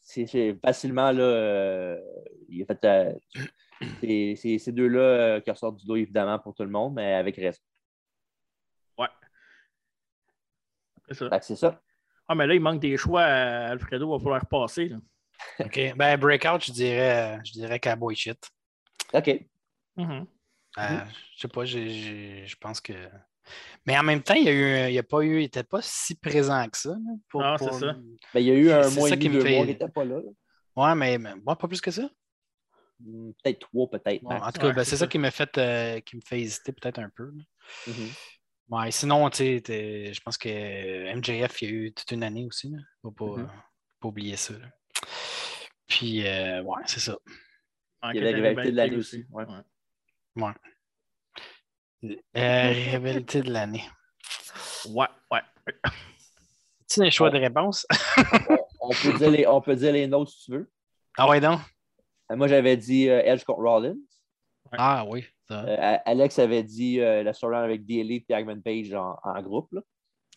[SPEAKER 1] c'est c'est facilement, là, euh, il a fait. euh, c'est- c'est ces deux-là euh, qui ressortent du lot, évidemment, pour tout le monde, mais avec raison.
[SPEAKER 2] Ouais. C'est ça.
[SPEAKER 1] Fait que c'est ça.
[SPEAKER 2] Ah, mais là, il manque des choix. à Alfredo va falloir passer. là.
[SPEAKER 4] OK. Ben, Breakout, je dirais, je dirais Cowboy Shit.
[SPEAKER 1] OK.
[SPEAKER 2] Mhm.
[SPEAKER 4] Euh, je sais pas, j'ai- j'ai- je pense que. Mais en même temps, il y a eu, il y a pas eu, il était pas si présent que ça. là, pour-
[SPEAKER 2] Non, c'est
[SPEAKER 4] pour-
[SPEAKER 2] ça.
[SPEAKER 1] Ben, il y a eu un
[SPEAKER 4] C'est
[SPEAKER 1] mois
[SPEAKER 4] ça
[SPEAKER 1] et
[SPEAKER 4] qui
[SPEAKER 1] demi,
[SPEAKER 4] me
[SPEAKER 1] deux
[SPEAKER 4] fait-
[SPEAKER 1] mois, il n'était pas là. là.
[SPEAKER 4] Ouais, mais, mais moi, pas plus que ça.
[SPEAKER 1] Hmm, Peut-être trois, peut-être.
[SPEAKER 4] Bon,
[SPEAKER 1] max.
[SPEAKER 4] en tout cas, ben, c'est ça qui m'a fait, euh, qui me fait hésiter peut-être un peu. là.
[SPEAKER 1] Mhm.
[SPEAKER 4] Ouais, sinon, tu sais, t'es- je pense que MJF, il y a eu toute une année aussi. Il ne faut pas,
[SPEAKER 1] Mhm.
[SPEAKER 4] pas oublier ça. là. Puis, euh, ouais, c'est ça.
[SPEAKER 2] Manquait
[SPEAKER 1] Il y avait la
[SPEAKER 4] ben,
[SPEAKER 1] rivalité de l'année aussi. ouais.
[SPEAKER 4] Ouais. Euh, rivalité de l'année.
[SPEAKER 2] Ouais, ouais.
[SPEAKER 4] Tu as des choix de réponse?
[SPEAKER 1] on, peut dire les, on peut dire les nôtres si tu veux.
[SPEAKER 4] Ah ouais, donc?
[SPEAKER 1] Euh, Moi, j'avais dit euh, Edge contre Rollins.
[SPEAKER 4] Ah oui. ça.
[SPEAKER 1] Euh, A- Alex avait dit euh, la storyline avec D-Elite et Hangman Page en, en groupe. Là.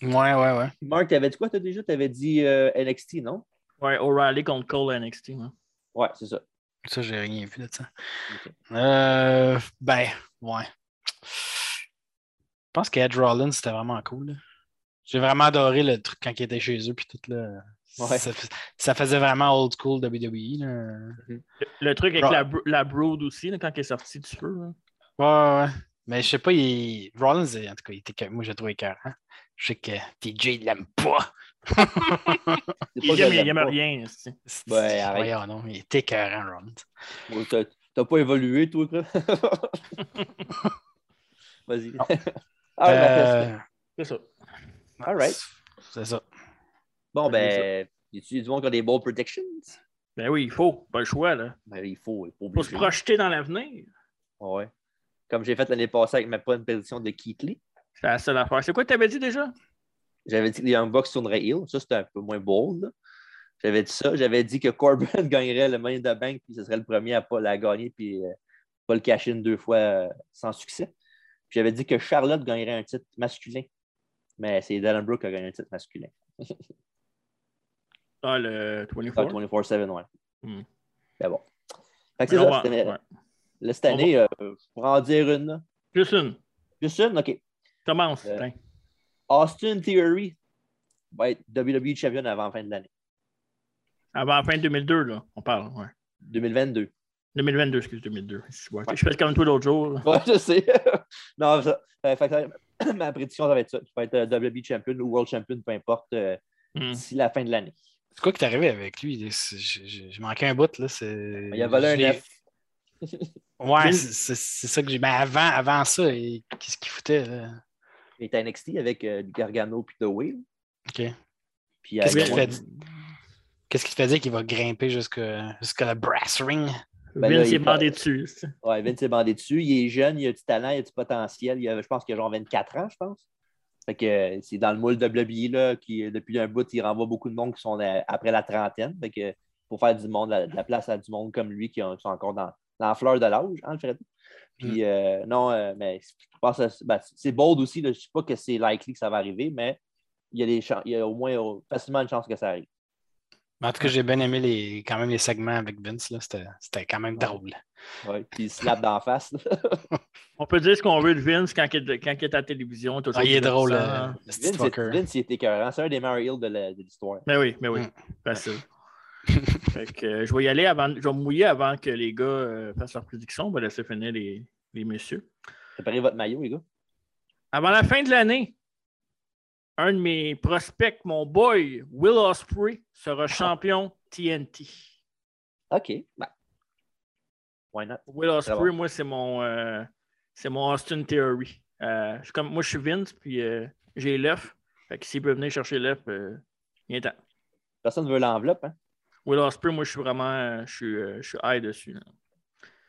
[SPEAKER 4] Ouais, ouais, ouais.
[SPEAKER 1] Marc, t'avais dit quoi, toi, déjà? T'avais dit euh, NXT, non?
[SPEAKER 2] Ouais, O'Reilly contre Cole NXT. ouais.
[SPEAKER 1] Ouais, c'est ça.
[SPEAKER 4] Ça, j'ai rien vu de ça. Euh, ben, ouais. Je pense qu'Edge Rollins, c'était vraiment cool. là. J'ai vraiment adoré le truc quand il était chez eux, puis tout là.
[SPEAKER 1] Ouais.
[SPEAKER 4] Ça, fais- ça faisait vraiment old school WWE. Là.
[SPEAKER 2] Le truc avec
[SPEAKER 4] Ra-
[SPEAKER 2] la, bro- la Brood aussi, là, quand il est sorti du feu. là.
[SPEAKER 4] Ouais, ouais, ouais. Mais je sais pas, il... Rollins, en tout cas, il était... que- moi, j'ai trouvé écœurant. Je sais que TJ, il l'aime pas.
[SPEAKER 1] C'est
[SPEAKER 2] Il
[SPEAKER 1] pas que je
[SPEAKER 2] aime, il
[SPEAKER 1] l'aime
[SPEAKER 2] aime
[SPEAKER 1] pas.
[SPEAKER 2] rien. c'est-
[SPEAKER 1] Ouais, arrête.
[SPEAKER 4] Voyons, non, il était écœurant, Rollins.
[SPEAKER 1] Bon, t'as- T'as pas évolué, toi, quoi. Vas-y. Ah, ouais,
[SPEAKER 4] Euh,
[SPEAKER 1] Mathias.
[SPEAKER 2] C'est ça.
[SPEAKER 1] All right.
[SPEAKER 4] C'est ça.
[SPEAKER 1] Bon, ben, y a-tu du monde qui a des bons predictions?
[SPEAKER 2] Ben oui, il faut. Pas le choix. là.
[SPEAKER 1] Ben, il faut, il faut
[SPEAKER 2] Faut se
[SPEAKER 1] obliger.
[SPEAKER 2] projeter dans l'avenir.
[SPEAKER 1] Ouais. Comme j'ai fait l'année passée avec ma bonne prédiction de Keith Lee.
[SPEAKER 2] C'est la seule affaire. C'est quoi que t'avais dit déjà?
[SPEAKER 1] J'avais dit que les Young Bucks tourneraient heel. Ça, c'était un peu moins bold. là. J'avais dit ça. J'avais dit que Corbin gagnerait le Money in the Bank, puis ce serait le premier à pas la gagner, puis euh, pas le cash in deux fois euh, sans succès. Puis j'avais dit que Charlotte gagnerait un titre masculin. Mais c'est Dylan Brooke qui a gagné un titre masculin.
[SPEAKER 2] Ah, le
[SPEAKER 1] Ah,
[SPEAKER 2] 24.
[SPEAKER 1] 24-7, ouais.
[SPEAKER 2] Hmm.
[SPEAKER 1] Mais bon. Fait que c'est
[SPEAKER 2] Alors,
[SPEAKER 1] ça,
[SPEAKER 2] Ah, ouais,
[SPEAKER 1] c'était-
[SPEAKER 2] ouais.
[SPEAKER 1] là, cette année, euh, je pourrais en dire une. là.
[SPEAKER 2] Juste une.
[SPEAKER 1] Juste une, OK.
[SPEAKER 2] Commence.
[SPEAKER 1] Euh,
[SPEAKER 2] putain.
[SPEAKER 1] Austin Theory va être WWE Champion avant la fin de l'année.
[SPEAKER 2] Avant la fin de 2002, là, on parle. Ouais.
[SPEAKER 1] 2022.
[SPEAKER 2] 2022, excuse 2002. Je, ouais, je fais comme toi l'autre jour. là.
[SPEAKER 1] Ouais, je sais. non, ça- euh, fait que, euh, ma prédiction, ça va être ça. Tu vas être euh, WWE Champion ou World Champion, peu importe, euh, d'ici la fin de l'année.
[SPEAKER 4] C'est quoi qui t'est arrivé avec lui? C'est- Je, je- je manquais un bout. Là. Il
[SPEAKER 1] Il a volé un œuf.
[SPEAKER 4] Euh, Ouais, c'est- c'est c'est ça que j'ai. Mais avant, avant ça, il- qu'est-ce qu'il foutait? Là?
[SPEAKER 1] Il était à NXT avec euh, Gargano puis The Way.
[SPEAKER 4] OK.
[SPEAKER 1] Puis euh,
[SPEAKER 4] Qu'est-ce
[SPEAKER 1] avec-
[SPEAKER 4] qu'il fait? Qu'est-ce qu'il faisait qu'il va grimper jusqu'à jusqu'à la brass ring?
[SPEAKER 1] Ben là,
[SPEAKER 2] Vince
[SPEAKER 1] il
[SPEAKER 2] est
[SPEAKER 1] est-
[SPEAKER 2] bandé dessus. c'est-
[SPEAKER 1] Ouais, Vince est bandé dessus. Il est jeune, il a du talent, il a du potentiel. Il a- je pense qu'il a genre 24 ans, je pense. Fait que euh, c'est dans le moule WWE là, qui, euh, depuis un bout, il renvoie beaucoup de monde qui sont euh, après la trentaine. Fait que pour faire du monde, la, de la place à du monde comme lui qui, ont- qui sont encore dans, dans la fleur de l'âge, hein, Alfredo? Puis euh, non, euh, mais je pense que c'est- ben, c'est bold aussi. là. je ne sais pas que c'est likely que ça va arriver, mais il y a, des chan- il y a au moins euh, facilement une chance que ça arrive.
[SPEAKER 4] Mais en tout cas, j'ai bien aimé les, quand même les segments avec Vince. là. C'était c'était quand même drôle.
[SPEAKER 1] Ouais, puis il se slap d'en face. là.
[SPEAKER 2] On peut dire ce qu'on veut de Vince quand il est, quand il est à la télévision. toujours
[SPEAKER 4] Ah, il est drôle,
[SPEAKER 2] innocent.
[SPEAKER 4] euh, le petit
[SPEAKER 1] Vince,
[SPEAKER 4] fucker.
[SPEAKER 1] est- Vince, il est écœurant. C'est un des meilleurs heels de la- de l'histoire.
[SPEAKER 2] Mais Ben oui, mais oui.
[SPEAKER 4] Mm.
[SPEAKER 2] Facile. Fait que, euh, je vais y aller avant. Je vais me mouiller avant que les gars euh, fassent leur prédiction. On va laisser finir les, les messieurs.
[SPEAKER 1] Préparez votre maillot, les gars.
[SPEAKER 2] Avant la fin de l'année, un de mes prospects, mon boy, Will Osprey,
[SPEAKER 4] Ah.
[SPEAKER 2] sera champion TNT.
[SPEAKER 1] OK. Ben, why not?
[SPEAKER 2] Will Osprey,
[SPEAKER 1] Très bon.
[SPEAKER 2] moi, c'est mon, euh, c'est mon Austin Theory. Euh, je suis comme, moi, je suis Vince, puis euh, j'ai l'œuf. Fait que s'il peut venir chercher l'œuf, euh, il est temps.
[SPEAKER 1] Personne ne veut l'enveloppe, hein?
[SPEAKER 2] Will Osprey, moi, je suis vraiment euh, je suis, euh, je suis high dessus. là.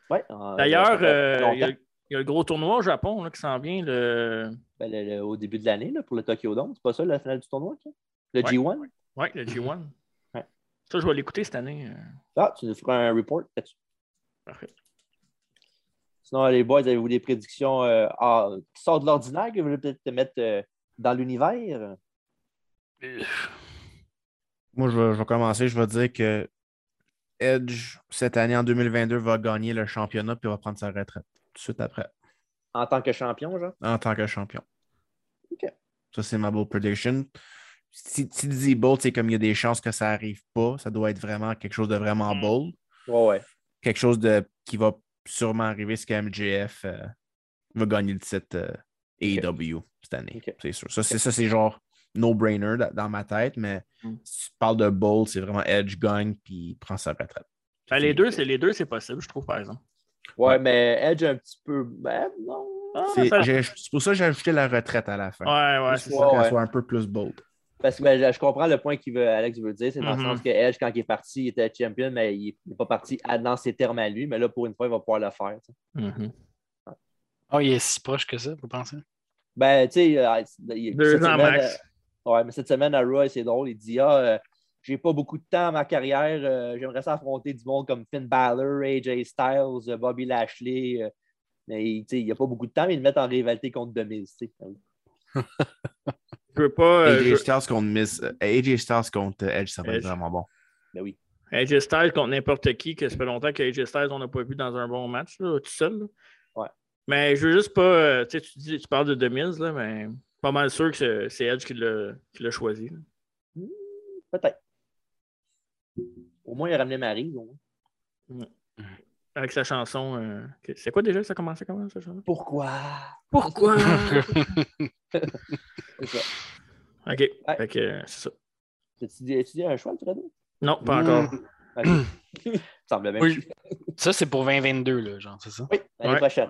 [SPEAKER 1] Ouais. euh,
[SPEAKER 2] D'ailleurs,
[SPEAKER 1] ça fait
[SPEAKER 2] euh, il y a-
[SPEAKER 1] longtemps.
[SPEAKER 2] il y, a le gros tournoi au Japon là, qui s'en vient. Le...
[SPEAKER 1] Ben, le- le- au début de l'année, là, pour le Tokyo Dome, c'est pas ça la finale du tournoi? ça? Le
[SPEAKER 2] Ouais,
[SPEAKER 1] G1?
[SPEAKER 2] ouais. Oui, le G1.
[SPEAKER 1] Mm-hmm.
[SPEAKER 2] Ça, je vais l'écouter cette année. euh.
[SPEAKER 1] Ah, tu nous feras un report là-dessus.
[SPEAKER 2] Parfait.
[SPEAKER 1] Sinon, les boys, avez-vous des prédictions euh, ah, qui sortent de l'ordinaire que vous voulez peut-être te mettre euh, dans l'univers?
[SPEAKER 2] euh.
[SPEAKER 3] Moi, je vais, je vais commencer. Je vais dire que Edge, cette année en 2022, va gagner le championnat puis va prendre sa retraite tout de suite après,
[SPEAKER 1] En tant que champion, genre?
[SPEAKER 3] en tant que champion.
[SPEAKER 1] OK.
[SPEAKER 3] Ça, c'est ma bold prediction. Si tu dis bold, c'est comme il y a des chances que ça arrive pas. Ça doit être vraiment quelque chose de vraiment bold.
[SPEAKER 1] Ouais, ouais.
[SPEAKER 3] Quelque chose de, qui va sûrement arriver, c'est que MJF euh, va gagner le titre euh, AEW cette année. C'est sûr. Ça, c'est ça, c'est genre no-brainer da- dans ma tête, mais si tu parles de bold, c'est vraiment Edge gagne puis il prend sa retraite.
[SPEAKER 2] Ben, les deux, c'est les deux, c'est possible, je trouve, par exemple.
[SPEAKER 1] Ouais, mais Edge, un petit peu. Ben, non.
[SPEAKER 3] C'est j'ai- c'est pour ça que j'ai ajouté la retraite à la fin.
[SPEAKER 2] Ouais, ouais,
[SPEAKER 3] c'est
[SPEAKER 2] c'est
[SPEAKER 3] pour
[SPEAKER 1] ça.
[SPEAKER 3] qu'elle
[SPEAKER 1] Ouais.
[SPEAKER 3] soit un peu plus bold.
[SPEAKER 1] Parce que ben, je- je comprends le point qu'Alex veut dire, c'est dans
[SPEAKER 3] Mhm.
[SPEAKER 1] le sens que Edge, quand il est parti, il était champion, mais il n'est pas parti à- dans ses termes à lui, mais là, pour une fois, il va pouvoir le faire. tu sais.
[SPEAKER 2] Mm-hmm.
[SPEAKER 4] Oh, il est si proche que ça, vous pensez?
[SPEAKER 1] Ben, tu sais, euh, il-
[SPEAKER 4] Deux
[SPEAKER 1] cette
[SPEAKER 4] ans
[SPEAKER 1] semaine,
[SPEAKER 4] max.
[SPEAKER 1] euh, ouais, mais cette semaine, à Raw, c'est drôle, il dit Ah, euh, j'ai pas beaucoup de temps à ma carrière, euh, j'aimerais ça affronter du monde comme Finn Balor, AJ Styles, euh, Bobby Lashley. euh, mais il- tu sais, il n'a pas beaucoup de temps, mais ils le mettent en rivalité contre The Miz. tu sais. Ah
[SPEAKER 2] Je veux pas. euh,
[SPEAKER 3] AJ
[SPEAKER 2] je-
[SPEAKER 3] Styles contre Miss. euh, AJ Styles contre euh, Edge, ça va
[SPEAKER 2] Edge.
[SPEAKER 3] être vraiment bon.
[SPEAKER 1] Ben oui.
[SPEAKER 2] AJ Styles contre n'importe qui, que ça fait longtemps qu'AJ Styles, on n'a pas vu dans un bon match, là, tout seul. là. Mais je veux juste pas. euh, tu sais, tu, dis- tu parles de Demise, là, mais pas mal sûr que c'est- c'est Edge qui l'a qui l'a choisi. là.
[SPEAKER 1] Peut-être. Au moins, il a ramené Marie. au moins.
[SPEAKER 2] Avec sa chanson. euh, que- c'est quoi déjà que ça commençait comment, ça?
[SPEAKER 1] Pourquoi?
[SPEAKER 2] Pourquoi?
[SPEAKER 1] C'est ça.
[SPEAKER 2] OK. Fait que, euh, c'est ça.
[SPEAKER 1] T'as-tu dit- as-tu dit un choix, Alfredo?
[SPEAKER 2] Non, pas
[SPEAKER 4] Mm.
[SPEAKER 2] encore.
[SPEAKER 1] Ok. Semble bien.
[SPEAKER 4] Oui, je- ça, c'est pour 2022, là, genre, c'est ça?
[SPEAKER 1] Oui, l'année
[SPEAKER 4] Ouais.
[SPEAKER 1] prochaine.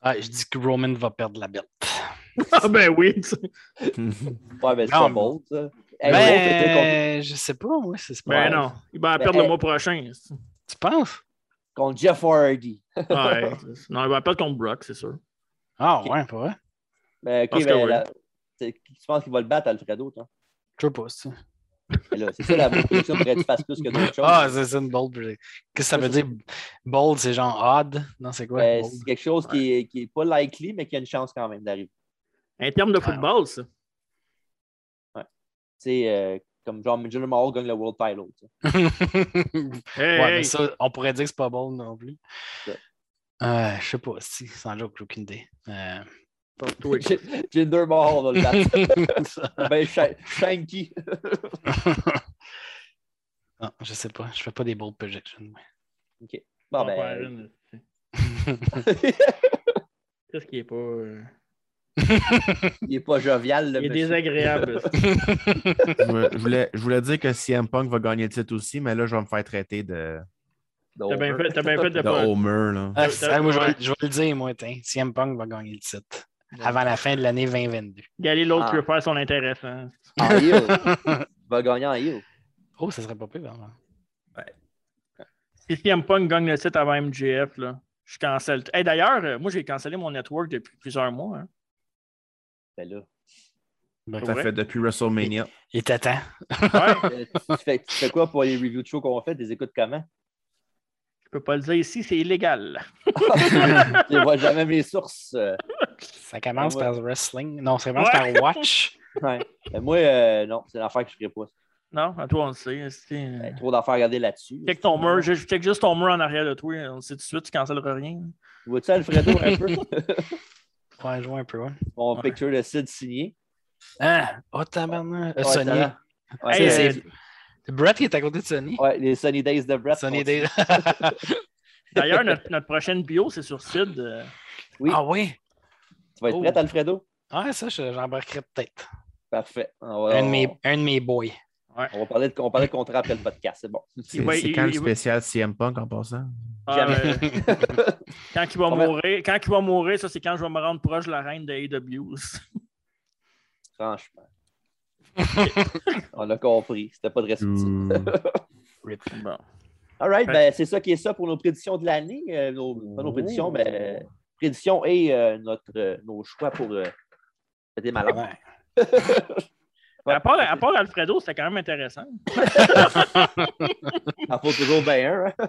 [SPEAKER 4] Ah, je dis que Roman va perdre la bête.
[SPEAKER 2] Ah, ben oui! tu sais.
[SPEAKER 1] Ouais, ben, c'est pas
[SPEAKER 4] Non.
[SPEAKER 1] bold, ça. Hey, Raw, c'était contre-
[SPEAKER 4] Ben, je sais pas, moi, Oh, c'est pas.
[SPEAKER 2] Ben non, il va en perdre
[SPEAKER 1] Ben,
[SPEAKER 2] le mois prochain.
[SPEAKER 4] Tu penses?
[SPEAKER 1] Contre Jeff Hardy.
[SPEAKER 2] Ouais. non, il va en perdre contre Brock, c'est sûr.
[SPEAKER 4] Ah, ouais, pas vrai?
[SPEAKER 1] Ben, ok,
[SPEAKER 2] Parce que
[SPEAKER 1] ben,
[SPEAKER 2] oui.
[SPEAKER 1] la- T'sais, Qui tu penses qu'il va le battre, Alfredo, toi?
[SPEAKER 4] Je sais pas, c'est ça.
[SPEAKER 1] Mais là, Ben, C'est ça la bonne prédiction pour que tu fasses plus que d'autres choses.
[SPEAKER 4] Ah, c'est ça une bold prediction. Qu'est-ce que ça
[SPEAKER 1] Ça,
[SPEAKER 4] veut
[SPEAKER 1] c'est-
[SPEAKER 4] dire? Bold, c'est genre odd? Non, c'est quoi?
[SPEAKER 1] Euh,
[SPEAKER 4] bold?
[SPEAKER 1] c'est quelque chose qui n'est qui est pas likely, mais qui a une chance quand même d'arriver.
[SPEAKER 2] En termes
[SPEAKER 4] Ah,
[SPEAKER 2] de football, ça.
[SPEAKER 1] Ouais. Tu sais, euh, comme genre Jinder Mahal gagne le World Title. tu sais.
[SPEAKER 4] Ouais,
[SPEAKER 1] hey,
[SPEAKER 4] mais
[SPEAKER 1] hey.
[SPEAKER 4] ça, on pourrait dire que c'est pas bold non plus. Euh, je sais pas, si, sans joke, aucune idée. Euh,
[SPEAKER 1] J- Jinder Mahal va le battre. ben, Sha- Shanky.
[SPEAKER 4] non, je sais pas, je fais pas des bold projections. moi.
[SPEAKER 1] OK. Bon, ben,
[SPEAKER 2] Qu'est-ce qui est pas. euh,
[SPEAKER 1] il n'est pas jovial. le
[SPEAKER 2] Il est
[SPEAKER 1] monsieur.
[SPEAKER 2] désagréable.
[SPEAKER 3] je, voulais- je voulais, je voulais dire que CM Punk va gagner le titre aussi, mais là, je vais me faire traiter de.
[SPEAKER 2] T'as bien fait- t'as bien fait de
[SPEAKER 3] de
[SPEAKER 2] pas-
[SPEAKER 3] Homer. Là.
[SPEAKER 4] Ah, c'est- ah, moi, je, vais, je vais le dire, moi, tiens, CM Punk va gagner le titre avant la fin de l'année 2022.
[SPEAKER 2] Galil, l'autre
[SPEAKER 4] Ah.
[SPEAKER 2] veut faire son hein. intéressant.
[SPEAKER 1] En heel. Il va gagner en heel.
[SPEAKER 4] Oh, ça serait pas pire, vraiment.
[SPEAKER 2] Si CM Punk gagne le titre avant MGF, là, je cancelle. Hey, D'ailleurs, euh, moi, j'ai cancellé mon network depuis plusieurs mois. hein.
[SPEAKER 1] Ben là.
[SPEAKER 3] Ça fait depuis WrestleMania.
[SPEAKER 4] Il était temps.
[SPEAKER 1] Euh, tu, fais, tu fais quoi pour les reviews de show qu'on fait? Des écoutes comment?
[SPEAKER 2] Je peux pas le dire ici, c'est illégal.
[SPEAKER 1] Je ne vois jamais mes sources. euh.
[SPEAKER 4] Ça commence
[SPEAKER 1] Ouais.
[SPEAKER 4] par wrestling. Non, ça commence par watch.
[SPEAKER 1] Ouais. Ben, moi, euh, non, c'est l'affaire que je ne ferai pas. Euh,
[SPEAKER 2] Non, à toi, on le sait. c'est-
[SPEAKER 1] Trop d'affaires à regarder là-dessus.
[SPEAKER 2] Check ton mur, je je check juste ton mur en arrière de toi. On le sait tout de suite, tu cancelleras rien.
[SPEAKER 1] Vois-tu Alfredo un peu?
[SPEAKER 4] Ouais, jouer un peu, ouais.
[SPEAKER 1] On picture le Sid signé.
[SPEAKER 4] Ah, oh, tabarnak. Euh,
[SPEAKER 1] Ouais,
[SPEAKER 4] Sonny.
[SPEAKER 1] talent. Ouais,
[SPEAKER 4] C'est-
[SPEAKER 1] c'est-
[SPEAKER 4] c'est- c'est Brett qui est à côté de Sonny.
[SPEAKER 1] Ouais, les Sunny Days de Brett.
[SPEAKER 4] Sunny
[SPEAKER 1] on-
[SPEAKER 4] Days.
[SPEAKER 2] D'ailleurs, notre, notre prochaine bio, c'est sur Sid. euh,
[SPEAKER 1] Oui.
[SPEAKER 4] Ah oui?
[SPEAKER 1] Tu vas être
[SPEAKER 2] Oh.
[SPEAKER 1] prêt, Alfredo?
[SPEAKER 4] Ouais, ça, je- j'embarquerais peut-être.
[SPEAKER 1] Parfait. On va,
[SPEAKER 4] Un, de mes- un de mes boys.
[SPEAKER 1] on va parler de, on va parler de contrat après le podcast. C'est bon.
[SPEAKER 3] C'est c'est quand le spécial CM Punk en passant?
[SPEAKER 2] ah, euh, quand, il va mourir, quand il va mourir, ça, c'est quand je vais me rendre proche de la reine de AWs.
[SPEAKER 1] Franchement. on a compris. C'était pas de respect.
[SPEAKER 2] Bon.
[SPEAKER 1] All right, ben, c'est ça qui est ça pour nos prédictions de l'année. euh, nos, pas nos prédictions, mais euh, prédictions et euh, notre, euh, nos choix pour euh, péter malade.
[SPEAKER 2] À part, à part Alfredo, c'était quand même intéressant.
[SPEAKER 1] Il faut toujours bien un. hein.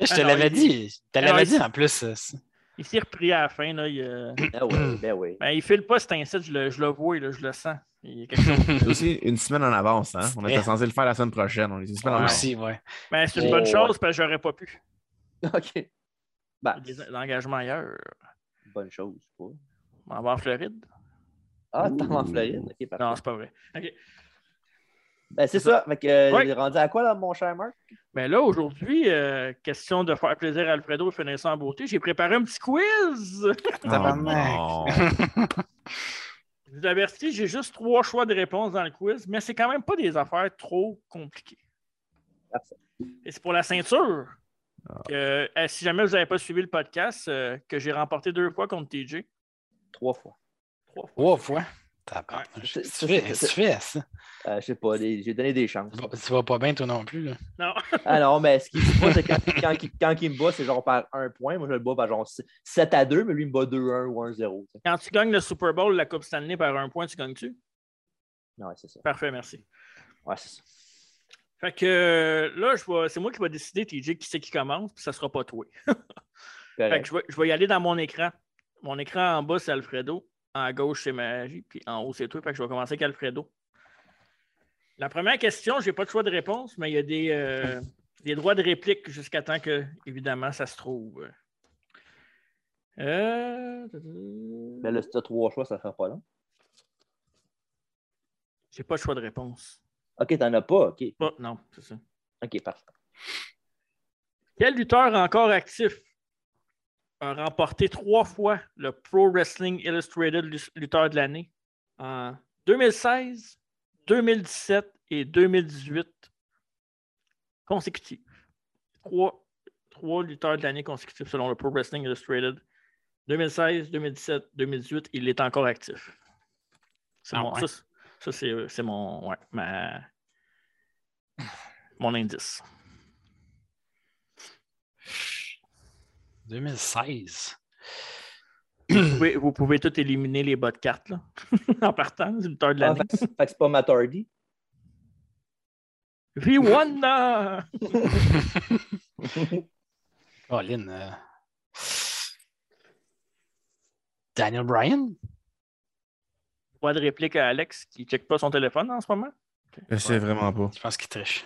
[SPEAKER 4] Je te
[SPEAKER 2] Ah non,
[SPEAKER 4] l'avais
[SPEAKER 2] il-
[SPEAKER 4] dit. Je te
[SPEAKER 2] Ah non,
[SPEAKER 4] l'avais
[SPEAKER 2] il-
[SPEAKER 4] dit en plus. euh, c'est-
[SPEAKER 2] Il s'est repris à la fin. Là, il, euh,
[SPEAKER 1] Ben oui, ben oui.
[SPEAKER 2] ben, il file pas cet incite, je le, je le vois, là, je le sens. Il y a quelque chose.
[SPEAKER 3] C'est aussi une semaine en avance. Hein? On était
[SPEAKER 4] Ouais.
[SPEAKER 3] censé le faire la semaine prochaine. On est une semaine en
[SPEAKER 4] Ouais.
[SPEAKER 3] avance.
[SPEAKER 4] Ah, Aussi, ouais.
[SPEAKER 2] Ben, c'est une
[SPEAKER 3] Oh,
[SPEAKER 2] bonne
[SPEAKER 3] ouais.
[SPEAKER 2] chose parce que j'aurais pas pu.
[SPEAKER 1] OK. Ben,
[SPEAKER 2] Des- L'engagement ailleurs.
[SPEAKER 1] bonne chose, je sais pas.
[SPEAKER 2] On va en Floride.
[SPEAKER 1] Ah, t'es en Floride. OK, parfait.
[SPEAKER 2] Non, c'est pas vrai. OK.
[SPEAKER 1] Ben, c'est ça. Fait que, euh,
[SPEAKER 2] Ouais.
[SPEAKER 1] il est rendu à quoi, là, mon cher Marc?
[SPEAKER 2] Mais là, aujourd'hui, euh, question de faire plaisir à Alfredo et finir ça en beauté, j'ai préparé un petit quiz.
[SPEAKER 3] Oh,
[SPEAKER 2] Je vous avertis, j'ai juste trois choix de réponses dans le quiz, mais c'est quand même pas des affaires trop compliquées. Et c'est pour la ceinture. que, euh, si jamais vous n'avez pas suivi le podcast, euh, que j'ai remporté deux fois contre TJ.
[SPEAKER 1] Trois fois.
[SPEAKER 4] Trois fois.
[SPEAKER 1] C'est-
[SPEAKER 4] Qu'est-ce
[SPEAKER 1] c'est-
[SPEAKER 4] que tu fais?
[SPEAKER 1] c'est-
[SPEAKER 4] Qu'est-ce que tu fais, ça?
[SPEAKER 1] Euh, je sais pas, les- j'ai donné des chances.
[SPEAKER 4] Tu vas pas bien, toi non plus. là.
[SPEAKER 2] Non.
[SPEAKER 1] Ah non, mais ce qu'il me bat, c'est quand, quand, il- quand il me bat, c'est genre par un point. Moi, je le bats par genre 7 à 2, mais lui, il me bat 2-1 ou 1-0. tu sais.
[SPEAKER 2] Quand tu gagnes le Super Bowl, la Coupe Stanley par un point, tu gagnes-tu?
[SPEAKER 1] Ouais, c'est ça.
[SPEAKER 2] Parfait, merci.
[SPEAKER 1] Ouais, c'est ça.
[SPEAKER 2] Fait que euh, là, je vais- c'est moi qui vais décider, TJ, qui c'est qui commence, puis ça sera pas toi. Fait que je, vais, je vais y aller dans mon écran. Mon écran en bas, c'est Alfredo. En gauche, c'est Magie. Puis en haut, c'est toi. Fait que je vais commencer avec Alfredo. La première question, je n'ai pas de choix de réponse, mais il y a des, euh, des droits de réplique jusqu'à temps que, évidemment, ça se trouve. Euh... Ben-
[SPEAKER 1] Mais là, si t'as trois choix, ça ne sera pas long.
[SPEAKER 2] J'ai pas de choix de réponse.
[SPEAKER 1] OK, t'en as pas, OK.
[SPEAKER 2] Pas- non, c'est ça.
[SPEAKER 1] OK, parfait.
[SPEAKER 2] Quel lutteur encore actif a remporté trois fois le Pro Wrestling Illustrated lu- lutteur de l'année en 2016, 2017 et 2018 consécutifs? Trois, trois lutteurs de l'année consécutifs selon le Pro Wrestling Illustrated. 2016, 2017, 2018, il est encore actif. C'est
[SPEAKER 4] Ah
[SPEAKER 2] mon-
[SPEAKER 4] ouais.
[SPEAKER 2] ça, c'est- ça, c'est euh, c'est mon, ouais, ma- mon indice.
[SPEAKER 4] 2016.
[SPEAKER 2] Vous pouvez, vous pouvez tout éliminer les bas de cartes là, en partant, c'est le temps de
[SPEAKER 1] Ah,
[SPEAKER 2] l'année.
[SPEAKER 1] fait, que- fait que c'est pas Matt Hardy.
[SPEAKER 3] ben.
[SPEAKER 2] Rwanda!
[SPEAKER 4] Oh, Lynn. euh, Daniel Bryan?
[SPEAKER 2] Droit de réplique à Alex qui ne check pas son téléphone en ce moment.
[SPEAKER 3] Je sais vraiment pas.
[SPEAKER 4] Je pense qu'il triche.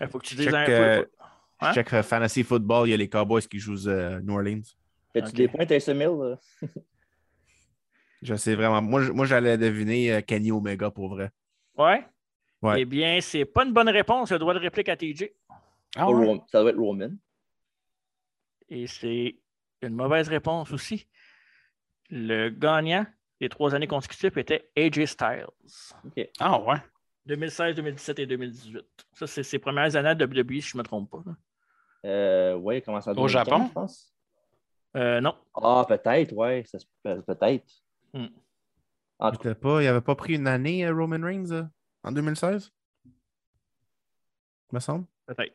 [SPEAKER 2] Il faut que tu
[SPEAKER 3] Je
[SPEAKER 2] dises
[SPEAKER 3] check,
[SPEAKER 2] un
[SPEAKER 3] euh,
[SPEAKER 2] peu. Hein?
[SPEAKER 3] je check, euh, Fantasy Football, il y a les Cowboys qui jouent euh, New Orleans.
[SPEAKER 1] Fais-tu des points, Tyson Mill? Euh,
[SPEAKER 3] Je sais vraiment. Moi, je- moi, j'allais deviner euh, Kenny Omega pour vrai.
[SPEAKER 2] Ouais.
[SPEAKER 3] Ouais.
[SPEAKER 2] Eh bien, c'est pas une bonne réponse, le droit de réplique à TJ.
[SPEAKER 4] Ah
[SPEAKER 2] Ah
[SPEAKER 1] Pas Rom- Ça doit être Roman.
[SPEAKER 2] Et c'est une mauvaise réponse aussi. Le gagnant des trois années consécutives était AJ Styles.
[SPEAKER 4] Ah ouais.
[SPEAKER 2] 2016, 2017 et 2018. Ça, c'est ses premières années de WWE, E, si je ne me trompe pas. là.
[SPEAKER 1] Euh, ouais, comment ça
[SPEAKER 2] Au Japon?
[SPEAKER 1] je pense.
[SPEAKER 2] Euh, non.
[SPEAKER 1] Ah, peut-être, ouais. ça se peut- Peut-être.
[SPEAKER 2] Hmm.
[SPEAKER 1] En
[SPEAKER 3] tout cas, pas, il avait pas pris une année, euh, Roman Reigns, euh, en 2016 me semble.
[SPEAKER 2] Peut-être.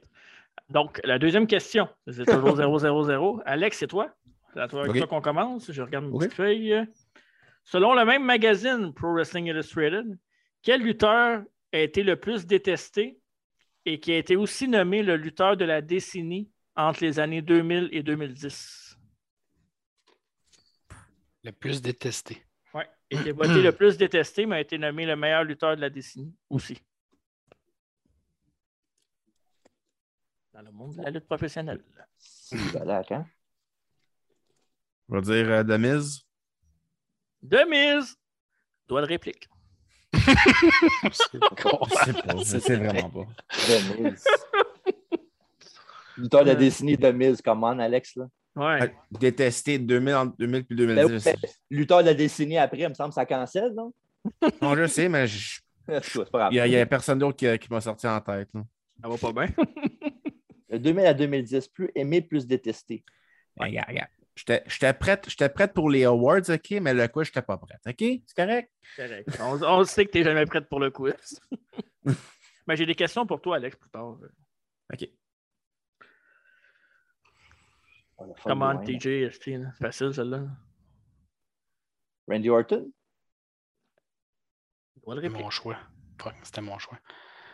[SPEAKER 2] Donc, la deuxième question, c'est toujours 0, 0, 0. Alex, c'est toi. C'est à toi avec
[SPEAKER 3] Ok.
[SPEAKER 2] toi qu'on commence. Je regarde mon
[SPEAKER 3] Ok.
[SPEAKER 2] petite feuille. Selon le même magazine, Pro Wrestling Illustrated, quel lutteur a été le plus détesté et qui a été aussi nommé le lutteur de la décennie entre les années 2000 et 2010?
[SPEAKER 4] Le plus détesté.
[SPEAKER 2] Oui. Et qui a voté le plus détesté, mais a été nommé le meilleur lutteur de la décennie aussi. Dans le monde de la lutte professionnelle.
[SPEAKER 1] Balak, hein?
[SPEAKER 3] On va dire euh, The Miz.
[SPEAKER 2] De mise, doigt de réplique.
[SPEAKER 3] Je sais vraiment pas.
[SPEAKER 1] The Miz. Lutteur de la décennie de Miz, comment, Alex? Là?
[SPEAKER 2] Ouais.
[SPEAKER 3] Détesté 2000, entre 2000 puis
[SPEAKER 1] Ben oui,
[SPEAKER 3] 2010.
[SPEAKER 1] mais lutteur de la décennie après, il me semble que ça cancelle, non?
[SPEAKER 3] Non, je sais, mais je-
[SPEAKER 1] C'est pas grave.
[SPEAKER 3] il n'y a, personne d'autre qui, qui m'a sorti en tête. là.
[SPEAKER 2] Ça va pas bien.
[SPEAKER 1] De 2000 à 2010, plus aimé, plus détesté.
[SPEAKER 3] Regarde, regarde. J'étais j'étais prête, j'étais prête pour les awards, OK, mais le quoi, j'étais pas prête, OK? C'est correct?
[SPEAKER 2] Correct. On, on sait que tu n'es jamais prête pour le quiz. Mais j'ai des questions pour euh, toi, Alex, plus tard.
[SPEAKER 3] OK.
[SPEAKER 2] Comment
[SPEAKER 1] loin, là.
[SPEAKER 2] TJ, est-ce que c'est facile celle-là.
[SPEAKER 1] Randy Orton?
[SPEAKER 2] C'était
[SPEAKER 4] mon choix. Ouais, C'était mon choix.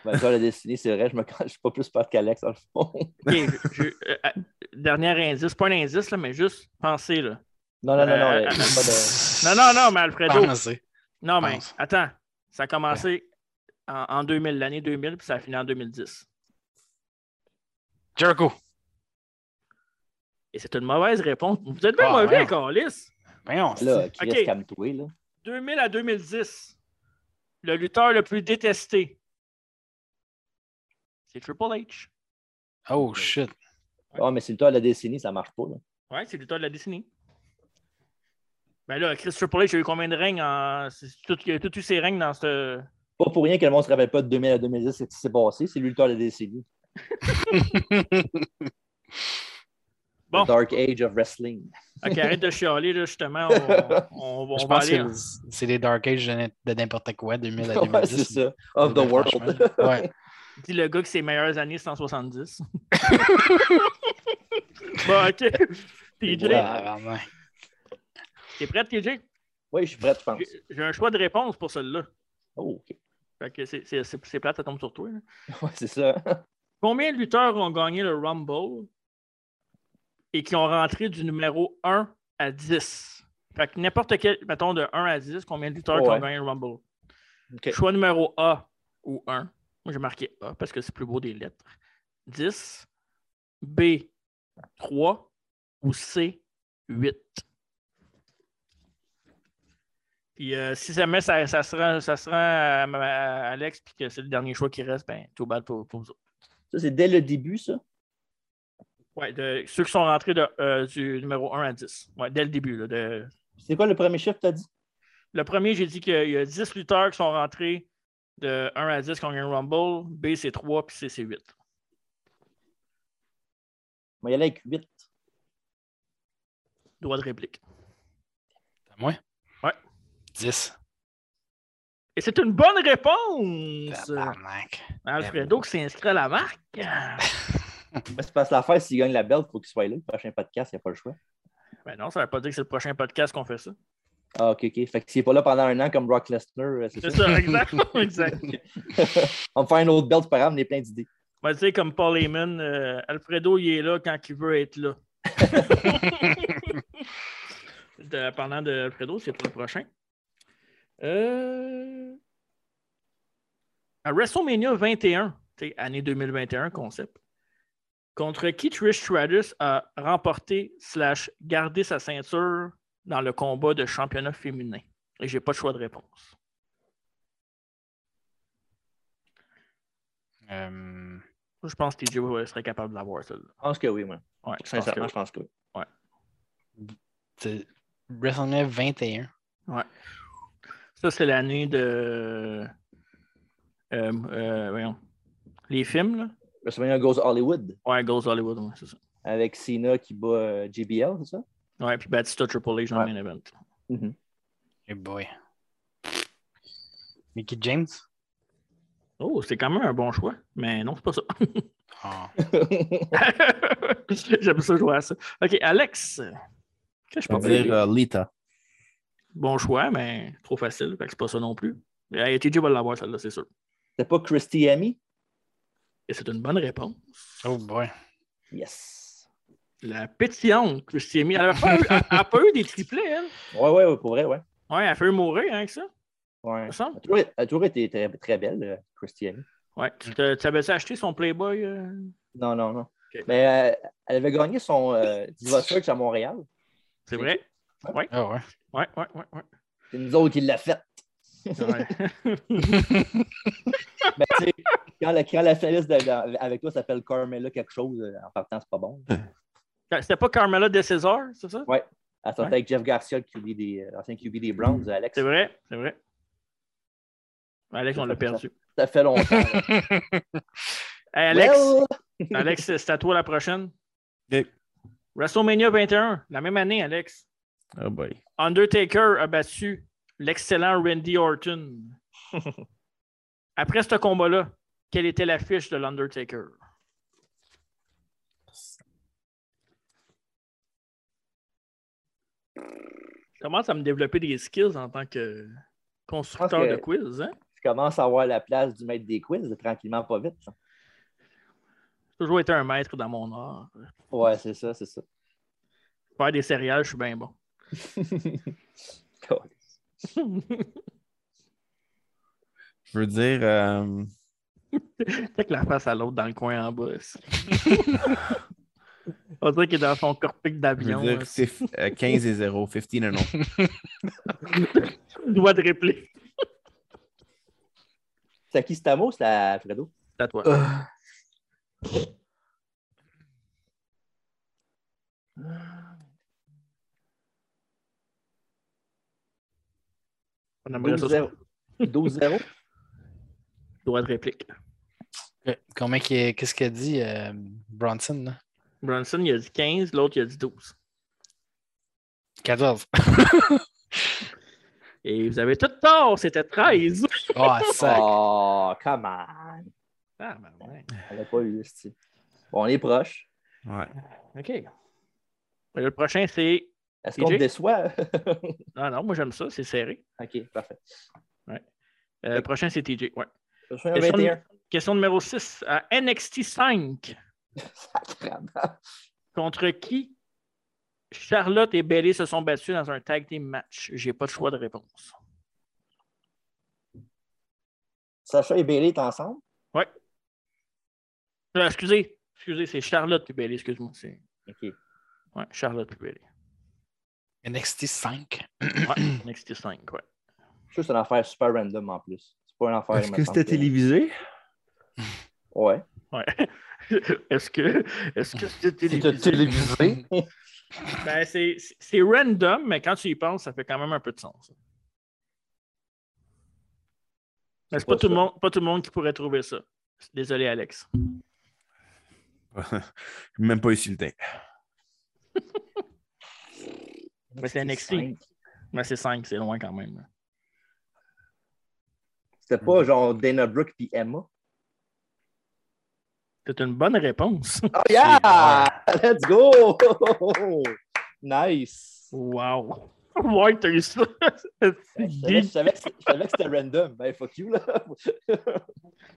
[SPEAKER 1] Ben, lutteur de la décennie, c'est vrai, je me je suis pas plus peur qu'Alex, dans le fond.
[SPEAKER 2] Ok, je- je- euh, euh, dernier indice, pas un indice, là, mais juste pensez. Là.
[SPEAKER 1] Non, non, non, non,
[SPEAKER 2] Euh,
[SPEAKER 1] euh,
[SPEAKER 2] euh,
[SPEAKER 1] pas de-
[SPEAKER 2] non, non, non, mais Alfredo.
[SPEAKER 4] Pensez.
[SPEAKER 2] Non, mais
[SPEAKER 4] Pense.
[SPEAKER 2] attends, ça a commencé en, en 2000, l'année 2000, puis ça a fini en 2010.
[SPEAKER 4] Jericho.
[SPEAKER 2] Et c'est une mauvaise réponse. Vous êtes bien
[SPEAKER 4] Ah,
[SPEAKER 2] mauvais,
[SPEAKER 4] voyons.
[SPEAKER 2] Carlis.
[SPEAKER 4] Voyons,
[SPEAKER 1] Là,
[SPEAKER 4] c'est-
[SPEAKER 1] Chris,
[SPEAKER 2] Ok.
[SPEAKER 1] calme-toi, là.
[SPEAKER 2] 2000 à 2010, le lutteur le plus détesté, c'est Triple H.
[SPEAKER 4] Oh, shit.
[SPEAKER 1] Ah, mais c'est lutteur de la décennie, ça marche pas, là.
[SPEAKER 2] Ouais, c'est le lutteur de la décennie. Ben là, Chris Triple H a eu combien de règnes en. c'est Tout, il a tout eu ses règnes dans ce.
[SPEAKER 1] Pas pour rien que le monde se rappelle pas de 2000 à 2010, c'est ce qui s'est passé, c'est lutteur de la décennie.
[SPEAKER 2] Bon.
[SPEAKER 1] The Dark Age of Wrestling.
[SPEAKER 2] Ok, arrête de chialer, là, justement. On, on- on
[SPEAKER 4] je
[SPEAKER 2] va
[SPEAKER 4] pense
[SPEAKER 2] aller.
[SPEAKER 4] que c'est- c'est les Dark Age de n- de n'importe quoi, 2000 à
[SPEAKER 1] Ouais,
[SPEAKER 4] 2010.
[SPEAKER 1] c'est ça. Of the world.
[SPEAKER 4] Franchement, Ouais.
[SPEAKER 2] Dis le gars que ses meilleures années, c'est en 70. bon, ok. TJ,
[SPEAKER 4] Ouais,
[SPEAKER 2] t'es prêt, TJ?
[SPEAKER 1] Oui, je suis prêt, je pense.
[SPEAKER 2] J'ai- J'ai un choix de réponse pour celle-là.
[SPEAKER 1] Oh, ok.
[SPEAKER 2] Fait que c'est- c'est c'est- c'est plate, ça tombe sur toi. là.
[SPEAKER 1] Ouais, c'est ça.
[SPEAKER 2] Combien de lutteurs ont gagné le Rumble et qui ont rentré du numéro 1 à 10? Fait que n'importe quel, mettons de 1 à 10, combien de lutteurs qui ont
[SPEAKER 1] Ouais.
[SPEAKER 2] gagné le Rumble?
[SPEAKER 1] Ok.
[SPEAKER 2] Choix numéro A ou 1. Moi, j'ai marqué A parce que c'est plus beau des lettres. 10. B, 3. Ou C, 8. Puis euh, si jamais ça, ça se rend, ça se rend à, à Alex puis que c'est le dernier choix qui reste, ben, tout bad pour, pour vous autres.
[SPEAKER 1] Ça, c'est dès le début, ça.
[SPEAKER 2] Ouais, de, ceux qui sont rentrés de, euh, du numéro 1 à 10. Ouais, dès le début. là, de-
[SPEAKER 1] C'est quoi le premier chiffre, t'as dit?
[SPEAKER 2] Le premier, j'ai dit qu'il y a 10 lutteurs qui sont rentrés de 1 à 10 qui ont gagné le Rumble. B, c'est 3, puis C, c'est 8.
[SPEAKER 1] Moi, il y allait avec 8.
[SPEAKER 2] Droit de réplique.
[SPEAKER 4] Moi?
[SPEAKER 2] Ouais.
[SPEAKER 4] 10.
[SPEAKER 2] Et c'est une bonne réponse! Alfredo qui s'est inscrit à la marque. Ben
[SPEAKER 1] Ben, c'est parce que l'affaire, s'il gagne la belle, il faut qu'il soit là. Le prochain podcast, il n'y a pas le choix.
[SPEAKER 2] Ben non, ça ne veut pas dire que c'est le prochain podcast qu'on fait ça.
[SPEAKER 1] Ah, ok, ok. Fait que s'il n'est pas là pendant un an comme Brock Lesnar, euh,
[SPEAKER 2] C'est ça, exact. exact.
[SPEAKER 1] On va faire une autre belle, c'est pas grave, on a plein d'idées.
[SPEAKER 2] Ben, tu sais, comme Paul Heyman, euh, Alfredo, il est là quand il veut être là. De- parlant d'Alfredo, c'est pour le prochain. Euh, À WrestleMania 21, tu sais, année 2021, concept. Contre qui Trish Stratus a remporté slash gardé sa ceinture dans le combat de championnat féminin? Et j'ai pas de choix de réponse. Je pense que TJ Watt serait capable de l'avoir, celle-là.
[SPEAKER 1] Je pense que oui, moi.
[SPEAKER 2] Ouais,
[SPEAKER 1] Sincèrement, je pense que oui.
[SPEAKER 2] Ouais.
[SPEAKER 4] C'est WrestleMania 21.
[SPEAKER 2] Ouais. Ça, c'est l'année de. euh, euh, voyons. Les films, là.
[SPEAKER 1] WrestleMania Goes Hollywood.
[SPEAKER 2] Ouais, Goes Hollywood, ouais, c'est ça.
[SPEAKER 1] Avec Cena qui bat euh, JBL, c'est ça?
[SPEAKER 2] Ouais, puis Batista Triple H dans le main event.
[SPEAKER 1] Mhm.
[SPEAKER 4] Hey boy. Mickey James?
[SPEAKER 2] Oh, c'est quand même un bon choix, mais non, c'est pas ça.
[SPEAKER 4] Ah.
[SPEAKER 2] J'aime ça jouer à ça. Ok, Alex. Qu'est-ce que je peux
[SPEAKER 3] Je vais dire
[SPEAKER 2] dire?
[SPEAKER 3] euh, Lita.
[SPEAKER 2] Bon choix, mais trop facile, fait que c'est pas ça non plus. Hey, TJ va l'avoir, celle-là, c'est sûr.
[SPEAKER 1] C'est pas Christy Amy?
[SPEAKER 2] Et c'est une bonne réponse.
[SPEAKER 4] Oh boy.
[SPEAKER 1] Yes.
[SPEAKER 2] La pétillante, Christy Amy. Elle a pas eu- elle a pas eu des triplés, elle.
[SPEAKER 1] Ouais, ouais, ouais, pour vrai, ouais.
[SPEAKER 2] Ouais, elle a fait mourir hein, avec ça.
[SPEAKER 1] Ouais.
[SPEAKER 2] Ça me semble.
[SPEAKER 1] Elle a toujours été très, très belle, euh, Christy Amy.
[SPEAKER 2] Ouais, tu te- tu avais acheté son Playboy. euh?
[SPEAKER 1] Non, non, non. Mais euh, elle avait gagné son euh, Diva Search à Montréal.
[SPEAKER 2] C'est vrai? Ouais.
[SPEAKER 4] Ah ouais.
[SPEAKER 2] Ouais, ouais, ouais, ouais.
[SPEAKER 1] C'est nous autres qui l'a faite. Ben, tu sais, quand, la, quand la finaliste de- de- avec toi s'appelle Carmela quelque chose, euh, en partant, c'est pas bon.
[SPEAKER 2] C'était pas Carmela de César, c'est ça?
[SPEAKER 1] Ouais. Elle sortait
[SPEAKER 2] Ouais.
[SPEAKER 1] avec Jeff Garcia, le QB des, euh, l'ancien QB des Browns, Alex.
[SPEAKER 2] Mm. C'est vrai, c'est vrai. Alex, on l'a perdu.
[SPEAKER 1] Ça fait longtemps.
[SPEAKER 2] Hey, Alex,
[SPEAKER 1] Well.
[SPEAKER 2] Alex c'est à toi la prochaine.
[SPEAKER 3] Ok.
[SPEAKER 2] WrestleMania 21, la même année, Alex.
[SPEAKER 3] Oh boy.
[SPEAKER 2] Undertaker a battu l'excellent Randy Orton. Après ce combat-là, quelle était l'affiche de l'Undertaker? Je commence à me développer des skills en tant que constructeur
[SPEAKER 1] que-
[SPEAKER 2] de quiz. Hein?
[SPEAKER 1] tu commences à avoir la place du maître des quiz, tranquillement, pas vite. ça.
[SPEAKER 2] J'ai toujours été un maître dans mon art.
[SPEAKER 1] Ouais, c'est ça, c'est ça.
[SPEAKER 2] Faire des céréales, je suis bien bon.
[SPEAKER 3] Je veux dire. euh,
[SPEAKER 2] Peut-être que la face à l'autre dans le coin en bas. ça. On dirait qu'il est dans son corpic
[SPEAKER 3] je
[SPEAKER 2] d'avion.
[SPEAKER 3] veux dire
[SPEAKER 2] là.
[SPEAKER 3] que c'est euh, 15 et 0, 15 et 0.
[SPEAKER 2] Doigt de réplique.
[SPEAKER 1] C'est à qui c'est à moi ou c'est à Fredo?
[SPEAKER 2] C'est à toi. On aimerait ça.
[SPEAKER 1] 12-0. 12-0.
[SPEAKER 2] Doigt de réplique.
[SPEAKER 4] Ok. Combien qu'il est- qu'est-ce qu'il a dit euh, Bronson là?
[SPEAKER 2] Brunson, il a dit 15, l'autre, il a dit 12.
[SPEAKER 4] 14.
[SPEAKER 2] Et vous avez tout tort, c'était 13.
[SPEAKER 4] Ah, sac.
[SPEAKER 1] Oh, come on.
[SPEAKER 2] Ah, ben ouais.
[SPEAKER 1] Elle n'a pas eu, c'est- Bon, on est proche.
[SPEAKER 3] Ouais.
[SPEAKER 2] OK. Ben, Le prochain, c'est.
[SPEAKER 1] Est-ce qu'on te
[SPEAKER 2] TJ?
[SPEAKER 1] déçoit?
[SPEAKER 2] Non, non, moi j'aime ça, c'est serré.
[SPEAKER 1] OK, parfait.
[SPEAKER 2] Ouais. Euh, Le prochain, c'est TJ. Ouais.
[SPEAKER 1] Prochain,
[SPEAKER 2] Question,
[SPEAKER 1] 21.
[SPEAKER 2] question numéro 6 à NXT 5.
[SPEAKER 1] Sacrément.
[SPEAKER 2] Contre qui Charlotte et Bailey se sont battues dans un tag team match? J'ai pas de choix de réponse.
[SPEAKER 1] Sacha et Bailey sont ensemble?
[SPEAKER 2] Ouais. Euh, excusez, excusez, c'est Charlotte et Bailey, excuse-moi. c'est-
[SPEAKER 1] OK.
[SPEAKER 2] Ouais, Charlotte et Bailey.
[SPEAKER 4] NXT 5.
[SPEAKER 2] Ouais, NXT 5, ouais.
[SPEAKER 1] Je suis sûr que c'est une affaire super random en plus. C'est pas une affaire.
[SPEAKER 3] Est-ce
[SPEAKER 1] il me
[SPEAKER 3] que
[SPEAKER 1] semble
[SPEAKER 3] c'était télévisé?
[SPEAKER 1] Ouais.
[SPEAKER 2] Ouais. Est-ce que est-ce que c'était Ben, c'est c'est random, mais quand tu y penses, ça fait quand même un peu de sens. Mais c'est pas,
[SPEAKER 1] pas
[SPEAKER 2] tout le
[SPEAKER 1] ça.
[SPEAKER 2] monde, pas tout le monde qui pourrait trouver ça. Désolé, Alex.
[SPEAKER 3] J'ai même pas eu si le temps.
[SPEAKER 2] Mais c'est NXT.
[SPEAKER 1] cinq.
[SPEAKER 2] Mais c'est 5, c'est loin quand même.
[SPEAKER 1] C'était pas genre Dana Brooke puis Emma.
[SPEAKER 2] C'est une bonne réponse.
[SPEAKER 1] Oh yeah! Let's go! Nice.
[SPEAKER 2] Wow. Ben, Ouais, t'as eu ça.
[SPEAKER 1] Je savais, je savais que c'est- je savais que c'était random. Ben, fuck you, là.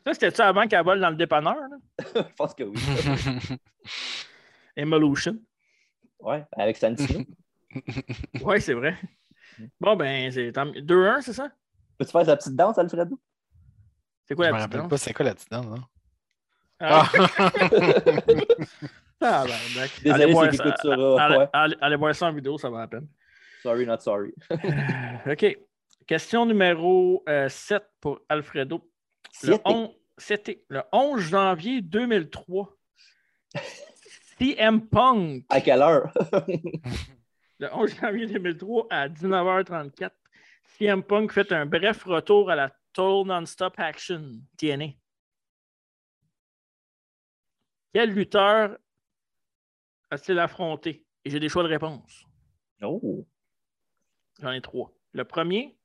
[SPEAKER 2] Ça, c'était-tu avant qu'elle vole dans le dépanneur?
[SPEAKER 1] je pense que oui.
[SPEAKER 2] Emolution.
[SPEAKER 1] ouais, avec Santino.
[SPEAKER 2] Ouais, c'est vrai. Bon, ben, c'est tant mieux. 2-1, c'est ça?
[SPEAKER 1] Peux-tu faire sa petite danse, Alfredo?
[SPEAKER 2] C'est quoi
[SPEAKER 4] Je me
[SPEAKER 2] la petite
[SPEAKER 4] rappelle
[SPEAKER 2] danse?
[SPEAKER 4] pas, c'est quoi la petite danse, non?
[SPEAKER 2] Ah.
[SPEAKER 1] Ah,
[SPEAKER 2] ben,
[SPEAKER 1] Désolé,
[SPEAKER 2] allez,
[SPEAKER 1] c'est
[SPEAKER 2] voir
[SPEAKER 1] qui
[SPEAKER 2] ça,
[SPEAKER 1] écoute sur, euh,
[SPEAKER 2] allez-
[SPEAKER 1] ouais.
[SPEAKER 2] allez- allez voir ça en vidéo, ça va à peine.
[SPEAKER 1] Sorry, not sorry.
[SPEAKER 2] OK. Question numéro 7 pour Alfredo. Le
[SPEAKER 1] Siete.
[SPEAKER 2] on- C'était le 11 janvier 2003. CM Punk.
[SPEAKER 1] À quelle heure?
[SPEAKER 2] Le 11 janvier 2003 à 19h34, CM Punk fait un bref retour à la Total Non-Stop Action, TNA. Quel lutteur a-t-il affronté? Et j'ai des choix de réponse.
[SPEAKER 1] Oh.
[SPEAKER 2] J'en ai trois. Le premier,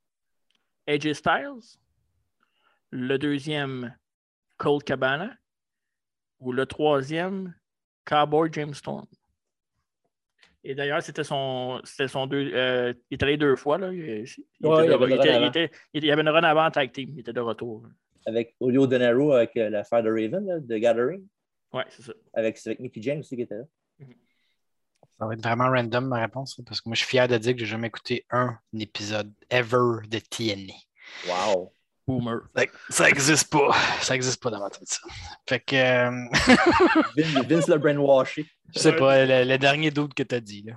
[SPEAKER 2] AJ Styles. Le deuxième, Cold Cabana. Ou le troisième, Cowboy James Storm. Et d'ailleurs, c'était son, c'était son deux. euh, il est allé deux fois. Là. Il, il était
[SPEAKER 1] Ouais, il y
[SPEAKER 2] de-
[SPEAKER 1] avait une run
[SPEAKER 2] il était- il
[SPEAKER 1] avant.
[SPEAKER 2] était- il y avait une run avant en tag team. Il était de retour.
[SPEAKER 1] Avec Olio Denaro, avec euh, l'affaire de Raven, là, de Gathering.
[SPEAKER 2] Ouais, c'est ça.
[SPEAKER 1] Avec, c'est avec Mickey James aussi qui était là.
[SPEAKER 4] Ça va être vraiment random ma réponse, là, parce que moi je suis fier de dire que j'ai jamais écouté un épisode ever de TNA.
[SPEAKER 1] Wow.
[SPEAKER 2] Boomer.
[SPEAKER 4] Ça n'existe pas. Ça n'existe pas dans ma tête, ça. Fait que. euh,
[SPEAKER 1] Vince, Vince le brainwashé.
[SPEAKER 4] je sais pas, le, le dernier doute que t'as dit, là.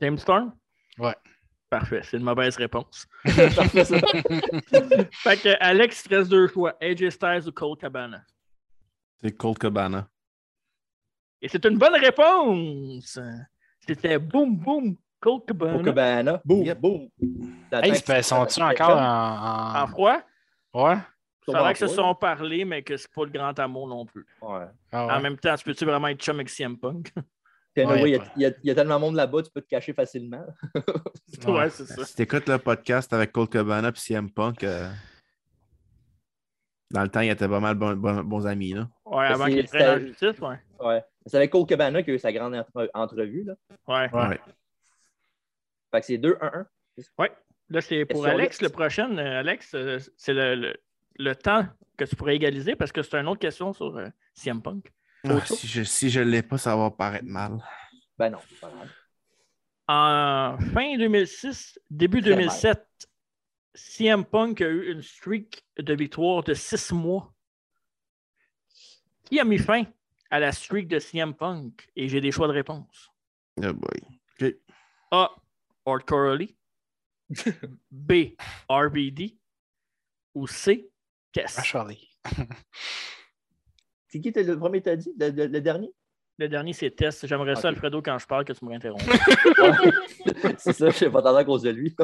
[SPEAKER 2] James Storm?
[SPEAKER 4] Ouais.
[SPEAKER 2] Parfait, c'est une mauvaise réponse. Parfait, ça. fait que Alex, il te reste deux choix AJ Styles ou Cold Cabana.
[SPEAKER 3] C'est Cold Cabana.
[SPEAKER 2] Et c'est une bonne réponse. C'était boum boum Cold Cabana.
[SPEAKER 1] Au Cabana. Boum, boum.
[SPEAKER 4] Hey, ils se- sont-ils encore en.
[SPEAKER 2] En froid?
[SPEAKER 4] Ouais.
[SPEAKER 2] Ça a l'air qu'ils se sont parlé, mais que c'est pas le grand amour non plus.
[SPEAKER 4] Ah ouais.
[SPEAKER 2] En même temps, tu peux-tu vraiment être chum avec CM Punk?
[SPEAKER 1] Puis, anyway,
[SPEAKER 2] Ouais,
[SPEAKER 1] il, y a, il y a- il y a tellement de monde là-bas, tu peux te cacher facilement.
[SPEAKER 4] Ah
[SPEAKER 2] ouais, c'est ça.
[SPEAKER 3] Si t'écoutes le podcast avec Cold Cabana et CM Punk, euh, dans le temps, ils étaient pas mal bon- bon- bons amis. Là.
[SPEAKER 2] Ouais, avant
[SPEAKER 1] C'est-
[SPEAKER 2] qu'il prenne en
[SPEAKER 1] c'est-
[SPEAKER 2] justice, ouais.
[SPEAKER 1] Ouais. C'est avec Cole Cabana qui a eu sa grande entre- entrevue. Là.
[SPEAKER 2] Ouais.
[SPEAKER 3] Ouais.
[SPEAKER 1] Fait que c'est 2-1-1.
[SPEAKER 2] Ouais. Là, c'est pour
[SPEAKER 1] Question
[SPEAKER 2] Alex, le prochain. euh, Alex, euh, c'est le, le- le temps que tu pourrais égaliser parce que c'est une autre question sur euh, CM Punk.
[SPEAKER 3] Ah, si je si je l'ai pas, ça va paraître mal.
[SPEAKER 1] Ben non, c'est pas grave.
[SPEAKER 2] En fin 2006, début
[SPEAKER 1] Très mal.
[SPEAKER 2] 2007, CM Punk a eu une streak de victoire de six mois. Qui a mis fin à la streak de CM Punk? Et j'ai des choix de réponse.
[SPEAKER 3] Oh boy. OK.
[SPEAKER 2] A. Art Corley. B. RBD. Ou C. Tess.
[SPEAKER 1] C'est qui t'as- le premier t'as dit? Le, le- le dernier?
[SPEAKER 2] Le dernier, c'est Tess. J'aimerais ça, Alfredo, quand je parle, que tu me réinterrompes.
[SPEAKER 1] c'est ça, je vais pas t'entendre à cause de lui.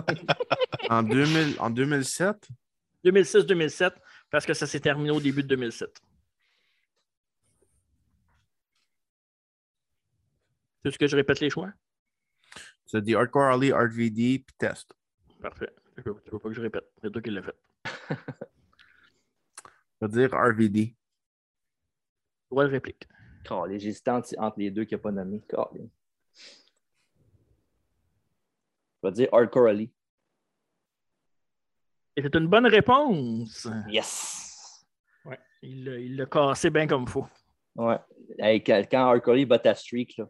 [SPEAKER 3] En, 2000 en 2007,
[SPEAKER 2] 2006-2007, parce que ça s'est terminé au début de 2007. C'est ce que je répète les choix?
[SPEAKER 3] tu as dit Hardcore Harley, RVD, puis Test.
[SPEAKER 2] Parfait. Je veux, tu veux pas que je répète. C'est toi qui l'as fait.
[SPEAKER 3] Je vais dire RVD.
[SPEAKER 2] Droit de réplique.
[SPEAKER 1] Calé, J'hésitais entre, entre les deux qu'il n'a pas nommé. Calé. Je vais dire Hardcore Ali.
[SPEAKER 2] Et c'est une bonne réponse.
[SPEAKER 1] Yes!
[SPEAKER 2] Ouais. Il l'a- il l'a cassé bien comme il faut.
[SPEAKER 1] Ouais. Hey, quand quand Hardcore Ali bat ta streak, là.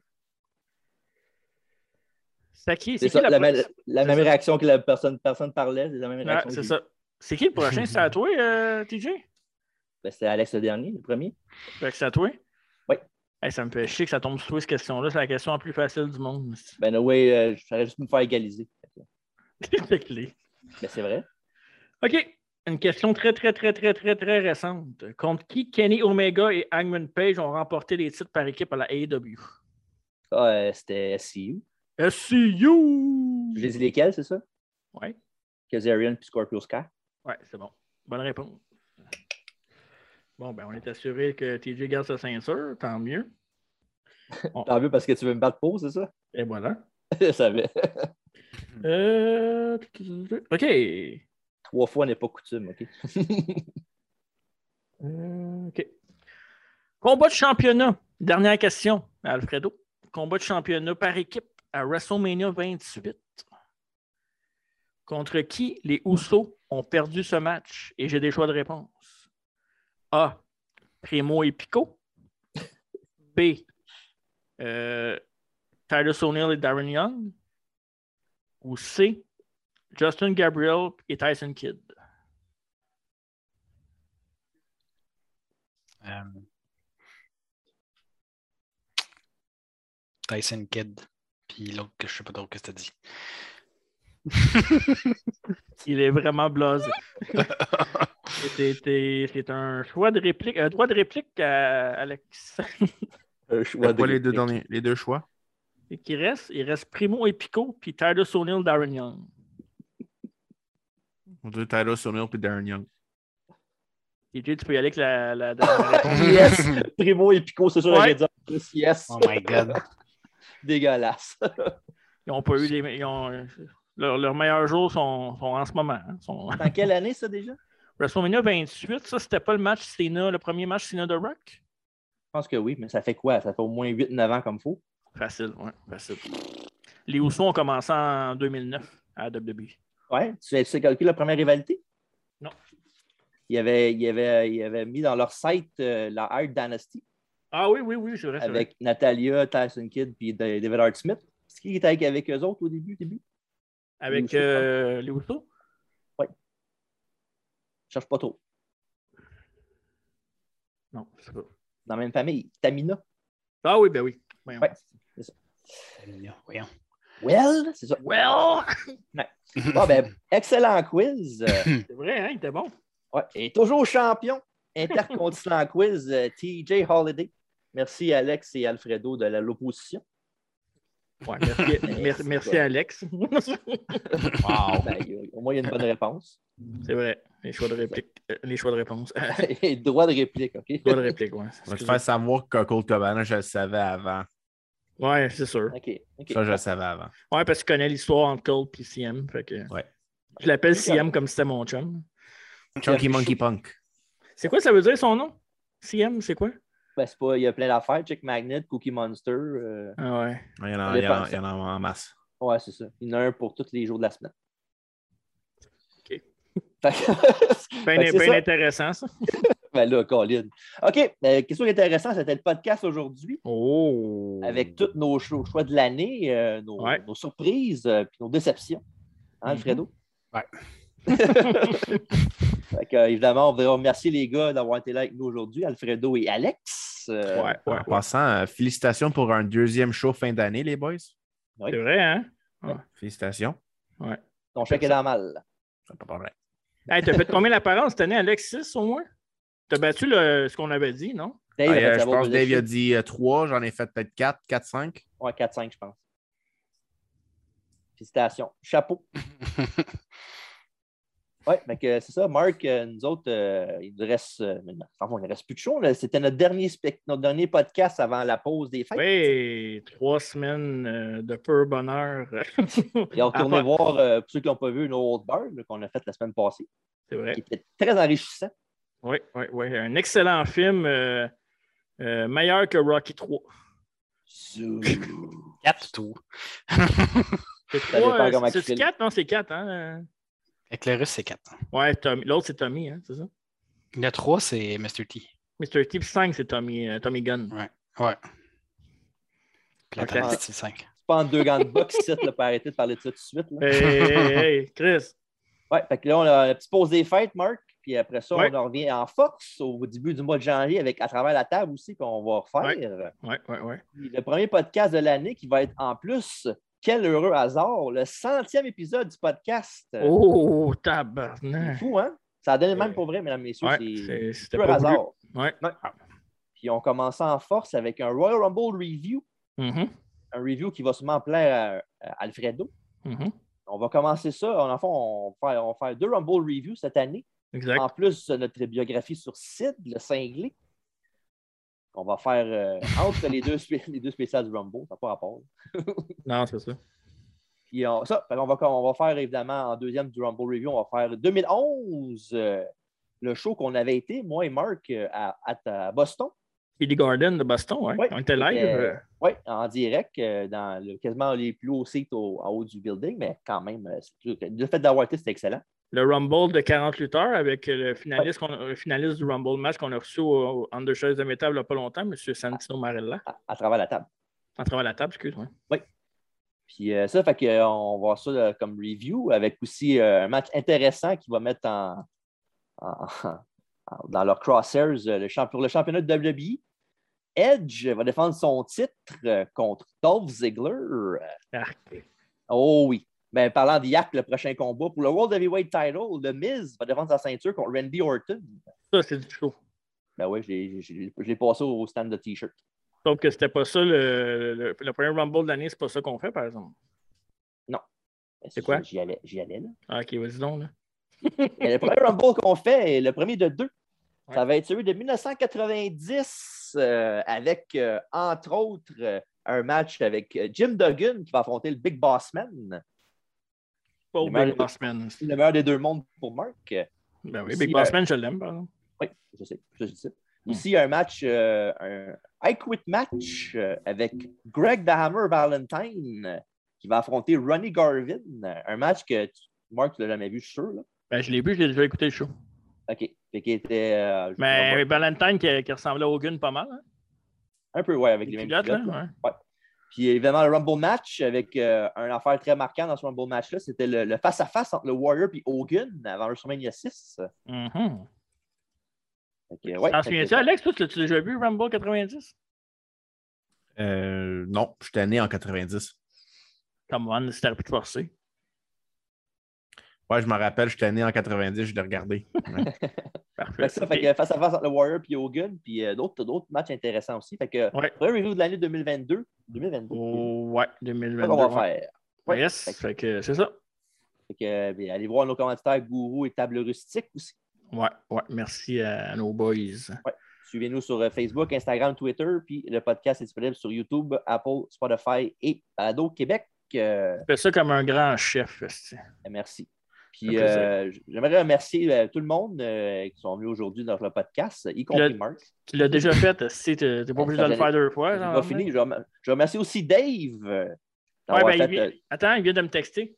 [SPEAKER 2] C'est à qui?
[SPEAKER 1] C'est ça,
[SPEAKER 2] C'est qui
[SPEAKER 1] la,
[SPEAKER 2] la
[SPEAKER 1] même,
[SPEAKER 2] pro-
[SPEAKER 1] la même réaction que la personne, personne parlait, c'est la même
[SPEAKER 2] Ouais,
[SPEAKER 1] réaction. que
[SPEAKER 2] c'est
[SPEAKER 1] j'ai
[SPEAKER 2] ça.
[SPEAKER 1] eue.
[SPEAKER 2] C'est qui le prochain? C'est à toi, euh, TJ?
[SPEAKER 1] Ben, c'était Alex le dernier, le premier.
[SPEAKER 2] Fait que c'est à toi?
[SPEAKER 1] Oui.
[SPEAKER 2] ça me fait chier que ça tombe sur toi, cette question-là. C'est la question la plus facile du monde.
[SPEAKER 1] Ben, no way, euh, je ferais juste me faire égaliser.
[SPEAKER 2] C'est clé.
[SPEAKER 1] Ben, c'est vrai.
[SPEAKER 2] OK. Une question très, très, très, très, très, très récente. Contre qui Kenny Omega et Hangman Page ont remporté les titres par équipe à la E AEW?
[SPEAKER 1] Ah, euh, c'était SCU.
[SPEAKER 2] SCU!
[SPEAKER 1] J'ai dit lesquels, c'est ça?
[SPEAKER 2] Oui.
[SPEAKER 1] Kazarian puis Scorpio Sky.
[SPEAKER 2] Ouais, c'est bon. Bonne réponse. Bon, ben, on est assuré que TJ garde sa ceinture. Tant mieux.
[SPEAKER 1] T'en veux parce que tu veux me battre pour, c'est ça?
[SPEAKER 2] Et voilà.
[SPEAKER 1] Je savais.
[SPEAKER 2] Euh, OK.
[SPEAKER 1] Trois fois n'est pas coutume, OK?
[SPEAKER 2] Euh, OK. Combat de championnat. Dernière question, Alfredo. Combat de championnat par équipe à WrestleMania 28. Contre qui les Usos ont perdu ce match? Et j'ai des choix de réponse. A. Primo et Pico. B. Euh, Titus O'Neill et Darren Young. Ou C. Justin Gabriel et Tyson Kidd.
[SPEAKER 4] Euh, Tyson Kidd, puis l'autre que je sais pas trop que t'as dit.
[SPEAKER 2] Il est vraiment blasé. C'est- C'est c'est un choix de réplique, un droit de réplique à Alex. Euh,
[SPEAKER 3] Choix
[SPEAKER 1] de
[SPEAKER 3] les deux
[SPEAKER 1] réplique.
[SPEAKER 3] derniers, les deux choix.
[SPEAKER 2] Et qui reste, il reste Primo et Pico, puis Titus O'Neill, Darren Young.
[SPEAKER 3] On dit Tyler O'Neill puis Darren Young.
[SPEAKER 2] Et Jay, tu peux y aller avec la, la dernière réponse.
[SPEAKER 1] Yes! Primo et Pico, c'est sûr,
[SPEAKER 2] Ouais.
[SPEAKER 1] j'allais dire en plus, yes.
[SPEAKER 4] Oh my God.
[SPEAKER 1] Dégueulasse.
[SPEAKER 2] Ils ont pas eu les. me- Ils ont, leur- leurs meilleurs jours sont, sont en ce moment. hein, sont-
[SPEAKER 1] Dans quelle année, ça, déjà? Je
[SPEAKER 2] WrestleMania 28, ça, c'était pas le match Cena, le premier match Cena de Rock?
[SPEAKER 1] pense que oui, mais ça fait quoi? Ça fait au moins 8-9 ans comme faut.
[SPEAKER 2] Facile, ouais, facile. Les Usos ont commencé en 2009 à E. WWE.
[SPEAKER 1] Ouais, tu as, tu as calculé la première rivalité?
[SPEAKER 2] Non.
[SPEAKER 1] Il avait, il avait, il avait mis dans leur site euh, la Hard Dynasty
[SPEAKER 2] Ah oui, oui, oui, c'est vrai. c'est vrai.
[SPEAKER 1] avec Natalia, Tyson Kidd puis Da- David Hart Smith. C'est qui qui était avec, avec eux autres au début? début?
[SPEAKER 2] Avec
[SPEAKER 1] Les Usos.
[SPEAKER 2] euh, les Usos?
[SPEAKER 1] Je cherche pas trop.
[SPEAKER 2] Non, je sais pas.
[SPEAKER 1] Dans la même famille, Tamina.
[SPEAKER 2] Ah oui, ben oui. Voyons.
[SPEAKER 1] Ouais, c'est ça.
[SPEAKER 4] Tamina, voyons.
[SPEAKER 1] Well, c'est ça.
[SPEAKER 2] Well!
[SPEAKER 1] Ouais. Bon, ben, excellent quiz. Euh,
[SPEAKER 2] C'est vrai, hein, il était bon.
[SPEAKER 1] ouais, Et toujours champion, Intercontinental Quiz, euh, TJ Holiday. Merci Alex et Alfredo de la- l'opposition.
[SPEAKER 2] Ouais, merci, mer- merci, Alex.
[SPEAKER 1] Wow. au moins, Ben, il y a une bonne réponse.
[SPEAKER 2] c'est vrai. Les choix de réplique. euh, Les choix de réponse.
[SPEAKER 1] et droit de réplique, OK?
[SPEAKER 2] Choix de réplique, ouais.
[SPEAKER 3] On va te faire savoir que Cole Cabana, je le savais avant.
[SPEAKER 2] Ouais, c'est sûr.
[SPEAKER 1] OK. ok.
[SPEAKER 3] Ça, je le savais avant.
[SPEAKER 2] Ouais, parce qu'il connaît l'histoire entre Cole et CM. Fait que...
[SPEAKER 3] Ouais.
[SPEAKER 2] Je l'appelle CM comme si c'était mon chum.
[SPEAKER 3] Chunky Monkey Punk.
[SPEAKER 2] C'est quoi ça veut dire son nom? CM, c'est quoi?
[SPEAKER 1] Ben, c'est pas, il y a plein d'affaires. Check Magnet, Cookie Monster. euh,
[SPEAKER 2] Ah ouais.
[SPEAKER 3] Il y en a,
[SPEAKER 1] Ça
[SPEAKER 3] il y en a-
[SPEAKER 1] dépend,
[SPEAKER 3] il y en a en masse.
[SPEAKER 1] Ouais, c'est ça. Il y en a un pour tous les jours de la semaine.
[SPEAKER 2] OK.
[SPEAKER 1] Fait que-
[SPEAKER 2] Ben,
[SPEAKER 1] Fait que c'est
[SPEAKER 2] ben
[SPEAKER 1] ça.
[SPEAKER 2] intéressant, ça.
[SPEAKER 1] Ben là, Colin. OK, ben, question intéressante, c'était le podcast aujourd'hui.
[SPEAKER 2] Oh!
[SPEAKER 3] Mm.
[SPEAKER 1] Avec tous nos cho- choix de l'année, euh, nos,
[SPEAKER 2] Ouais.
[SPEAKER 1] nos surprises, euh, puis nos déceptions.
[SPEAKER 3] Mm-hmm.
[SPEAKER 1] Hein, Alfredo?
[SPEAKER 4] Ouais.
[SPEAKER 1] Fait que, euh, évidemment, on veut remercier les gars d'avoir été là avec nous aujourd'hui, Alfredo et Alex. Euh,
[SPEAKER 2] Ouais,
[SPEAKER 3] En
[SPEAKER 2] ouais.
[SPEAKER 3] passant, euh, félicitations pour un deuxième show fin d'année, les boys.
[SPEAKER 2] C'est vrai, hein?
[SPEAKER 3] Félicitations.
[SPEAKER 2] Ouais.
[SPEAKER 1] Ton chèque est dans mal.
[SPEAKER 3] Ça, Pas de problème.
[SPEAKER 2] Hey, t'as fait combien l'apparence cette année, Alex? 6 au moins? T'as battu le- ce qu'on avait dit, non?
[SPEAKER 1] Dave,
[SPEAKER 3] Ah,
[SPEAKER 1] arrête
[SPEAKER 3] euh, je
[SPEAKER 1] d'avoir
[SPEAKER 3] pense que
[SPEAKER 1] des
[SPEAKER 3] Dave il a
[SPEAKER 1] chiffres.
[SPEAKER 3] dit 3, j'en ai fait peut-être 4, 4, 5.
[SPEAKER 1] Ouais, 4-5, je pense. Félicitations. Chapeau. Oui, c'est ça, Marc, euh, nous autres, euh, il nous reste. euh, mais non, enfin, il ne reste plus de show. là. C'était notre dernier, spec- notre dernier podcast avant la pause des fêtes.
[SPEAKER 2] Oui, trois semaines euh, de pur bonheur.
[SPEAKER 1] Et on
[SPEAKER 2] Ah,
[SPEAKER 1] retournait
[SPEAKER 2] pas-
[SPEAKER 1] voir, euh, pour ceux qui l'ont pas vu, nos Old Bird là, qu'on a fait la semaine passée,
[SPEAKER 2] C'est vrai.
[SPEAKER 1] qui était très enrichissant.
[SPEAKER 2] Oui, oui, oui. Un excellent film, euh, euh, meilleur que Rocky 3.
[SPEAKER 4] Quatre tout.
[SPEAKER 2] C'est
[SPEAKER 1] Ça dépend comment
[SPEAKER 2] 3,
[SPEAKER 1] tu
[SPEAKER 2] c'est
[SPEAKER 1] files.
[SPEAKER 2] 4, non? C'est 4, hein?
[SPEAKER 4] Avec le russe, c'est quatre.
[SPEAKER 2] Ouais, Tommy- l'autre, c'est Tommy, hein, c'est ça?
[SPEAKER 4] Le trois, c'est Mr. T.
[SPEAKER 2] Mr. T, 5, c'est Tommy, euh, Tommy Gunn.
[SPEAKER 4] Ouais. Ouais. Puis la
[SPEAKER 2] Un classique.
[SPEAKER 4] tête, c'est cinq.
[SPEAKER 1] C'est pas en deux gants de boxe, ici, là, pour arrêter de parler de ça tout de suite. là.
[SPEAKER 2] Hey, hey, hey, Chris,
[SPEAKER 1] Ouais, fait que là, on a la petite pause des fêtes, Marc. Puis après ça,
[SPEAKER 2] Ouais.
[SPEAKER 1] on en revient en force au début du mois de janvier avec à travers la table aussi qu'on va refaire.
[SPEAKER 2] Ouais, ouais, ouais.
[SPEAKER 1] Puis Le premier podcast de l'année qui va être en plus, quel heureux hasard, le centième épisode du podcast.
[SPEAKER 2] Oh,
[SPEAKER 1] Euh, C'est
[SPEAKER 2] tabarnak.
[SPEAKER 1] fou, hein? Ça donne le même pour vrai, mesdames, messieurs.
[SPEAKER 2] Euh, Ouais,
[SPEAKER 1] c'est c'est
[SPEAKER 2] c'est- c'était
[SPEAKER 1] pur
[SPEAKER 2] pas voulu.
[SPEAKER 1] hasard.
[SPEAKER 2] Ouais. Ah.
[SPEAKER 1] Ouais. Puis on commence en force avec un Royal Rumble review,
[SPEAKER 2] Mhm,
[SPEAKER 1] un review qui va sûrement plaire à, à Alfredo.
[SPEAKER 2] mhm.
[SPEAKER 1] On va commencer ça. En enfin, on va faire, on va faire deux Rumble reviews cette année.
[SPEAKER 2] Exact.
[SPEAKER 1] En plus de notre biographie sur Sid, le cinglé, qu'on va faire euh, entre les deux, spé- les deux spéciales du Rumble, ça n'a pas rapport.
[SPEAKER 2] Non, c'est ça.
[SPEAKER 1] Puis on, ça, on va, on va faire évidemment en deuxième du Rumble Review, on va faire 2011, euh, le show qu'on avait été, moi et Marc, euh, à, à- à Boston.
[SPEAKER 2] Billy Garden de Boston, ouais.
[SPEAKER 1] Ouais,
[SPEAKER 2] On était live.
[SPEAKER 1] euh, ouais, en direct, euh, dans le- quasiment les plus hauts seats au- en haut du building, mais quand même, euh, c'est- le fait d'avoir été, c'était excellent.
[SPEAKER 2] Le Rumble de 40 lutteurs avec euh, le finaliste, qu'on a- le finaliste du Rumble match qu'on a reçu au, au- en deux chaises de métal il n'y a pas longtemps, M. Santino Marella.
[SPEAKER 1] À, travers la table.
[SPEAKER 2] À travers la table, excuse-moi.
[SPEAKER 1] Oui. Puis euh, ça, fait que, euh, on va voir ça là, comme review avec aussi euh, un match intéressant qui va mettre en, en- en- dans leur crosshairs euh, le champ- pour le championnat de WWE. Edge va défendre son titre euh, contre Dolph Ziggler.
[SPEAKER 2] Ah.
[SPEAKER 1] Oh oui. Ben, parlant d'IAC, le prochain combat pour le World Heavyweight Title, The Miz va défendre sa ceinture contre Randy Orton.
[SPEAKER 2] Ça, c'est du show.
[SPEAKER 1] Ben oui, je l'ai- je l'ai- je l'ai passé au stand de T-shirt.
[SPEAKER 2] Sauf que c'était pas ça, le, le- le premier Rumble de l'année, c'est pas ça qu'on fait, par exemple.
[SPEAKER 1] Non.
[SPEAKER 2] C'est quoi?
[SPEAKER 1] J'y allais, j'y allais là.
[SPEAKER 2] Ah, ok, vas-y donc, là.
[SPEAKER 1] Mais le premier Rumble qu'on fait est le premier de deux. Ça va être celui de 1990 euh, avec, euh, entre autres, euh, un match avec euh, Jim Duggan qui va affronter le Big Boss Man.
[SPEAKER 2] Pauvre
[SPEAKER 1] Le meilleur
[SPEAKER 2] Big
[SPEAKER 1] des-
[SPEAKER 2] Boss Man.
[SPEAKER 1] Le meilleur des deux mondes pour Mark.
[SPEAKER 2] Ben oui,
[SPEAKER 1] Aussi,
[SPEAKER 2] Big Boss
[SPEAKER 1] euh,
[SPEAKER 2] Man, je l'aime, par exemple.
[SPEAKER 1] Oui, je sais. Je, je sais.
[SPEAKER 2] Hmm.
[SPEAKER 1] Aussi, un match, euh, un I Quit match euh, avec Greg The Hammer Valentine euh, qui va affronter Ronnie Garvin. Un match que, tu- Mark, tu l'as jamais vu, je suis sûr. Là.
[SPEAKER 2] Ben, je l'ai vu, je l'ai déjà écouté le show.
[SPEAKER 1] OK. Fait qu'il était. euh,
[SPEAKER 2] Mais Valentine qui, qui ressemblait à Hogan pas mal. hein.
[SPEAKER 1] Un peu, ouais, avec les, mêmes
[SPEAKER 2] pilotes,
[SPEAKER 1] pilotes.
[SPEAKER 2] là,
[SPEAKER 1] là. Ouais. Puis évidemment, le Rumble match avec euh, un affaire très marquant dans ce Rumble match-là, c'était le le face-à-face entre le Warrior et Hogan avant WrestleMania 6.
[SPEAKER 2] Mhm.
[SPEAKER 1] Fait que, ouais,
[SPEAKER 2] T'en
[SPEAKER 1] fait que-
[SPEAKER 2] souviens-tu, Alex? Toi, tu l'as déjà vu, Rumble 90?
[SPEAKER 3] Euh, non, j'étais né en 90.
[SPEAKER 2] Come on, c'était un peu forcé.
[SPEAKER 3] Ouais, je m'en rappelle, j'étais né en 90, je l'ai regardé. Ouais.
[SPEAKER 1] Fait que ça, fait que face à face entre le Warrior puis Hogan, puis euh, d'autres d'autres matchs intéressants aussi. Fait que, premier review de l'année 2022. 2022.
[SPEAKER 2] ouais, 2022.
[SPEAKER 1] qu'on va
[SPEAKER 2] ouais.
[SPEAKER 1] faire.
[SPEAKER 2] Yes, fait que c'est ça.
[SPEAKER 1] Fait que, euh, ben, allez voir nos commentateurs Gourou et Table Rustique aussi.
[SPEAKER 2] Ouais, ouais, merci à nos boys.
[SPEAKER 1] Suivez-nous sur euh, Facebook, Instagram, Twitter, puis le podcast est disponible sur YouTube, Apple, Spotify et Ado Québec. Euh,
[SPEAKER 2] Fais ça comme un grand chef. esti.
[SPEAKER 1] Ben, Merci.
[SPEAKER 2] Un
[SPEAKER 1] Puis
[SPEAKER 2] plaisir.
[SPEAKER 1] euh, j- j'aimerais remercier euh, tout le monde euh, qui sont venus aujourd'hui dans le podcast, y compris
[SPEAKER 2] Le-
[SPEAKER 1] Marc.
[SPEAKER 2] Tu l'as déjà fait, esti, t'es t'es pas obligé de le faire deux fois.
[SPEAKER 1] J'ai
[SPEAKER 2] genre,
[SPEAKER 1] pas fini. Je remer- je remercie aussi Dave. euh,
[SPEAKER 2] Ouais,
[SPEAKER 1] d'avoir
[SPEAKER 2] ben, il
[SPEAKER 1] fait,
[SPEAKER 2] vient-
[SPEAKER 1] euh,
[SPEAKER 2] Attends, il vient de me texter.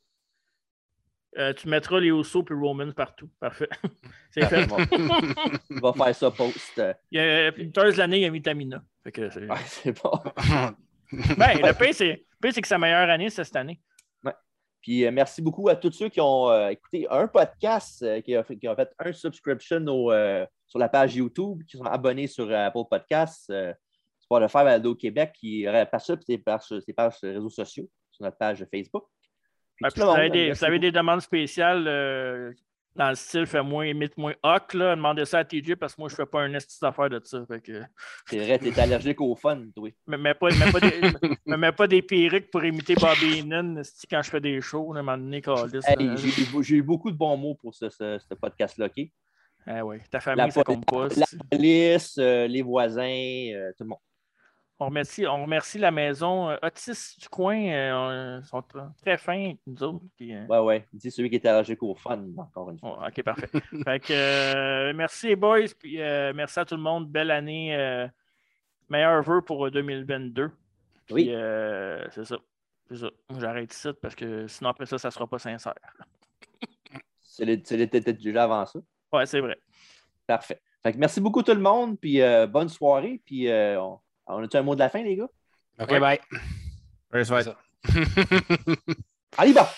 [SPEAKER 2] Euh, tu mettras les Osso puis Roman partout. Parfait. C'est
[SPEAKER 1] Parfait,
[SPEAKER 2] fait.
[SPEAKER 1] bon. Il va faire ça post. euh,
[SPEAKER 2] Il y a plus de l'année, il y a Vitamina. Fait que c'est...
[SPEAKER 1] c'est bon.
[SPEAKER 2] Ben, le pire, c'est, le pire, c'est que sa meilleure année, c'est cette année.
[SPEAKER 1] Ouais. Puis euh, merci beaucoup à tous ceux qui ont euh, écouté un podcast, euh, qui, a fait, qui ont fait un subscription au, euh, sur la page YouTube, qui sont abonnés sur euh, Apple Podcasts, euh, Spotify, Aldo Québec, qui euh, par ça, puis c'est par, c'est par sur les réseaux sociaux, sur notre page Facebook. Puis
[SPEAKER 2] Ouais,
[SPEAKER 1] tout
[SPEAKER 2] Ben, puis
[SPEAKER 1] le
[SPEAKER 2] vous
[SPEAKER 1] monde,
[SPEAKER 2] avez des,
[SPEAKER 1] merci
[SPEAKER 2] vous avez
[SPEAKER 1] beaucoup.
[SPEAKER 2] des demandes spéciales euh, dans le style fais moins émite moins hoc, là. Demandez ça à TJ parce que moi, je fais pas un esti d'affaire de ça. Fait que...
[SPEAKER 1] C'est vrai, t'es allergique au fun, toi.
[SPEAKER 2] Me mets pas, me mets pas des, me mets pas des perruques pour imiter Bobby Heenan esti, quand je fais des shows, là, à un moment donné, câlisse,
[SPEAKER 1] Hey,
[SPEAKER 2] là.
[SPEAKER 1] j'ai eu beau- j'ai eu beaucoup de bons mots pour ce, ce- ce podcast-là, OK?
[SPEAKER 2] Ah oui, ta famille, ça compte pas,
[SPEAKER 1] La
[SPEAKER 2] c'est-
[SPEAKER 1] police, euh, les voisins, euh, tout le monde.
[SPEAKER 2] On remercie, on remercie la maison euh, Otis du coin. euh, on- ils sont tr- très fins avec nous autres. puis, euh,
[SPEAKER 1] Ouais, ouais. Dis celui qui est allergique au fun, encore une
[SPEAKER 2] fois. OK, parfait. fait que, euh, merci les boys. Puis, euh, merci à tout le monde. Belle année. euh, meilleurs vœux pour euh, 2022. Puis,
[SPEAKER 1] Oui.
[SPEAKER 2] euh, c'est ça. C'est ça. Moi, J'arrête ici parce que sinon après ça, ça ne sera pas sincère.
[SPEAKER 1] C'est le- c'est le- peut-être déjà avant ça.
[SPEAKER 2] Ouais, c'est vrai.
[SPEAKER 1] Parfait. Fait que merci beaucoup tout le monde, puis euh, bonne soirée, puis euh, on, on a-tu un mot de la fin, les gars?
[SPEAKER 4] OK, bye.
[SPEAKER 3] Ouais, ça va être-
[SPEAKER 1] Allez, bah!